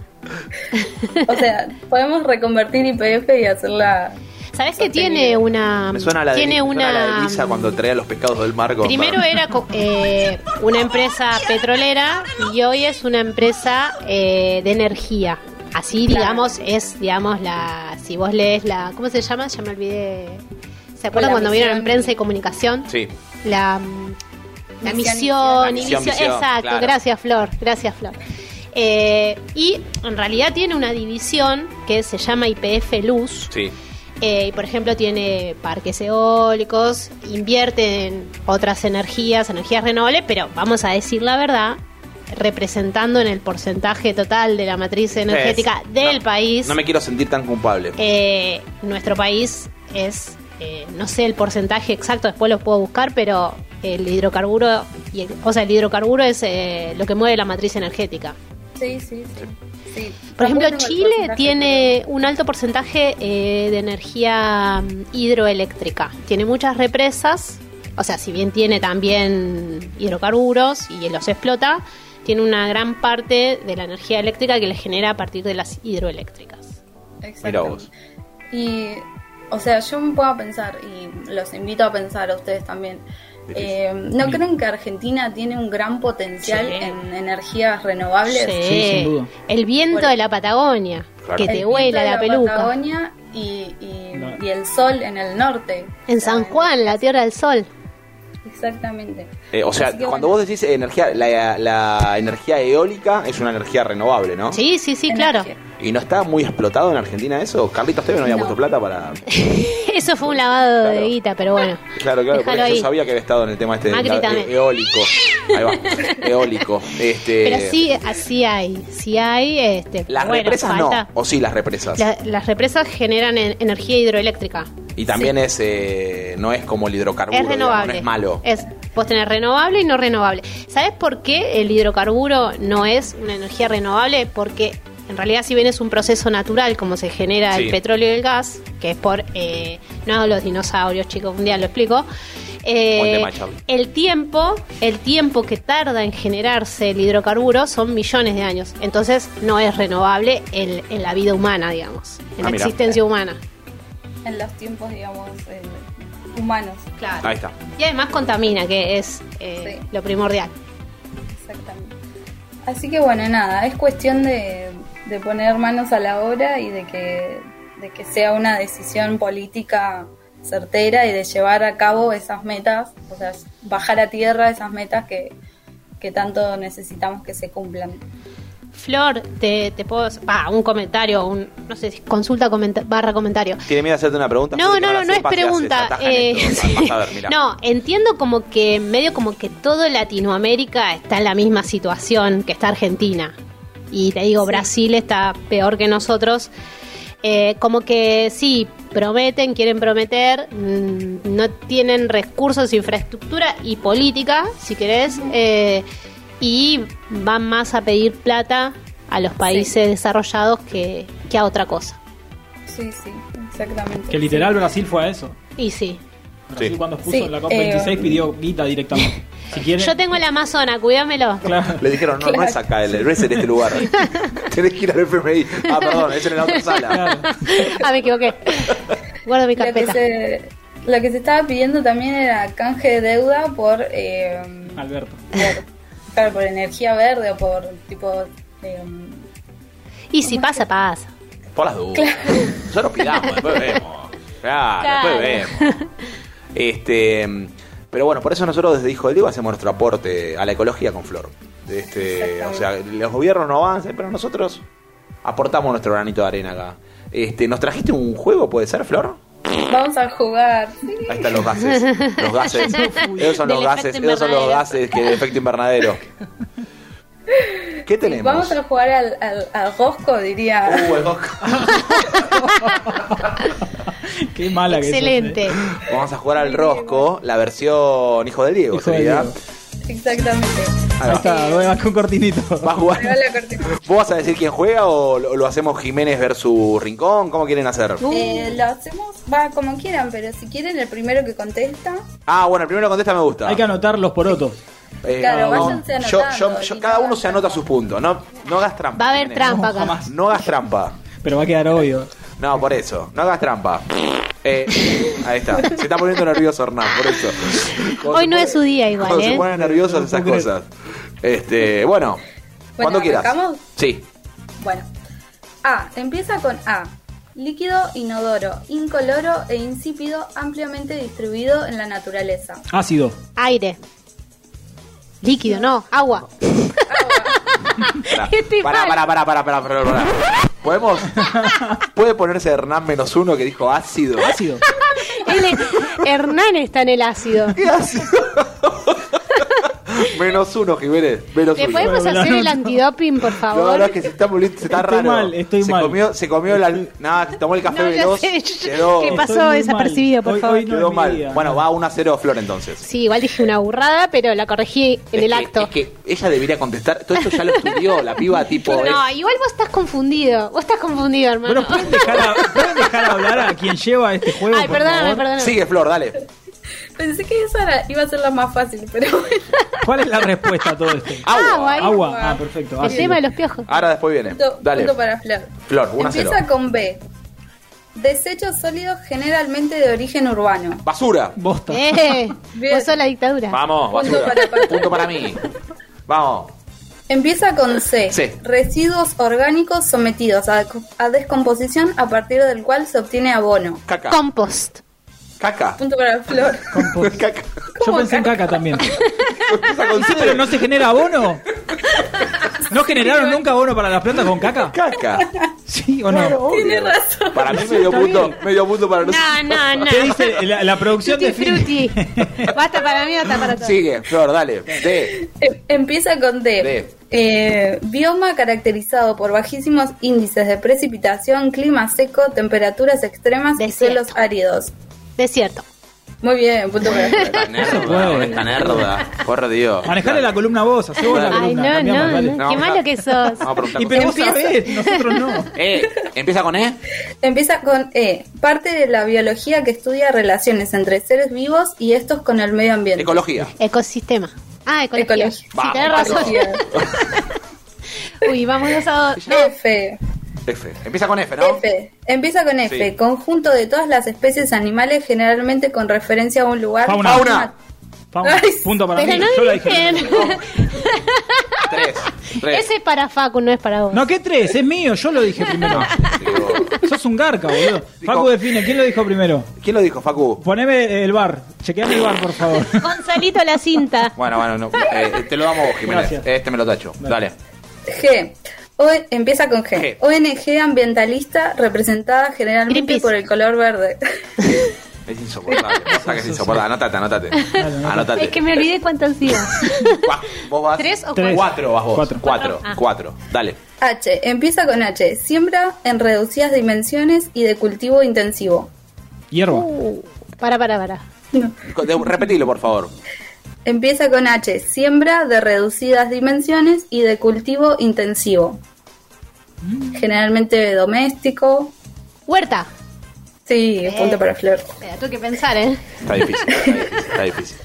Speaker 10: o sea, podemos reconvertir IPF y hacerla
Speaker 6: ¿Sabés que
Speaker 10: Sostenible.
Speaker 6: tiene una...
Speaker 4: Me suena a la,
Speaker 6: tiene
Speaker 4: de, me
Speaker 6: una...
Speaker 4: suena a la de Elisa cuando traía los pescados del mar con-
Speaker 6: Primero era co- eh, una empresa petrolera y hoy es una empresa eh, de energía. Así,
Speaker 10: Claro.
Speaker 6: digamos, es, digamos, la. Si vos lees la. ¿Cómo se llama? Ya me olvidé. ¿Se acuerdan
Speaker 10: La
Speaker 6: cuando
Speaker 10: misión.
Speaker 6: vieron en prensa y comunicación?
Speaker 4: Sí,
Speaker 6: La, mm, la misión, y
Speaker 10: Misión,
Speaker 4: misión.
Speaker 6: misión.
Speaker 4: Misión, misión,
Speaker 6: Exacto,
Speaker 4: claro.
Speaker 6: gracias, Flor. Gracias, Flor. Eh, y en realidad tiene una división que se llama IPF Luz.
Speaker 4: sí.
Speaker 6: Eh, y, por ejemplo, tiene parques eólicos, invierte en otras energías, energías renovables, pero vamos a decir la verdad, representando en el porcentaje total de la matriz energética
Speaker 4: Es-
Speaker 6: del
Speaker 4: no,
Speaker 6: país,
Speaker 4: No me quiero sentir tan culpable.
Speaker 6: eh, nuestro país es, eh, no sé el porcentaje exacto, después lo puedo buscar, pero el hidrocarburo, y el- o sea, el hidrocarburo es eh, lo que mueve la matriz energética.
Speaker 10: Sí, sí, sí. Sí.
Speaker 6: Por ejemplo,
Speaker 10: Tampoco tengo el
Speaker 6: Chile
Speaker 10: porcentaje,
Speaker 6: tiene un alto porcentaje eh, de energía mm, hidroeléctrica. Tiene muchas represas, o sea, si bien tiene también hidrocarburos y los explota, tiene una gran parte de la energía eléctrica que le genera a partir de las hidroeléctricas.
Speaker 10: pero- Exacto.
Speaker 4: Mira vos.
Speaker 10: Y, o sea, yo me puedo pensar, y los invito a pensar a ustedes también, eh, ¿no creen que Argentina tiene un gran potencial
Speaker 6: Sí.
Speaker 10: en energías renovables?
Speaker 5: Sí, sin duda.
Speaker 6: El viento
Speaker 10: Bueno.
Speaker 6: de la Patagonia,
Speaker 4: Claro.
Speaker 6: que
Speaker 10: El
Speaker 6: te
Speaker 10: viento
Speaker 6: vuela
Speaker 10: de
Speaker 6: la, peluca.
Speaker 10: Patagonia y, y-
Speaker 5: No.
Speaker 10: y el sol en el norte. O
Speaker 6: En
Speaker 10: sea,
Speaker 6: San Juan, la Tierra del Sol.
Speaker 10: Exactamente.
Speaker 4: Eh, o sea,
Speaker 10: Así que
Speaker 4: cuando
Speaker 10: bueno.
Speaker 4: vos decís energía, la, la energía eólica es una energía renovable, ¿no?
Speaker 6: Sí, sí, sí, claro.
Speaker 10: Energía.
Speaker 4: ¿Y no está muy explotado en Argentina eso? Carlitos Tevez no había
Speaker 10: No.
Speaker 4: puesto plata para.
Speaker 6: Eso fue un lavado
Speaker 4: Claro. Eh,
Speaker 6: de guita, pero bueno.
Speaker 4: Claro, claro,
Speaker 6: Déjalo
Speaker 4: porque yo
Speaker 6: ahí.
Speaker 4: sabía que había estado en el tema este
Speaker 6: Macri
Speaker 4: la-
Speaker 6: también.
Speaker 4: e- eólico. Ahí va, eólico. Este,
Speaker 6: Pero sí, así hay, sí hay, este,
Speaker 4: Las
Speaker 6: bueno,
Speaker 4: represas
Speaker 6: falta-
Speaker 4: no, o sí las represas.
Speaker 6: La- las represas generan en- energía hidroeléctrica.
Speaker 4: y también es eh, no es como el hidrocarburo,
Speaker 6: es renovable.
Speaker 4: digamos, no es malo.
Speaker 6: Es, puedes tener renovable y no renovable. ¿Sabes por qué el hidrocarburo no es una energía renovable? Porque en realidad, si bien es un proceso natural, como se genera
Speaker 4: Sí.
Speaker 6: el petróleo y el gas, que es por. eh, no los dinosaurios, chicos, un día lo explico. Eh,
Speaker 4: Buen tema, Charlie.
Speaker 6: el tiempo, el tiempo que tarda en generarse el hidrocarburo son millones de años. Entonces no es renovable en, en la vida humana, digamos, en
Speaker 4: Ah,
Speaker 6: la
Speaker 4: mira.
Speaker 6: existencia humana.
Speaker 10: En los tiempos, digamos, eh, humanos.
Speaker 6: Claro.
Speaker 4: Ahí está.
Speaker 6: Y además contamina, que es eh,
Speaker 10: Sí.
Speaker 6: lo primordial.
Speaker 10: Exactamente. Así que bueno, nada, es cuestión de, de poner manos a la obra y de que, de que sea una decisión política certera y de llevar a cabo esas metas, o sea, bajar a tierra esas metas que, que tanto necesitamos que se cumplan.
Speaker 6: Flor, te, te puedo. Va, un comentario, un, no sé, consulta comenta- barra comentario.
Speaker 4: ¿Tiene miedo a hacerte una pregunta?
Speaker 6: No,
Speaker 4: Porque
Speaker 6: no,
Speaker 4: ahora
Speaker 6: no, no es
Speaker 4: sepas que haces,
Speaker 6: pregunta.
Speaker 4: atajan
Speaker 6: eh,
Speaker 4: esto. Vas a ver, mirá.
Speaker 6: no, entiendo como que, medio como que todo Latinoamérica está en la misma situación que está Argentina. Y te digo,
Speaker 10: Sí.
Speaker 6: Brasil está peor que nosotros. Eh, como que sí, prometen, quieren prometer, mm, no tienen recursos, infraestructura y política, si querés, eh, y van más a pedir plata a los países desarrollados que, que a otra cosa.
Speaker 10: Sí, sí, exactamente.
Speaker 5: Que literal Brasil fue a eso.
Speaker 6: Y sí,
Speaker 5: Brasil
Speaker 4: Sí.
Speaker 5: cuando puso
Speaker 10: Sí,
Speaker 5: la
Speaker 10: eh,
Speaker 5: COP26 pidió guita directamente. Si quieren,
Speaker 6: Yo tengo el Amazona, cuídamelo.
Speaker 5: claro.
Speaker 4: Le dijeron, no, no es acá, el- no es en este lugar. Tenés que ir al FMI. Ah, perdón, es en la otra sala.
Speaker 6: Ah, me equivoqué. Guardo mi
Speaker 10: Lo que,
Speaker 6: carpeta.
Speaker 10: se, lo que se estaba pidiendo también era canje de deuda por, eh,
Speaker 5: Alberto.
Speaker 10: por, claro, por energía verde o por tipo... eh,
Speaker 6: Y si pasa, pasa.
Speaker 4: Por las dudas. Nosotros pidamos, después vemos. Claro,
Speaker 6: Claro.
Speaker 4: después vemos. Este, pero bueno, por eso nosotros desde Hijo del Diego hacemos nuestro aporte a la ecología con Flor. Este, o sea, los gobiernos no avanzan, pero nosotros aportamos nuestro granito de arena acá. Este, ¿Nos trajiste un juego, puede ser, Flor?
Speaker 10: vamos a jugar. Sí,
Speaker 4: Ahí están los gases. Los gases. Esos son los
Speaker 6: Del
Speaker 4: gases.
Speaker 6: efecto
Speaker 4: Esos son los
Speaker 6: invernadero.
Speaker 4: gases que de efecto invernadero. ¿Qué tenemos?
Speaker 10: Vamos a jugar al, al, al rosco, diría.
Speaker 4: Uh, el Gosco.
Speaker 5: Qué mala que sos,
Speaker 6: Excelente.
Speaker 5: eh.
Speaker 4: Vamos a jugar al Rosco, la versión Hijo del Diego
Speaker 5: Hijo del
Speaker 4: sería.
Speaker 5: Diego.
Speaker 10: Exactamente.
Speaker 4: Ahí
Speaker 5: Ahí
Speaker 4: va.
Speaker 5: está, bueno, con cortinito.
Speaker 4: Va a
Speaker 10: Me va
Speaker 4: jugar.
Speaker 10: la cortina.
Speaker 4: ¿Vos vas a decir quién juega o lo, lo hacemos Jiménez versus Rincón? ¿Cómo quieren hacer?
Speaker 10: Eh, lo hacemos, va como quieran, pero si quieren el primero que contesta,
Speaker 4: Ah, bueno, el primero que contesta me gusta.
Speaker 5: Hay que anotar los porotos.
Speaker 4: Eh,
Speaker 10: Claro,
Speaker 4: no,
Speaker 10: váyanse
Speaker 4: yo- yo-
Speaker 10: anotando,
Speaker 4: yo-
Speaker 10: y
Speaker 4: cada
Speaker 10: no
Speaker 4: uno
Speaker 10: hagas
Speaker 4: se anota
Speaker 10: trampa.
Speaker 4: sus puntos. No, no hagas trampa.
Speaker 6: Va a haber
Speaker 4: Jiménez.
Speaker 6: trampa acá.
Speaker 5: jamás.
Speaker 4: No hagas trampa.
Speaker 5: Pero va a quedar obvio.
Speaker 4: No, por eso. No hagas trampa. Eh, ahí está. Se está poniendo nervioso Hernán, por eso. Cuando
Speaker 6: Hoy
Speaker 4: se
Speaker 6: no
Speaker 4: pone-
Speaker 6: es su día igual,
Speaker 4: Cuando se
Speaker 6: ¿eh?
Speaker 4: ponen nerviosos esas
Speaker 5: puedo creer.
Speaker 4: cosas. Este, bueno, cuando quieras.
Speaker 10: ¿arrancamos?
Speaker 4: Sí.
Speaker 10: Bueno, A. Empieza con A. Líquido inodoro, incoloro e insípido ampliamente distribuido en la naturaleza.
Speaker 5: Ácido.
Speaker 6: Aire. Líquido, no. Agua. Estoy
Speaker 4: Pará,
Speaker 6: mal.
Speaker 4: pará, pará, pará, pará, pará, pará. ¿Podemos? ¿Puede ponerse Hernán menos uno que dijo ácido?
Speaker 5: Ácido.
Speaker 6: Él es- Hernán está en el ácido.
Speaker 4: ¿Qué ácido? menos uno, Jiménez. Menos
Speaker 6: ¿Le
Speaker 4: uno.
Speaker 6: podemos
Speaker 5: me lo
Speaker 6: hacer el
Speaker 5: anoto.
Speaker 6: antidoping, por
Speaker 4: No,
Speaker 6: favor?
Speaker 4: no, es que se está poniendo, se está
Speaker 5: Estoy
Speaker 4: raro.
Speaker 5: mal, estoy
Speaker 4: se
Speaker 5: mal.
Speaker 4: Comió, se comió la. Nada, se tomó el café
Speaker 6: No, ya
Speaker 4: veloz.
Speaker 6: sé, yo-
Speaker 4: quedó
Speaker 6: ¿qué pasó?
Speaker 5: Estoy muy
Speaker 6: desapercibido, por
Speaker 5: Hoy-
Speaker 6: favor.
Speaker 5: hoy no
Speaker 4: quedó
Speaker 5: es mi
Speaker 4: mal.
Speaker 5: día.
Speaker 4: Bueno, va 1 a 0 Flor entonces.
Speaker 6: Sí, igual dije una burrada, pero la corregí en
Speaker 4: Es
Speaker 6: el
Speaker 4: que-
Speaker 6: acto.
Speaker 4: Es que ella debería contestar. Todo esto ya lo estudió la piba, tipo.
Speaker 6: No,
Speaker 4: es-
Speaker 6: igual vos estás confundido. Vos estás confundido, hermano.
Speaker 5: Bueno, ¿pueden dejar, a- pueden dejar hablar a quien lleva este juego?
Speaker 6: Ay,
Speaker 5: por
Speaker 6: perdóname,
Speaker 5: favor?
Speaker 6: perdóname.
Speaker 4: Sigue, Flor, dale.
Speaker 10: Pensé que esa era- iba a ser la más fácil, pero bueno.
Speaker 5: ¿Cuál es la respuesta a todo esto?
Speaker 4: Agua.
Speaker 6: Agua, ahí.
Speaker 5: Agua. Ah, perfecto.
Speaker 6: El
Speaker 5: ácido.
Speaker 6: tema de los piojos.
Speaker 4: Ahora después viene.
Speaker 10: Punto,
Speaker 4: Ah, Dale.
Speaker 10: punto para Flor.
Speaker 4: Flor, una
Speaker 10: Empieza
Speaker 4: cero.
Speaker 10: con B. Desechos sólidos generalmente de origen urbano.
Speaker 4: Basura.
Speaker 5: Bosta.
Speaker 6: Eh,
Speaker 10: Bien.
Speaker 6: vos sos la dictadura.
Speaker 4: Vamos,
Speaker 10: Punto
Speaker 4: basura.
Speaker 10: para Pato.
Speaker 4: Punto para mí. Vamos.
Speaker 10: Empieza con C.
Speaker 4: C.
Speaker 10: Residuos orgánicos sometidos a, a descomposición a partir del cual se obtiene abono.
Speaker 4: Caca.
Speaker 6: Compost.
Speaker 4: Caca.
Speaker 10: Punto para Flor.
Speaker 5: Compost.
Speaker 4: Caca.
Speaker 5: Yo pensé en caca también.
Speaker 4: Empieza con
Speaker 5: Sí,
Speaker 4: C.
Speaker 5: pero no se genera abono. ¿No generaron nunca abono para las plantas con caca?
Speaker 4: Caca.
Speaker 5: ¿Sí o no?
Speaker 4: Tiene razón. Para mí medio punto, medio punto para
Speaker 6: No,
Speaker 4: nosotros.
Speaker 6: no, no.
Speaker 5: ¿Qué dice la, la producción
Speaker 6: Tutti
Speaker 5: de Fini?
Speaker 6: frutti. Basta para mí, basta para todos.
Speaker 4: Sigue, Flor, dale. D.
Speaker 10: Em- Empieza con D.
Speaker 4: D.
Speaker 10: Eh, bioma caracterizado por bajísimos índices de precipitación, clima seco, temperaturas extremas y
Speaker 6: Desierto.
Speaker 10: suelos áridos.
Speaker 6: Desierto.
Speaker 10: Muy bien, punto para Flor.
Speaker 4: Esta nerda,
Speaker 5: puede.
Speaker 4: esta nerda. Por Dios.
Speaker 5: Manejale la columna vos, hacé vos la
Speaker 4: Dale.
Speaker 6: Ay,
Speaker 5: columna.
Speaker 6: no,
Speaker 5: cambiamos,
Speaker 6: no,
Speaker 5: dale.
Speaker 6: no.
Speaker 4: No,
Speaker 6: Qué
Speaker 4: vamos a-
Speaker 6: malo que sos.
Speaker 4: Vamos a preguntar
Speaker 5: Y pero vos
Speaker 10: Empieza-
Speaker 5: sabés, nosotros no.
Speaker 4: Eh, empieza con E.
Speaker 10: Empieza con E. Parte de la biología que estudia relaciones entre seres vivos y estos con el medio ambiente.
Speaker 4: Ecología.
Speaker 6: Ecosistema. Ah, ecología.
Speaker 10: Ecología.
Speaker 6: Sí,
Speaker 4: Vamos,
Speaker 6: tenés
Speaker 4: vamos.
Speaker 6: razón. Uy, vamos dos a dos. No,
Speaker 10: F.
Speaker 4: F. Empieza con F, ¿no?
Speaker 10: F. Empieza con F.
Speaker 4: Sí.
Speaker 10: Conjunto de todas las especies animales generalmente con referencia a un lugar.
Speaker 5: Fauna.
Speaker 4: Fauna.
Speaker 5: Vamos,
Speaker 10: Ay,
Speaker 5: punto para
Speaker 6: pero
Speaker 5: mí.
Speaker 6: no
Speaker 5: Yo la dije.
Speaker 6: dirigen.
Speaker 4: tres. tres.
Speaker 6: Ese es para Facu, no es para vos.
Speaker 5: No, ¿qué tres? Es mío, yo lo dije primero.
Speaker 4: Ah,
Speaker 5: Sos un garca, boludo. Facu define, ¿quién lo dijo primero?
Speaker 4: ¿Quién lo dijo, Facu?
Speaker 5: Poneme el bar, chequeame el bar, por favor.
Speaker 6: Gonzalito la cinta.
Speaker 4: Bueno, bueno, no, eh, te lo damos vos, Jiménez.
Speaker 5: Gracias.
Speaker 4: Este me lo tacho. Dale.
Speaker 10: Ah, G. O- empieza con G.
Speaker 4: G.
Speaker 10: ONG ambientalista representada generalmente
Speaker 6: Greenpeace.
Speaker 10: por el color verde.
Speaker 4: Es insoportable. Pasa que es insoportable. Anotate, anotate. Anotate.
Speaker 6: Es que me olvidé cuántas iba.
Speaker 4: Va, vos vas.
Speaker 6: ¿Tres o
Speaker 5: Tres.
Speaker 4: Cuatro vas vos.
Speaker 5: Cuatro.
Speaker 4: Cuatro. Cuatro.
Speaker 6: Ah.
Speaker 4: Dale.
Speaker 10: H. Empieza con H. Siembra en reducidas dimensiones y de cultivo intensivo.
Speaker 5: Hierba.
Speaker 6: Uh, para, para, para.
Speaker 4: Co- de- Repetilo, por favor.
Speaker 10: Empieza con H. Siembra de reducidas dimensiones y de cultivo intensivo. Generalmente doméstico.
Speaker 6: Mm. Huerta.
Speaker 10: Sí, punto para Flor.
Speaker 6: Espera, tuve que pensar, ¿eh?
Speaker 4: Está difícil. Está difícil. está difícil.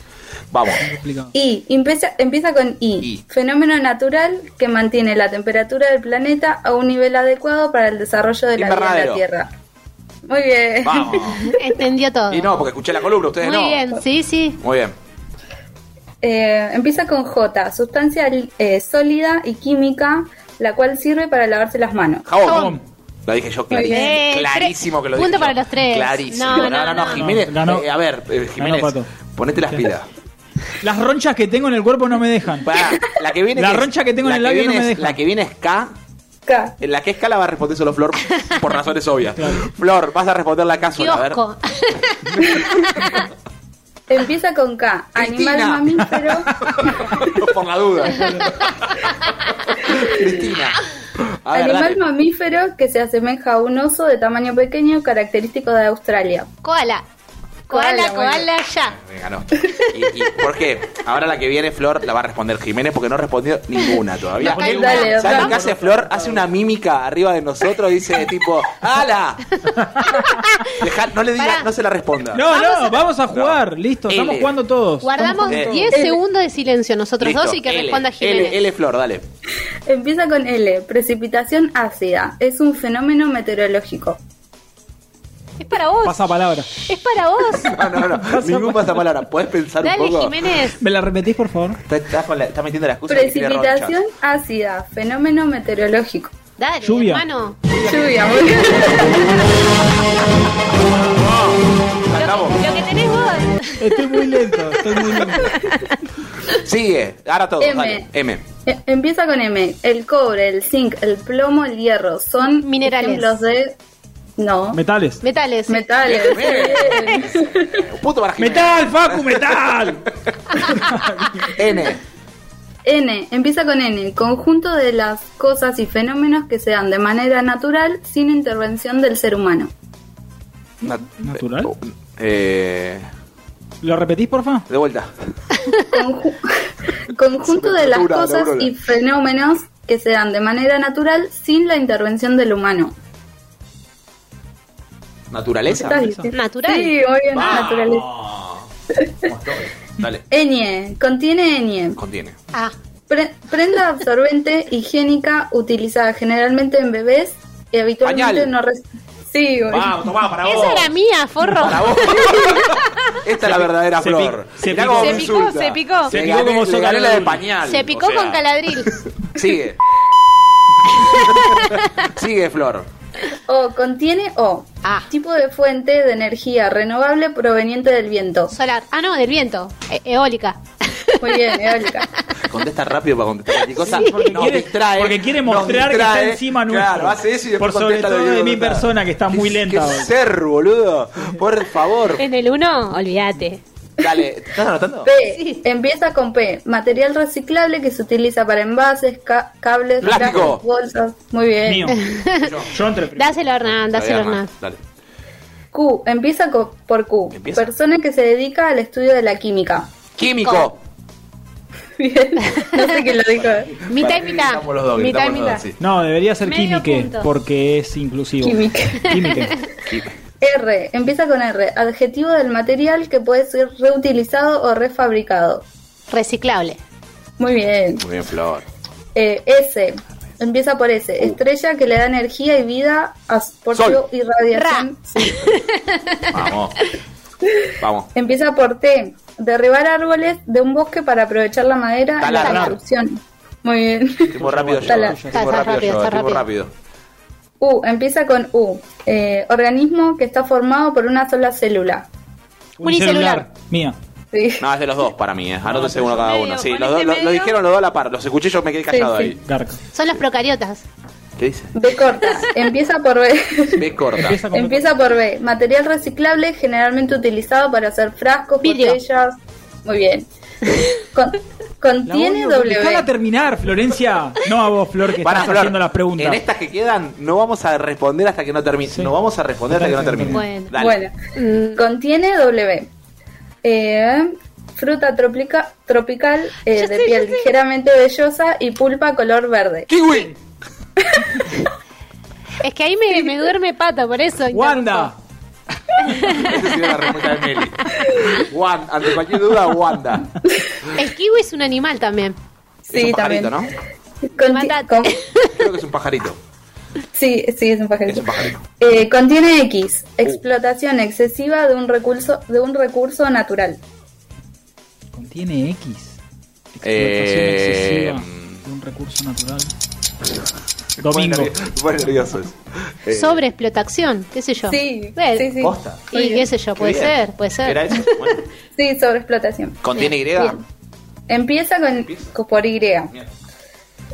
Speaker 4: Vamos.
Speaker 5: Complicado.
Speaker 10: I. Empieza, empieza con I.
Speaker 4: I.
Speaker 10: Fenómeno natural que mantiene la temperatura del planeta a un nivel adecuado para el desarrollo de la vida en la
Speaker 4: Invernadero.
Speaker 10: Tierra. Muy bien.
Speaker 4: Vamos.
Speaker 6: Entendió todo.
Speaker 4: Y no, porque escuché la columna, ustedes
Speaker 6: Muy
Speaker 4: no.
Speaker 6: bien, sí, sí.
Speaker 4: Muy bien.
Speaker 10: Eh, empieza con J. Sustancia eh, sólida y química, la cual sirve para lavarse las manos.
Speaker 4: Jabón.
Speaker 5: Jabón.
Speaker 4: Lo Oh, dije yo clarísimo.
Speaker 6: bien. Eh,
Speaker 4: clarísimo que lo dije.
Speaker 6: punto
Speaker 4: yo.
Speaker 6: para los tres.
Speaker 4: Clarísimo.
Speaker 6: No, no, no.
Speaker 4: Jiménez.
Speaker 5: Ganó.
Speaker 4: eh, a ver, eh, Jiménez.
Speaker 5: Ganó Pato.
Speaker 4: ponete las pilas.
Speaker 5: Las ronchas que tengo en el cuerpo no me dejan.
Speaker 4: Pará, la que viene
Speaker 5: La
Speaker 4: es-
Speaker 5: roncha que tengo en el labio
Speaker 4: viene
Speaker 5: no me
Speaker 4: es-
Speaker 5: deja.
Speaker 4: La que viene es K.
Speaker 10: K.
Speaker 4: En la que es K la va a responder solo Flor por razones obvias. Flor, vas a responder la K sola. A ver.
Speaker 6: Kiosco.
Speaker 10: Empieza con K. Animal
Speaker 4: Cristina.
Speaker 10: mamífero.
Speaker 4: por la duda. Cristina. A ver,
Speaker 10: Animal
Speaker 4: dale.
Speaker 10: mamífero que se asemeja a un oso de tamaño pequeño característico de Australia.
Speaker 6: Koala.
Speaker 10: Koala,
Speaker 6: Koala,
Speaker 10: bueno.
Speaker 6: koala, ya.
Speaker 4: Me ganó. ¿Y, y por qué? Ahora la que viene Flor la va a responder Jiménez porque no respondió ninguna todavía.
Speaker 10: Ay, dale,
Speaker 4: ¿Sabes lo
Speaker 10: dale.
Speaker 4: que hace Flor? Hace una mímica arriba de nosotros, dice tipo, ¡Hala! Dejá- no le diga,
Speaker 6: Pará.
Speaker 4: no se la responda.
Speaker 5: No, no, vamos a jugar, listo,
Speaker 4: L.
Speaker 5: estamos jugando todos.
Speaker 6: Guardamos
Speaker 4: juntos.
Speaker 6: 10
Speaker 10: Eh.
Speaker 6: segundos de silencio nosotros
Speaker 4: Listo,
Speaker 6: dos y que
Speaker 4: L,
Speaker 6: responda Jiménez.
Speaker 4: L, L Flor, dale.
Speaker 10: Empieza con L. Precipitación ácida. Es un fenómeno meteorológico.
Speaker 6: Es para vos.
Speaker 5: Pasa palabra.
Speaker 6: Es para vos.
Speaker 4: No, no, no. Ningún pasapalabra. ¿Puedes pensar
Speaker 6: Dale,
Speaker 4: un poco?
Speaker 6: Jiménez.
Speaker 5: ¿Me la repetís, por favor?
Speaker 4: Está- está con la- está metiendo la excusa de que tiene
Speaker 10: Precipitación
Speaker 4: ronchas.
Speaker 10: ácida. Fenómeno meteorológico.
Speaker 6: Dale,
Speaker 5: Lluvia.
Speaker 6: hermano.
Speaker 10: Lluvia. muy bien.
Speaker 4: Ah.
Speaker 6: Lo que, lo que tenés vos.
Speaker 5: Estoy muy lento, estoy muy lento.
Speaker 4: Sigue, ahora todo.
Speaker 10: M.
Speaker 4: Dale. M.
Speaker 10: Eh, Empieza con M. El cobre, el zinc, el plomo, el hierro son
Speaker 6: Minerales.
Speaker 10: ejemplos de no
Speaker 5: Metales.
Speaker 6: Metales.
Speaker 10: metales.
Speaker 4: Un punto para Jiménez.
Speaker 5: ¡Metal, Facu, metal!
Speaker 4: N.
Speaker 10: N. Empieza con N. Conjunto de las cosas y fenómenos que se dan de manera natural sin intervención del ser humano.
Speaker 4: Nat-
Speaker 5: ¿Natural?
Speaker 4: Eh,
Speaker 5: ¿Lo repetís, porfa?
Speaker 4: de vuelta.
Speaker 10: Conju- conjunto de las
Speaker 4: Dura,
Speaker 10: cosas
Speaker 4: dura.
Speaker 10: y fenómenos que se dan de manera natural sin la intervención del humano.
Speaker 4: ¿Naturaleza?
Speaker 10: Está difícil.
Speaker 6: Natural.
Speaker 10: Sí, muy bien,
Speaker 4: Vamos.
Speaker 10: naturaleza.
Speaker 4: ¿Cómo estoy? Dale.
Speaker 10: Ñ. Contiene Ñ.
Speaker 4: Contiene.
Speaker 6: Ah,
Speaker 10: Pre- prenda absorbente higiénica utilizada generalmente en bebés y habitualmente
Speaker 4: Pañal.
Speaker 10: no res- Sí, güey.
Speaker 4: Vamos, tomá, para vos.
Speaker 6: esa era mía, forro.
Speaker 4: Para vos. Esta es la verdadera
Speaker 5: se
Speaker 4: flor.
Speaker 5: pi- se
Speaker 4: Mirá
Speaker 5: picó.
Speaker 4: cómo
Speaker 6: Se
Speaker 4: me
Speaker 6: picó,
Speaker 4: insulta.
Speaker 6: se picó.
Speaker 5: Se
Speaker 4: Le
Speaker 5: picó
Speaker 4: gané-
Speaker 5: como
Speaker 4: le
Speaker 5: Soca
Speaker 4: gané la de
Speaker 5: Lulú.
Speaker 4: pañal.
Speaker 6: Se
Speaker 4: o
Speaker 6: picó
Speaker 4: sea.
Speaker 6: con caladril.
Speaker 4: Sigue. Sigue, Flor.
Speaker 10: O contiene O.
Speaker 6: Ah.
Speaker 10: Tipo de fuente de energía renovable proveniente del viento.
Speaker 6: Solar. Ah, no, del viento. E- eólica.
Speaker 10: Muy bien, eólica.
Speaker 4: Contesta rápido para contestar cualquier cosa.
Speaker 5: Porque,
Speaker 4: Nos
Speaker 5: quiere,
Speaker 4: distrae,
Speaker 5: porque quiere
Speaker 4: nos
Speaker 5: mostrar que
Speaker 4: distrae.
Speaker 5: está encima nuestro.
Speaker 4: Claro, hace eso y después
Speaker 5: Por sobre
Speaker 4: contesta lo
Speaker 5: todo
Speaker 4: que
Speaker 5: de mi
Speaker 4: digo, contá.
Speaker 5: persona, que está muy
Speaker 4: Qué-
Speaker 5: lenta
Speaker 4: Qué
Speaker 5: hoy.
Speaker 4: ser, boludo. Por favor.
Speaker 6: En el uno, olvídate.
Speaker 4: Dale, ¿te ¿estás anotando?
Speaker 10: P. Empieza con P. Material reciclable que se utiliza para envases, ca- cables,
Speaker 4: Plástico.
Speaker 10: frascos, bolsas. Muy bien.
Speaker 5: Mío. Yo, yo entre primero.
Speaker 6: Dáselo a Hernán, dáselo a
Speaker 4: Dale,
Speaker 6: Hernán.
Speaker 4: Hernán, Dale.
Speaker 10: Q. Empieza co- por Q.
Speaker 4: Empieza.
Speaker 10: Persona que se dedica al estudio de la química.
Speaker 4: Químico.
Speaker 10: Bien. No sé quién lo dijo.
Speaker 6: Mitad y
Speaker 4: Para mí
Speaker 6: mitad.
Speaker 4: gritamos los dos,
Speaker 6: mitad y
Speaker 4: gritamos los
Speaker 6: mitad.
Speaker 4: dos, sí.
Speaker 5: No, debería ser
Speaker 6: Medio
Speaker 5: químique,
Speaker 6: punto.
Speaker 5: porque es inclusivo.
Speaker 10: Químique.
Speaker 5: Químique.
Speaker 10: R, empieza con R, adjetivo del material que puede ser reutilizado o refabricado.
Speaker 6: Reciclable.
Speaker 10: Muy bien.
Speaker 4: Muy bien, Flor.
Speaker 10: Eh, S, empieza por S, estrella que le da energía y vida a, su- por
Speaker 4: Uh. Sol.
Speaker 10: su irradiación.
Speaker 4: Vamos. Vamos.
Speaker 10: Empieza por T, derribar árboles de un bosque para aprovechar la madera en la
Speaker 4: Taladrar.
Speaker 10: construcción. Muy bien.
Speaker 4: Tipo rápido
Speaker 10: Está
Speaker 4: yo.
Speaker 10: la-
Speaker 6: está-
Speaker 4: Tipo
Speaker 6: está
Speaker 4: rápido
Speaker 6: rápido,
Speaker 4: yo.
Speaker 6: está
Speaker 4: Tipo
Speaker 6: rápido.
Speaker 4: rápido.
Speaker 10: U, empieza con U. Eh, organismo que está formado por una sola célula.
Speaker 6: Unicelular.
Speaker 5: Mía.
Speaker 10: Sí.
Speaker 4: No, es de los dos para mí, ¿eh? Anótense uno cada uno.
Speaker 11: medio,
Speaker 4: Sí,
Speaker 11: con
Speaker 4: los dos,
Speaker 11: este
Speaker 4: lo, lo
Speaker 11: medio.
Speaker 4: dijeron los dos a la par. Los escuché, yo me quedé callado
Speaker 10: sí.
Speaker 4: ahí.
Speaker 5: Garca.
Speaker 6: Son las procariotas.
Speaker 4: ¿Qué dice?
Speaker 10: B corta. empieza por B.
Speaker 4: B corta.
Speaker 5: Empieza con
Speaker 10: empieza por B. Material reciclable generalmente utilizado para hacer frascos,
Speaker 6: Vidrio.
Speaker 10: botellas. Muy bien. Con- contiene W.
Speaker 5: Déjala terminar, Florencia. No a vos, Flor, que
Speaker 4: Pará,
Speaker 5: estás
Speaker 4: Flor,
Speaker 5: haciendo las preguntas.
Speaker 4: En estas que quedan, no vamos a responder hasta que no termine.
Speaker 5: Sí.
Speaker 4: No vamos a responder hasta que no termine.
Speaker 6: Bueno.
Speaker 4: Dale.
Speaker 10: Bueno, contiene W. Eh, fruta tropica- tropical eh,
Speaker 6: Ya
Speaker 10: de
Speaker 6: sé,
Speaker 10: piel
Speaker 6: ya sé.
Speaker 10: ligeramente vellosa y pulpa color verde.
Speaker 4: ¡Kiwi!
Speaker 6: Es que ahí me, me duerme pata, por eso.
Speaker 5: Wanda.
Speaker 4: Esa sería la respuesta de Meli. Wan- ante cualquier duda, Wanda.
Speaker 6: El kiwi es un animal también.
Speaker 4: es
Speaker 10: Sí,
Speaker 4: un pajarito,
Speaker 10: también.
Speaker 4: ¿no?
Speaker 10: Conti-
Speaker 6: Matate.
Speaker 10: con-
Speaker 4: Creo que es un pajarito.
Speaker 10: sí, sí, es un pajarito.
Speaker 4: Es un pajarito. Oh.
Speaker 10: Eh, contiene X, explotación excesiva de un recurso de un recurso natural.
Speaker 5: Contiene X. Explotación
Speaker 4: Eh,
Speaker 5: excesiva de un recurso natural. Domingo.
Speaker 4: Me pone nervio- me pone nervioso eso. Eh,
Speaker 6: Sobreexplotación, qué sé yo.
Speaker 10: Sí,
Speaker 6: Bueno,
Speaker 10: sí, sí.
Speaker 4: Posta.
Speaker 6: Y qué sé yo,
Speaker 4: Qué
Speaker 6: puede
Speaker 4: bien.
Speaker 6: ser, puede ser.
Speaker 4: Era eso. Bueno,
Speaker 10: Sí, sobreexplotación.
Speaker 4: ¿Contiene Y?
Speaker 10: Bien. Empieza con
Speaker 4: Empieza.
Speaker 10: por Y.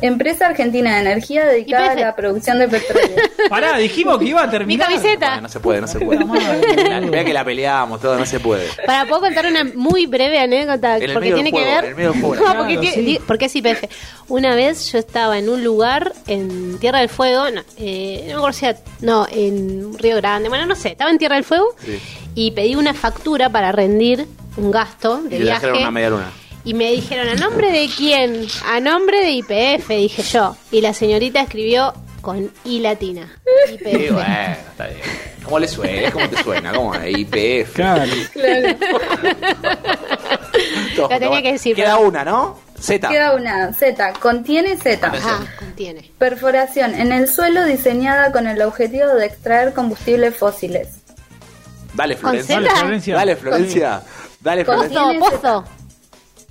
Speaker 10: Empresa Argentina de Energía dedicada a
Speaker 6: YPF.
Speaker 10: la producción de petróleo.
Speaker 5: Pará, dijimos que iba a
Speaker 6: Mi
Speaker 5: terminar.
Speaker 4: Bueno,
Speaker 6: camiseta.
Speaker 4: Eh, no se puede, no se puede.
Speaker 5: La madre,
Speaker 4: La-
Speaker 5: boludo.
Speaker 4: Vea que la peleamos, todo, no se puede.
Speaker 6: Para puedo contar una muy breve anécdota
Speaker 4: En el
Speaker 6: porque
Speaker 4: medio
Speaker 6: tiene
Speaker 4: del juego,
Speaker 6: que ver.
Speaker 4: en el medio del juego.
Speaker 6: No,
Speaker 4: Claro,
Speaker 6: porque, tiene-
Speaker 5: sí.
Speaker 6: di- porque es IPF. Una vez yo estaba en un lugar en Tierra del Fuego, no, eh, no me acuerdo si era- no, en Río Grande, bueno, no sé, estaba en Tierra del Fuego
Speaker 4: Sí.
Speaker 6: y pedí una factura para rendir un gasto
Speaker 4: Y
Speaker 6: de
Speaker 4: le
Speaker 6: viaje.
Speaker 4: dejaron una media luna.
Speaker 6: Y me dijeron, ¿a nombre de quién? A nombre de IPF, dije yo. Y la señorita escribió con I latina.
Speaker 4: Y bueno,
Speaker 6: YPF.
Speaker 4: está bien. ¿Cómo le suena? ¿Cómo te suena? ¿Cómo? IPF.
Speaker 5: Claro.
Speaker 10: Claro.
Speaker 4: Todo,
Speaker 6: La tenía
Speaker 4: todo.
Speaker 6: que decir,
Speaker 4: Queda
Speaker 6: pero-
Speaker 4: una, ¿no? Z.
Speaker 10: Queda una Z, contiene Z.
Speaker 6: Ajá, Ah, contiene.
Speaker 10: Perforación en el suelo diseñada con el objetivo de extraer combustibles fósiles.
Speaker 4: Dale,
Speaker 6: ¿Con
Speaker 4: Florencia.
Speaker 5: Dale,
Speaker 6: Z?
Speaker 5: Florencia.
Speaker 4: Dale, Florencia. Dale,
Speaker 10: Con-
Speaker 4: Florencia.
Speaker 6: Pozo, pozo.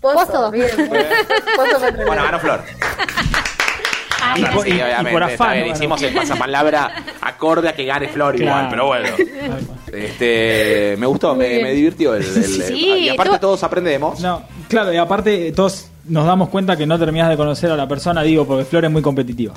Speaker 10: Pozo,
Speaker 6: Pozo.
Speaker 10: bien. Pozo petrolero.
Speaker 4: Bueno, ganó Flor.
Speaker 5: Y
Speaker 4: Ganó,
Speaker 5: por-
Speaker 4: sí,
Speaker 5: y- y
Speaker 4: obviamente,
Speaker 5: por
Speaker 4: está
Speaker 5: afán,
Speaker 4: bien,
Speaker 5: bueno.
Speaker 4: Hicimos el pasapalabra acorde a que gane Flor igual,
Speaker 5: Claro.
Speaker 4: pero bueno. Este, me gustó, me, me divirtió el, el- el-
Speaker 6: Sí,
Speaker 4: Y aparte
Speaker 6: todo-
Speaker 4: todos aprendemos.
Speaker 5: No, claro, y aparte todos nos damos cuenta que no terminás de conocer a la persona, digo, porque Flor es muy competitiva.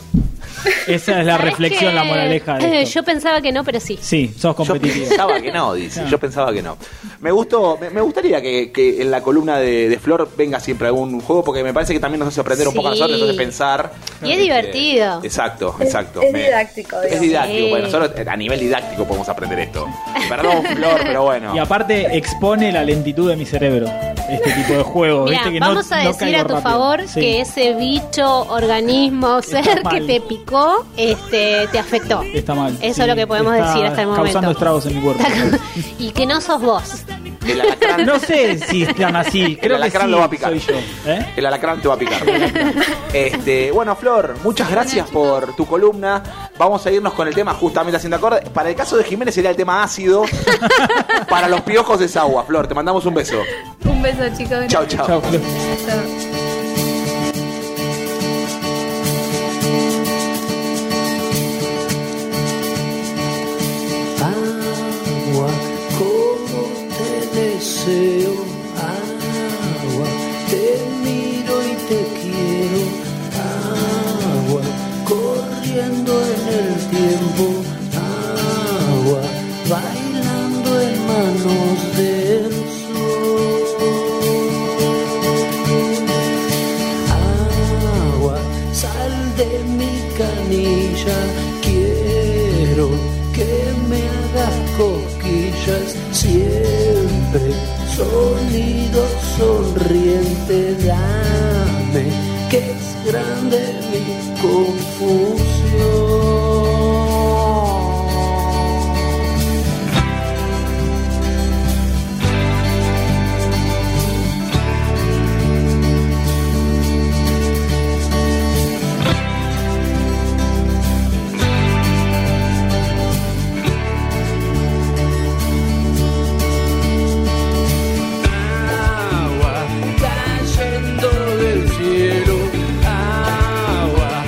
Speaker 5: Esa es la
Speaker 6: ¿Sabés
Speaker 5: reflexión,
Speaker 6: qué?
Speaker 5: la moraleja
Speaker 6: Eh,
Speaker 5: de esto.
Speaker 6: Yo pensaba que no, pero sí.
Speaker 5: Sí, sos
Speaker 4: Yo
Speaker 5: competitiva.
Speaker 4: pensaba que no, dice.
Speaker 5: Claro.
Speaker 4: Yo pensaba que no. Me gustó, me, me gustaría que, que en la columna de, de Flor venga siempre algún juego, porque me parece que también nos hace aprender un poco a
Speaker 6: Sí.
Speaker 4: nosotros, nos hace pensar.
Speaker 6: Y es
Speaker 4: Este,
Speaker 6: divertido.
Speaker 4: Exacto,
Speaker 10: Es-
Speaker 4: exacto.
Speaker 10: es
Speaker 4: Me-
Speaker 10: didáctico,
Speaker 4: Es
Speaker 10: digamos.
Speaker 4: didáctico,
Speaker 6: Sí.
Speaker 4: bueno, nosotros eh, a nivel didáctico podemos aprender esto. Perdón, Flor, pero bueno.
Speaker 5: Y aparte expone la lentitud de mi cerebro, este tipo de juego.
Speaker 6: Mira,
Speaker 5: ¿viste? Que no-
Speaker 6: vamos a
Speaker 5: no
Speaker 6: decir
Speaker 5: caigo
Speaker 6: a tu
Speaker 5: rápido.
Speaker 6: favor
Speaker 5: Sí.
Speaker 6: que ese bicho, organismo,
Speaker 5: Está
Speaker 6: ser que
Speaker 5: mal.
Speaker 6: te picó, este, te afectó.
Speaker 5: Está mal.
Speaker 6: Eso
Speaker 5: sí,
Speaker 6: es lo que podemos
Speaker 5: está
Speaker 6: decir hasta el momento.
Speaker 5: Causando estragos en mi cuerpo.
Speaker 6: y que no sos vos.
Speaker 4: El alacrán,
Speaker 5: no sé si están así.
Speaker 4: el
Speaker 5: Creo que sí,
Speaker 4: alacrán lo va a picar.
Speaker 5: soy yo. ¿eh?
Speaker 4: El alacrán te va a picar. Este, bueno, Flor, muchas gracias por tu columna. Vamos a irnos con el tema justamente haciendo acorde. Para el caso de Jiménez sería el tema ácido. Para los piojos es agua, Flor. Te mandamos un beso.
Speaker 10: Un beso, chicos.
Speaker 4: Chau, chau.
Speaker 5: Chao, Flor.
Speaker 10: Chau.
Speaker 11: Agua, como te deseo, agua, te miro y te quiero, agua, corriendo en el tiempo, agua, bailando en manos del sol. Agua, sal de mi canilla, quiero que me hagas coquillas siempre. Sonido sonriente, dame, que es grande mi confusión. agua cayendo del cielo, agua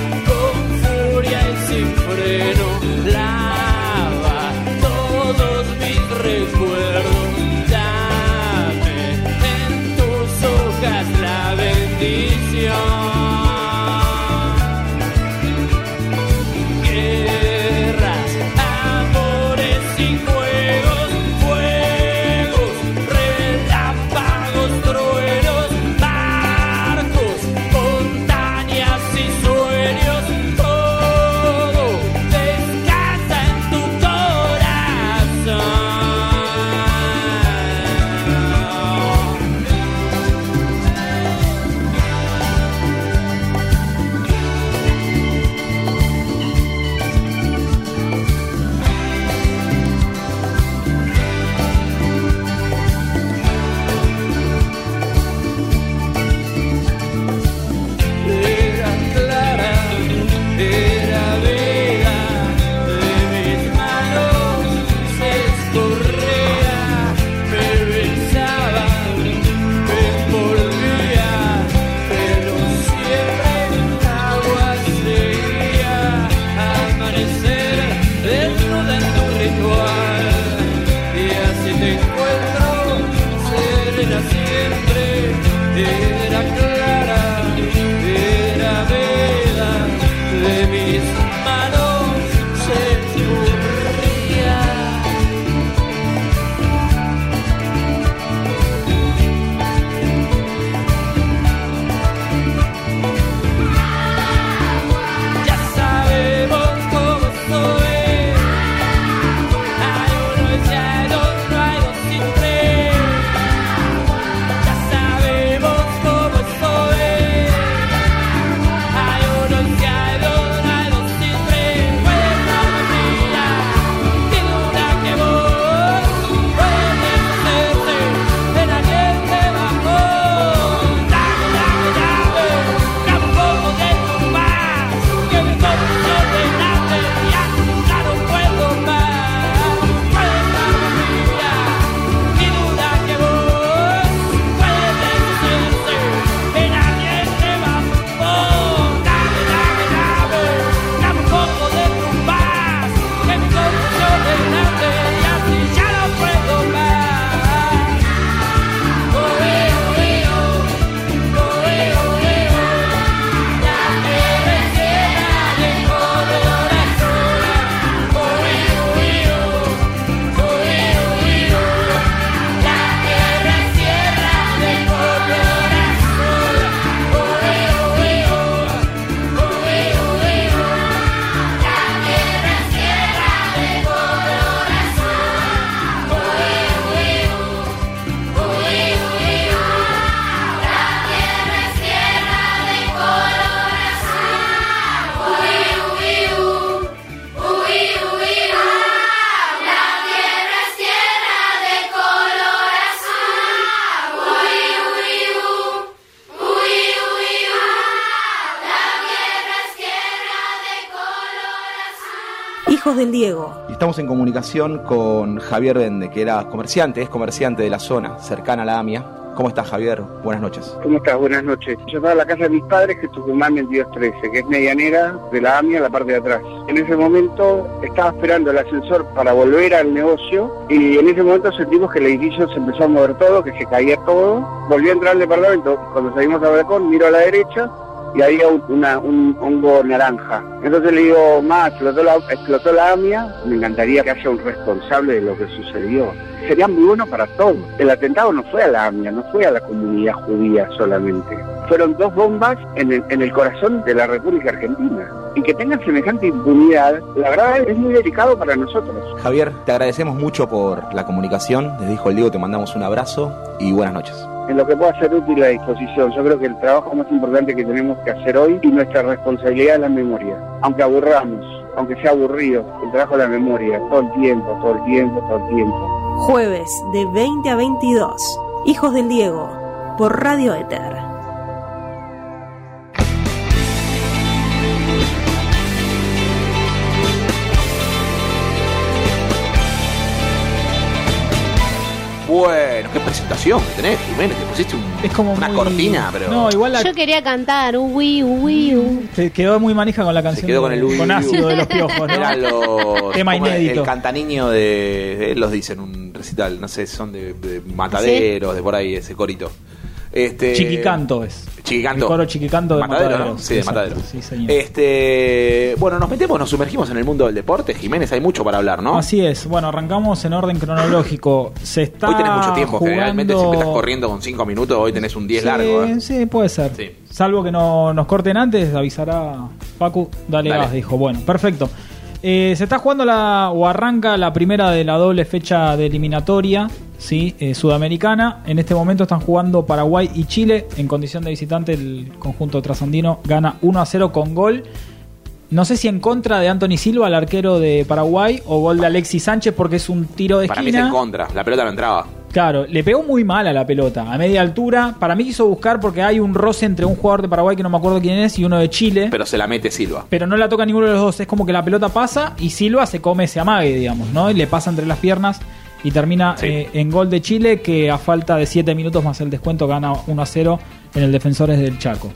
Speaker 1: Hijos del Diego.
Speaker 4: Y estamos en comunicación con Javier Dende, que era comerciante, es comerciante de la zona, cercana a la AMIA. ¿Cómo estás, Javier? Buenas noches.
Speaker 12: ¿Cómo estás? Buenas noches. Yo estaba en la casa de mis padres, que es Tucumán 2213, que es medianera de la AMIA, la parte de atrás. En ese momento estaba esperando el ascensor para volver al negocio y en ese momento sentimos que el edificio se empezó a mover todo, que se caía todo. Volví a entrar al departamento. Cuando salimos al balcón, miro a la derecha y había un- una, un hongo naranja. Entonces le digo, más explotó la, explotó la AMIA, me encantaría que haya un responsable de lo que sucedió. Sería muy bueno para todos. El atentado no fue a la AMIA, no fue a la comunidad judía solamente. Fueron dos bombas en el, en el corazón de la República Argentina. Y que tengan semejante impunidad, la verdad es muy delicado para nosotros.
Speaker 4: Javier, te agradecemos mucho por la comunicación. Desde Hijo del Diego te mandamos un abrazo y buenas noches.
Speaker 12: en lo que pueda ser útil a disposición. Yo creo que el trabajo más importante que tenemos que hacer hoy y nuestra responsabilidad es la memoria. Aunque aburramos, aunque sea aburrido, el trabajo de la memoria, todo el tiempo, todo el tiempo, todo el tiempo.
Speaker 1: Jueves de 20 a 22. Hijos del Diego. Por Radio Éter.
Speaker 4: Bueno, qué presentación que tenés, Jiménez. Te pusiste un- una cortina, pero.
Speaker 5: No, igual la-
Speaker 6: Yo quería cantar un wii, un wii, un-
Speaker 5: Se quedó muy manija con la canción.
Speaker 4: quedó con el Uy,
Speaker 5: Con
Speaker 4: Uy,
Speaker 5: ácido
Speaker 4: Uy.
Speaker 5: de los piojos, ¿no?
Speaker 4: Era los-
Speaker 5: Tema
Speaker 4: ¿cómo es?
Speaker 5: inédito.
Speaker 4: El cantaniño de, de- Los dicen un recital, no sé, son de, de mataderos, de por ahí, ese corito. Este,
Speaker 5: Chiquicanto es.
Speaker 4: Chiquicanto.
Speaker 5: El coro chiquicanto de
Speaker 4: Eh, Matadero,
Speaker 5: Mataderos.
Speaker 4: ¿no? Sí, de
Speaker 5: Exacto,
Speaker 4: Matadero.
Speaker 5: sí, señor.
Speaker 4: Este, bueno, nos metemos, nos sumergimos en el mundo del deporte. Jiménez, hay mucho para hablar, ¿no?
Speaker 5: Así es. Bueno, arrancamos en orden cronológico. Se está
Speaker 4: Hoy tenés mucho tiempo,
Speaker 5: jugando...
Speaker 4: generalmente siempre estás corriendo con 5 minutos, hoy tenés un 10
Speaker 5: Sí,
Speaker 4: largo. ¿eh?
Speaker 5: Sí, puede ser.
Speaker 4: Sí.
Speaker 5: Salvo que no nos corten antes, avisará Paco. Dale,
Speaker 4: Dale.
Speaker 5: gas, dijo. Bueno, perfecto. Eh, se está jugando la, o arranca la primera de la doble fecha de eliminatoria ¿sí? Eh, sudamericana. En este momento están jugando Paraguay y Chile. En condición de visitante, el conjunto trasandino gana 1 a 0 con gol. No sé si en contra de Anthony Silva, el arquero de Paraguay, o gol de Alexis Sánchez, porque es un tiro de
Speaker 4: Para mí
Speaker 5: esquina.
Speaker 4: es en contra, la pelota no entraba.
Speaker 5: Claro, le pegó muy mal a la pelota, a media altura. Para mí quiso buscar porque hay un roce entre un jugador de Paraguay que no me acuerdo quién es y uno de Chile. Pero,
Speaker 4: Pero se la mete Silva.
Speaker 5: no la toca ninguno de los dos. Es como que la pelota pasa y Silva se come ese amague, digamos, ¿no? Y le pasa entre las piernas y termina eh, en gol de Chile que a falta de 7 minutos más el descuento gana 1 a 0 en el Defensores del Chaco.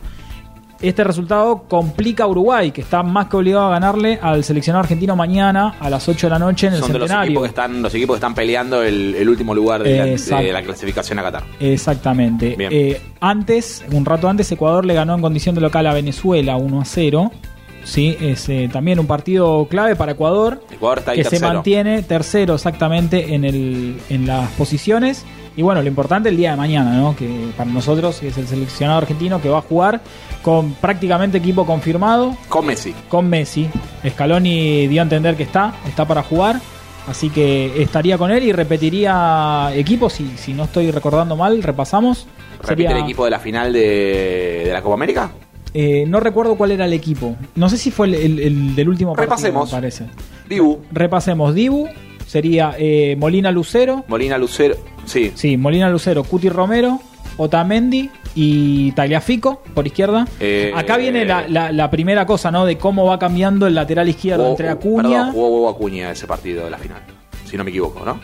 Speaker 5: Este resultado complica a Uruguay, que está más que obligado a ganarle al seleccionado argentino mañana a las 8 de la noche en el
Speaker 4: Son de los
Speaker 5: centenario.
Speaker 4: equipos que están, los equipos que están peleando el, el último lugar de la,
Speaker 5: Exacto.
Speaker 4: de la clasificación a Qatar.
Speaker 5: Exactamente.
Speaker 4: Bien.
Speaker 5: Eh, antes, un rato antes, Ecuador le ganó en condición de local a Venezuela 1 a 0. Sí, es eh, también un partido clave para Ecuador,
Speaker 4: Ecuador está ahí
Speaker 5: que se
Speaker 4: tercero.
Speaker 5: mantiene tercero exactamente en, el, en las posiciones. Y bueno, lo importante el día de mañana, ¿no? que para nosotros es el seleccionado argentino que va a jugar con prácticamente equipo confirmado,
Speaker 4: Con Messi.
Speaker 5: con Messi. Scaloni dio a entender que está, está para jugar. Así que estaría con él y repetiría equipo, si, si no estoy recordando mal, repasamos.
Speaker 4: ¿Repite
Speaker 5: Sería-
Speaker 4: el equipo de la final de, de la Copa América?
Speaker 5: eh, no recuerdo cuál era el equipo. No sé si fue el, el- el del último partido,
Speaker 4: Repasemos.
Speaker 5: me parece.
Speaker 4: Dibu,
Speaker 5: Repasemos. Dibu, sería eh, Molina Lucero.
Speaker 4: Molina, Lucero. Sí,
Speaker 5: Sí, Molina Lucero, Cuti Romero, Otamendi y Tagliafico por izquierda.
Speaker 4: Eh,
Speaker 5: Acá viene la, la- la primera cosa, ¿no? De cómo va cambiando el lateral izquierdo
Speaker 4: Jugó-
Speaker 5: entre Acuña.
Speaker 4: Oh, Perdón, jugó Hugo Acuña ese partido de la final. Si no me equivoco, ¿no?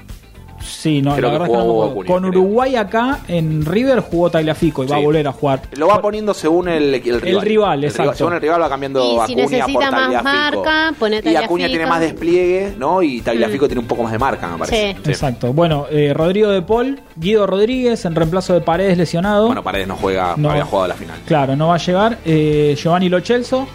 Speaker 5: Sí, no,
Speaker 4: Creo
Speaker 5: la
Speaker 4: que
Speaker 5: verdad es que no
Speaker 4: jugó
Speaker 5: me acuerdo.
Speaker 4: Acuña,
Speaker 5: Con
Speaker 4: creo.
Speaker 5: Uruguay acá en River jugó Tagliafico y va a
Speaker 4: Sí.
Speaker 5: volver a jugar.
Speaker 4: Lo va poniendo según el, el rival.
Speaker 5: rival, exacto.
Speaker 4: Según el rival va cambiando
Speaker 6: Y si
Speaker 4: Acuña por
Speaker 6: necesita más
Speaker 4: Tagliafico.
Speaker 6: marca, pone
Speaker 4: y Acuña
Speaker 6: Tagliafico.
Speaker 4: tiene más despliegue, ¿no? Y Tagliafico tiene un poco más de marca, me parece.
Speaker 6: Sí.
Speaker 5: Exacto. Bueno, eh, Rodrigo de Paul, Guido Rodríguez en reemplazo de Paredes lesionado.
Speaker 4: Bueno, Paredes no juega,
Speaker 5: No.
Speaker 4: no había jugado la final.
Speaker 5: claro, no va a llegar. Eh, Giovanni Lochelso,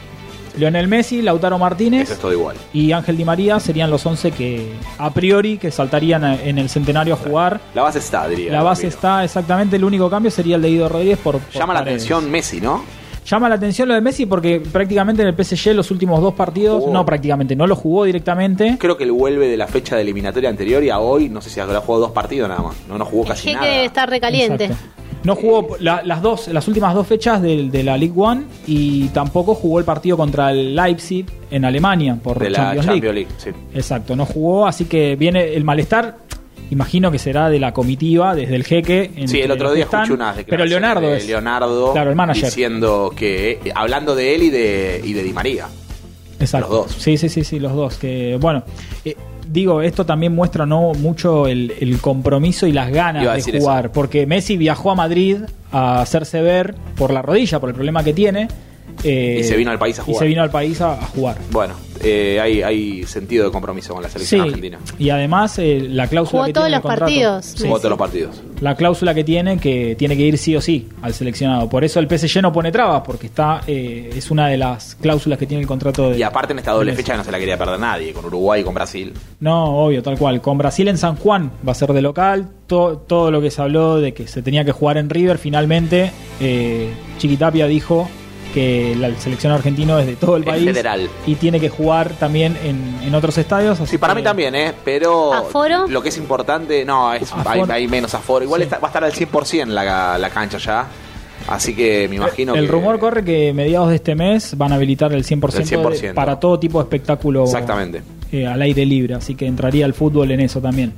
Speaker 5: Lionel Messi, Lautaro Martínez
Speaker 4: Eso es todo igual.
Speaker 5: y Ángel Di María serían los 11 que a priori que saltarían a- en el centenario a jugar.
Speaker 4: La base está, diría.
Speaker 5: La base
Speaker 4: Bambino.
Speaker 5: está exactamente, el único cambio sería el de Guido Rodríguez por, por
Speaker 4: Llama la
Speaker 5: Paredes.
Speaker 4: atención Messi, ¿no?
Speaker 5: Llama la atención lo de Messi porque prácticamente en el PSG los últimos dos partidos,
Speaker 4: Jugó.
Speaker 5: no prácticamente, no lo jugó directamente.
Speaker 4: Creo que él vuelve de la fecha de eliminatoria anterior y a hoy, no sé si ha jugado dos partidos nada más. No, no jugó
Speaker 6: El
Speaker 4: casi
Speaker 6: jeque
Speaker 4: nada.
Speaker 6: debe estar recaliente.
Speaker 5: Exacto. No jugó la- las dos, las últimas dos fechas del- de, la League One y tampoco jugó el partido contra el Leipzig en Alemania por
Speaker 4: de la
Speaker 5: Champions,
Speaker 4: Champions,
Speaker 5: League.
Speaker 4: League. sí.
Speaker 5: Exacto, no jugó, así que viene el malestar. Imagino que será de la comitiva, desde el jeque. en
Speaker 4: Sí, el
Speaker 5: que
Speaker 4: otro
Speaker 5: los
Speaker 4: día
Speaker 5: están,
Speaker 4: escuché unas
Speaker 5: Pero
Speaker 4: declaraciones
Speaker 5: Leonardo
Speaker 4: de
Speaker 5: es.
Speaker 4: Leonardo eh,
Speaker 5: Claro, el manager.
Speaker 4: diciendo que hablando de él y de y de Di María.
Speaker 5: Exacto. Los dos. Sí, sí, sí, sí, los dos. Que, bueno, eh, digo, esto también muestra ¿no? mucho el, el compromiso y las ganas
Speaker 4: Iba a
Speaker 5: de
Speaker 4: decir
Speaker 5: jugar. Porque Messi viajó a Madrid a hacerse ver por la rodilla, por el problema que tiene. eh,
Speaker 4: Y se vino al país a
Speaker 5: Y
Speaker 4: jugar.
Speaker 5: se vino al país a- a jugar.
Speaker 4: Bueno, eh, hay, hay sentido de compromiso con la selección argentina.
Speaker 5: Y además eh, la cláusula
Speaker 6: Jugó
Speaker 5: que
Speaker 6: todos
Speaker 5: tiene en el
Speaker 6: los
Speaker 5: contrato-
Speaker 6: partidos.
Speaker 5: Sí.
Speaker 4: Jugó todos los partidos.
Speaker 5: La cláusula que tiene que tiene que ir sí o sí al seleccionado. Por eso el PSG no pone trabas porque está eh, es una de las cláusulas que tiene el contrato de
Speaker 4: Y aparte en esta doble fecha que no se la quería perder nadie, con Uruguay y con Brasil.
Speaker 5: No, obvio, tal cual. Con Brasil en San Juan va a ser de local. To- todo lo que se habló de que se tenía que jugar en River, finalmente eh, Chiquitapia dijo que la- el seleccionado argentino es de todo el
Speaker 4: En
Speaker 5: país
Speaker 4: general.
Speaker 5: y tiene que jugar también en, en otros estadios. Así
Speaker 4: Sí, para
Speaker 5: que-
Speaker 4: mí también, ¿eh? Pero
Speaker 6: ¿Aforo?
Speaker 4: lo que es importante, no, es, hay, hay menos aforo. Igual está- va a estar al 100% la, la cancha ya. Así que me imagino
Speaker 5: El
Speaker 4: que...
Speaker 5: rumor corre que mediados de este mes van a habilitar el 100%,
Speaker 4: El 100%.
Speaker 5: de- para todo tipo de espectáculo
Speaker 4: Exactamente.
Speaker 5: eh, al aire libre, así que entraría el fútbol en eso también.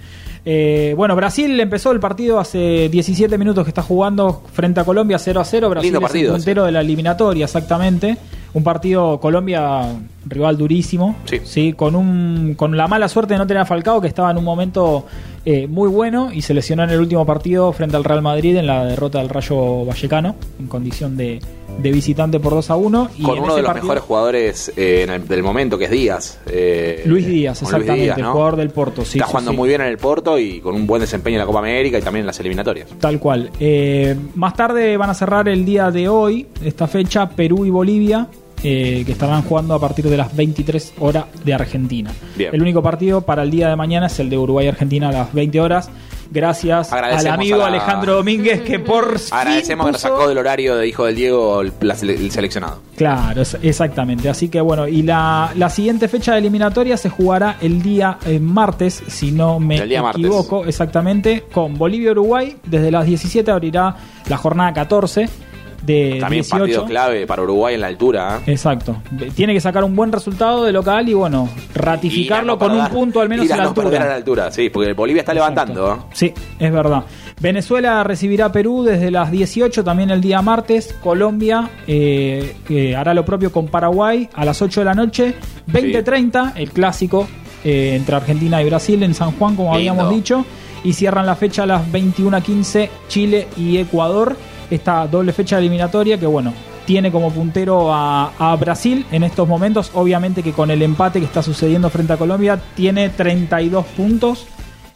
Speaker 5: Eh, bueno, Brasil empezó el partido hace 17 minutos que está jugando frente a Colombia 0 a 0. Brasil
Speaker 4: Lindo
Speaker 5: es
Speaker 4: partido,
Speaker 5: el puntero de la eliminatoria, exactamente. Un partido Colombia rival durísimo, sí. con un con la mala suerte de no tener a Falcao que estaba en un momento eh, muy bueno y se lesionó en el último partido frente al Real Madrid en la derrota del Rayo Vallecano en condición de, de visitante por 2 a 1 y
Speaker 4: con
Speaker 5: en
Speaker 4: uno
Speaker 5: ese
Speaker 4: de los
Speaker 5: partido-
Speaker 4: mejores jugadores eh, en el- del momento, que es Díaz. eh,
Speaker 5: Luis Díaz,
Speaker 4: con Luis
Speaker 5: exactamente,
Speaker 4: Díaz,
Speaker 5: el
Speaker 4: ¿no?
Speaker 5: jugador del Porto. Sí,
Speaker 4: Está
Speaker 5: sí,
Speaker 4: jugando
Speaker 5: sí.
Speaker 4: muy bien en el Porto y con un buen desempeño en la Copa América y también en las eliminatorias.
Speaker 5: Tal cual. Eh, más tarde van a cerrar el día de hoy, esta fecha, Perú y Bolivia, eh, que estarán jugando a partir de las 23 horas de Argentina.
Speaker 4: Bien.
Speaker 5: El único partido para el día de mañana es el de Uruguay-Argentina a las 20 horas. Gracias al
Speaker 4: Agradecemos
Speaker 5: amigo
Speaker 4: a la-
Speaker 5: Alejandro Domínguez que por... fin
Speaker 4: Agradecemos que nos
Speaker 5: puso-
Speaker 4: sacó del horario de Hijo del Diego el, la sele- el seleccionado.
Speaker 5: Claro, es- exactamente. Así que bueno, y la, la siguiente fecha de eliminatoria se jugará el día eh, martes, si no me
Speaker 4: El día martes.
Speaker 5: equivoco, exactamente, con Bolivia-Uruguay. Desde las 17 abrirá la jornada 14 de
Speaker 4: También
Speaker 5: 18.
Speaker 4: partido clave para Uruguay en la altura. ¿eh?
Speaker 5: Exacto. Tiene que sacar un buen resultado de local y bueno, ratificarlo
Speaker 4: Ir a no
Speaker 5: con un
Speaker 4: perder-
Speaker 5: punto al menos
Speaker 4: ir a
Speaker 5: en la
Speaker 4: no
Speaker 5: altura.
Speaker 4: perder a la altura, sí, porque Bolivia está levantando. ¿eh?
Speaker 5: Sí, es verdad. Venezuela recibirá a Perú desde las 18, también el día martes. Colombia eh, eh, hará lo propio con Paraguay a las 8 de la noche. 20.30, el clásico eh, entre Argentina y Brasil en San Juan, como
Speaker 4: Lindo.
Speaker 5: habíamos dicho. Y cierran la fecha a las 21.15, Chile y Ecuador. Esta doble fecha eliminatoria que, bueno, tiene como puntero a, a Brasil en estos momentos. Obviamente que con el empate que está sucediendo frente a Colombia, tiene 32 puntos.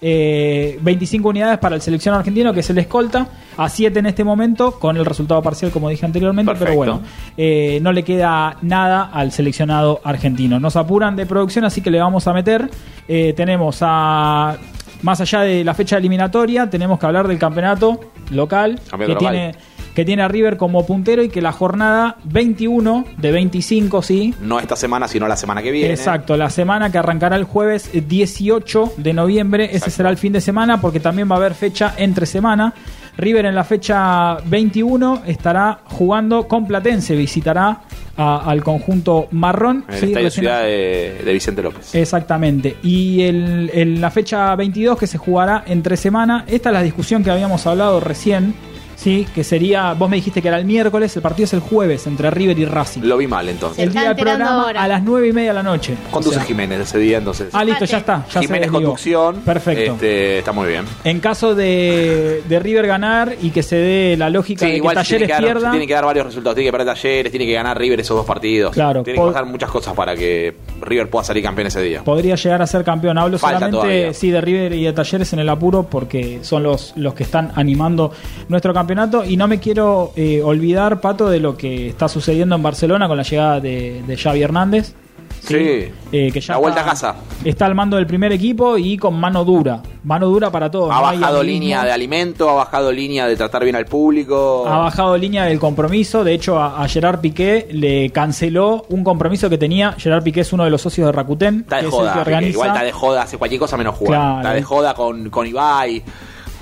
Speaker 5: Eh, 25 unidades para el seleccionado argentino, que es el escolta, a 7 en este momento, con el resultado parcial, como dije anteriormente, pero bueno, eh, no le queda nada al seleccionado argentino. Nos apuran de producción, así que le vamos a meter. Eh, tenemos a. Más allá de la fecha eliminatoria, tenemos que hablar del campeonato local,
Speaker 4: Campeonato
Speaker 5: que
Speaker 4: local.
Speaker 5: tiene, que tiene a River como puntero y que la jornada 21 de 25, sí,
Speaker 4: No esta semana, sino la semana que viene.
Speaker 5: Exacto, la semana que arrancará el jueves 18 de noviembre, ese será el fin de semana porque también va a haber fecha entre semana. River en la fecha 21 estará jugando con Platense, visitará a- al conjunto marrón.
Speaker 4: En el
Speaker 5: Sí,
Speaker 4: Estadio
Speaker 5: recién-
Speaker 4: Ciudad de, de Vicente López.
Speaker 5: Exactamente. Y el- en la fecha 22 que se jugará entre semana, esta es la discusión que habíamos hablado recién, ¿sí? que sería, vos me dijiste que era el miércoles, el partido es el jueves entre River y Racing.
Speaker 4: Lo vi mal entonces.
Speaker 5: el día del programa a las 9 y media de la noche.
Speaker 4: Conduce Jiménez ese día entonces.
Speaker 5: Ah, listo, ya está. Ya se
Speaker 4: Jiménez
Speaker 5: desligó.
Speaker 4: conducción.
Speaker 5: Perfecto.
Speaker 4: Este, está muy bien.
Speaker 5: En caso de, de River ganar y que se dé la lógica
Speaker 4: Sí,
Speaker 5: de que
Speaker 4: igual se
Speaker 5: Talleres
Speaker 4: tiene que, dar, se
Speaker 5: pierda,
Speaker 4: tiene que dar varios resultados. Tiene que perder Talleres, tiene que ganar River esos dos partidos.
Speaker 5: Claro,
Speaker 4: tiene que
Speaker 5: por-
Speaker 4: pasar muchas cosas para que River pueda salir campeón ese día.
Speaker 5: podría llegar a ser campeón. Hablo
Speaker 4: Falta
Speaker 5: solamente
Speaker 4: todavía.
Speaker 5: sí, de River y de Talleres en el apuro porque son los, los que están animando nuestro campeonato. Y no me quiero eh, olvidar, Pato, de lo que está sucediendo en Barcelona con la llegada de, de Xavi Hernández.
Speaker 4: Sí.
Speaker 5: Eh, que ya
Speaker 4: la vuelta a
Speaker 5: está,
Speaker 4: casa.
Speaker 5: está al mando del primer equipo y con mano dura. Mano dura para todos.
Speaker 4: Ha
Speaker 5: no hay
Speaker 4: bajado
Speaker 5: amiguismo.
Speaker 4: línea de alimento, ha bajado línea de tratar bien al público.
Speaker 5: ha bajado línea del compromiso. De hecho, a, a Gerard Piqué le canceló un compromiso que tenía. Gerard Piqué es uno de los socios de Rakuten,
Speaker 4: Está de
Speaker 5: que es el
Speaker 4: joda.
Speaker 5: que
Speaker 4: porque
Speaker 5: organiza.
Speaker 4: Igual está de joda, hace cualquier cosa menos jugar.
Speaker 5: Claro.
Speaker 4: Está de joda con, con Ibai,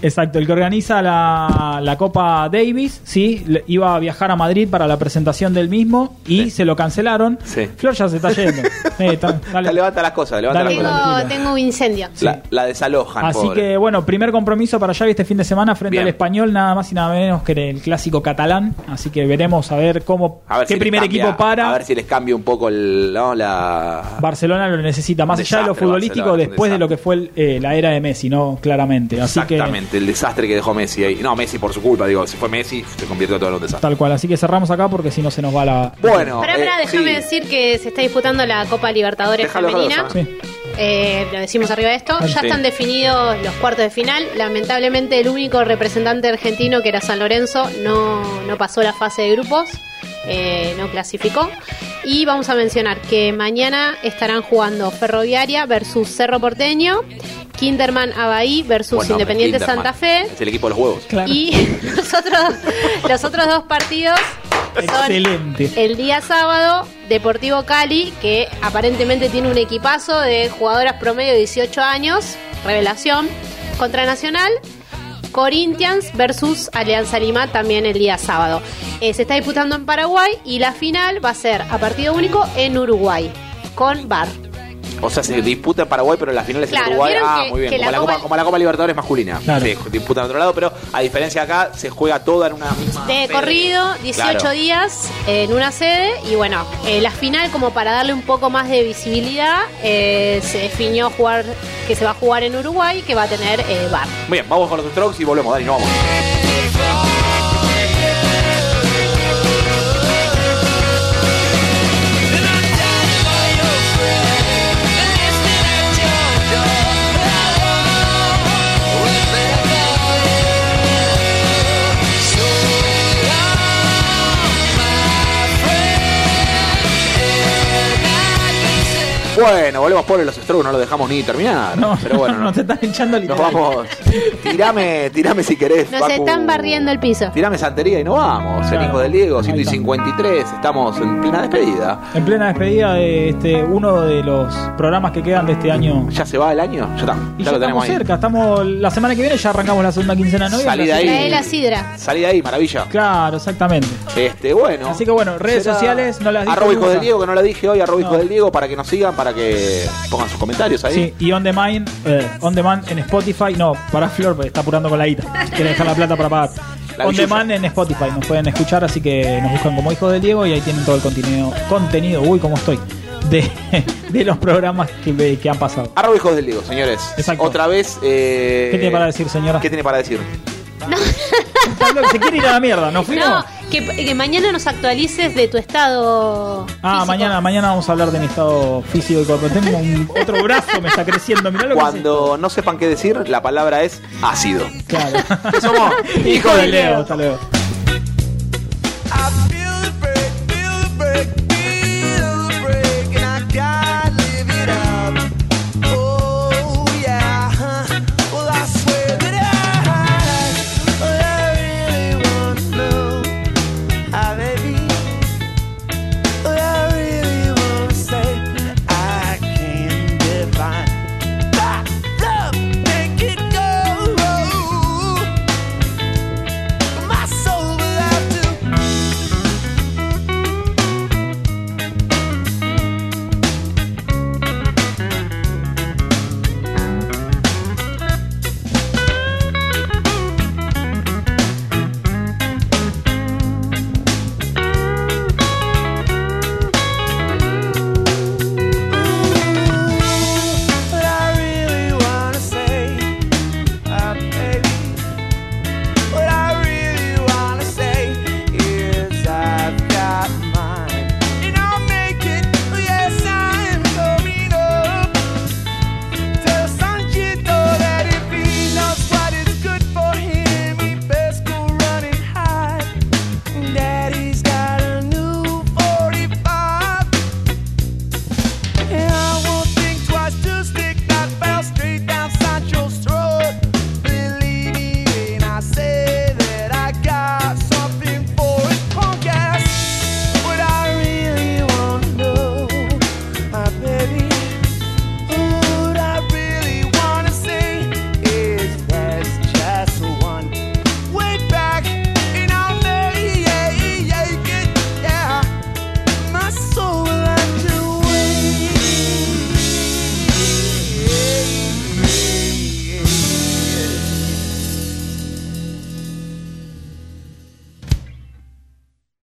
Speaker 5: Exacto, el que organiza la, la Copa Davis, sí, le- iba a viajar a Madrid para la presentación del mismo y se lo cancelaron.
Speaker 4: Sí.
Speaker 5: Flor ya se está yendo. Eh, ta- dale.
Speaker 4: Levanta las cosas, levanta
Speaker 5: Dale.
Speaker 4: las cosas.
Speaker 6: Tengo, tengo un incendio.
Speaker 4: La, la desalojan,
Speaker 5: Así
Speaker 4: pobre.
Speaker 5: que bueno, primer compromiso para Xavi este fin de semana frente
Speaker 4: Bien.
Speaker 5: al español, nada más y nada menos que en el clásico catalán. Así que veremos a ver cómo
Speaker 4: A ver
Speaker 5: qué
Speaker 4: si les
Speaker 5: primer
Speaker 4: cambia-
Speaker 5: equipo para.
Speaker 4: A ver si les cambia un poco el, ¿no? la.
Speaker 5: Barcelona lo necesita, más allá de lo
Speaker 4: Ah. Desastre,
Speaker 5: futbolístico,
Speaker 4: Barcelona,
Speaker 5: después de lo que fue el- eh, la era de Messi, ¿no? Claramente. Así que
Speaker 4: Exactamente, el desastre que dejó Messi ahí. No, Messi por su culpa, digo, si fue Messi, se convirtió todo en un desastre.
Speaker 5: tal cual, así que cerramos acá porque si no se nos va la...
Speaker 4: Bueno,
Speaker 6: Pará,
Speaker 4: eh,
Speaker 6: pará, déjame
Speaker 4: sí.
Speaker 6: decir que se está disputando la Copa Libertadores
Speaker 4: Déjalo, déjalo,
Speaker 6: Femenina.
Speaker 4: déjalo.
Speaker 6: Eh, lo decimos arriba de esto.
Speaker 4: Ah,
Speaker 6: Ya
Speaker 4: sí.
Speaker 6: están definidos los cuartos de final. Lamentablemente, el único representante argentino, que era San Lorenzo, no, no pasó la fase de grupos, eh, no clasificó. Y vamos a mencionar que mañana estarán jugando Ferroviaria versus Cerro Porteño, Kinderman Abaí versus
Speaker 4: Buen nombre,
Speaker 6: Independiente
Speaker 4: Kinderman.
Speaker 6: Santa Fe.
Speaker 4: Es el equipo de los huevos.
Speaker 6: Y los otros, los otros dos partidos son
Speaker 5: Excelente.
Speaker 6: el día sábado, Deportivo Cali, que aparentemente tiene un equipazo de jugadoras promedio de 18 años, revelación, contra Nacional, Corinthians versus Alianza Lima también el día sábado. Eh, se está disputando en Paraguay y la final va a ser a partido único en Uruguay, con VAR.
Speaker 4: O sea, se disputa en Paraguay, pero en las finales
Speaker 6: Claro,
Speaker 4: en Uruguay.
Speaker 6: vieron
Speaker 4: Ah,
Speaker 6: que-
Speaker 4: muy bien.
Speaker 6: que
Speaker 4: Como
Speaker 6: la
Speaker 4: la, Copa,
Speaker 6: Copa-
Speaker 4: como la Copa Libertadores masculina.
Speaker 5: Claro.
Speaker 4: Se disputa en otro lado, pero a diferencia de acá, se juega toda en una misma.
Speaker 6: De
Speaker 4: sede.
Speaker 6: corrido, 18
Speaker 4: Ah, Claro.
Speaker 6: días en una sede y bueno, eh, la final como para darle un poco más de visibilidad eh, se definió jugar que se va a jugar en Uruguay que va a tener eh, bar.
Speaker 4: Muy bien, vamos con los strokes y volvemos, Dani, no vamos. Bueno, volvemos por los strokes, no lo dejamos ni terminar.
Speaker 5: No,
Speaker 4: pero bueno, no.
Speaker 5: nos están echando
Speaker 4: Nos
Speaker 5: literal.
Speaker 4: vamos. Tirame, tirame si querés.
Speaker 6: Nos
Speaker 4: Facu.
Speaker 6: están barriendo el piso.
Speaker 4: Tirame santería y nos vamos. El hijo del Diego, 153. Estamos en plena despedida.
Speaker 5: En plena despedida de este uno de los programas que quedan de este año.
Speaker 4: ¿Ya se va el año? Ya está.
Speaker 5: Y
Speaker 4: ya
Speaker 5: ya,
Speaker 4: lo
Speaker 5: estamos
Speaker 4: tenemos ahí.
Speaker 5: cerca, estamos la semana que viene ya arrancamos la segunda quincena de noviembre.
Speaker 4: Salí de
Speaker 5: así
Speaker 4: ahí.
Speaker 5: que-
Speaker 6: La de la sidra.
Speaker 4: Salí de ahí, maravilla.
Speaker 5: Claro, exactamente.
Speaker 4: Este, bueno.
Speaker 5: Así que bueno, redes
Speaker 4: será
Speaker 5: sociales no las dije
Speaker 4: Arroba hijo
Speaker 5: nunca.
Speaker 4: del Diego, que no la dije hoy. Arroba hijo
Speaker 5: No.
Speaker 4: del Diego para que nos sigan, para que pongan sus comentarios ahí.
Speaker 5: Sí, y on demand, eh, on demand en Spotify, no, para Flor, porque está apurando con la guita, quiere dejar la plata para pagar.
Speaker 4: La
Speaker 5: on
Speaker 4: billulla.
Speaker 5: demand en Spotify, nos pueden escuchar, así que nos buscan como Hijo de Diego y ahí tienen todo el contenido, contenido, uy, cómo estoy, de, de los programas que, que han pasado.
Speaker 4: Arroba hijos del Diego, señores.
Speaker 5: Exacto.
Speaker 4: Otra vez. eh,
Speaker 5: ¿Qué tiene para decir, señora?
Speaker 4: ¿Qué tiene para decir?
Speaker 5: Se quiere ir a la mierda, ¿no fuimos?
Speaker 6: No, que, que mañana nos actualices de tu estado.
Speaker 5: Ah,
Speaker 6: físico.
Speaker 5: mañana, mañana vamos a hablar de mi estado físico y corporal. Tengo un- otro brazo, me está creciendo, mirá lo
Speaker 4: Cuando no sepan qué decir, la palabra es ácido.
Speaker 5: que es esto. Claro.
Speaker 4: ¿Qué somos?
Speaker 5: Hijo de Leo, hasta luego.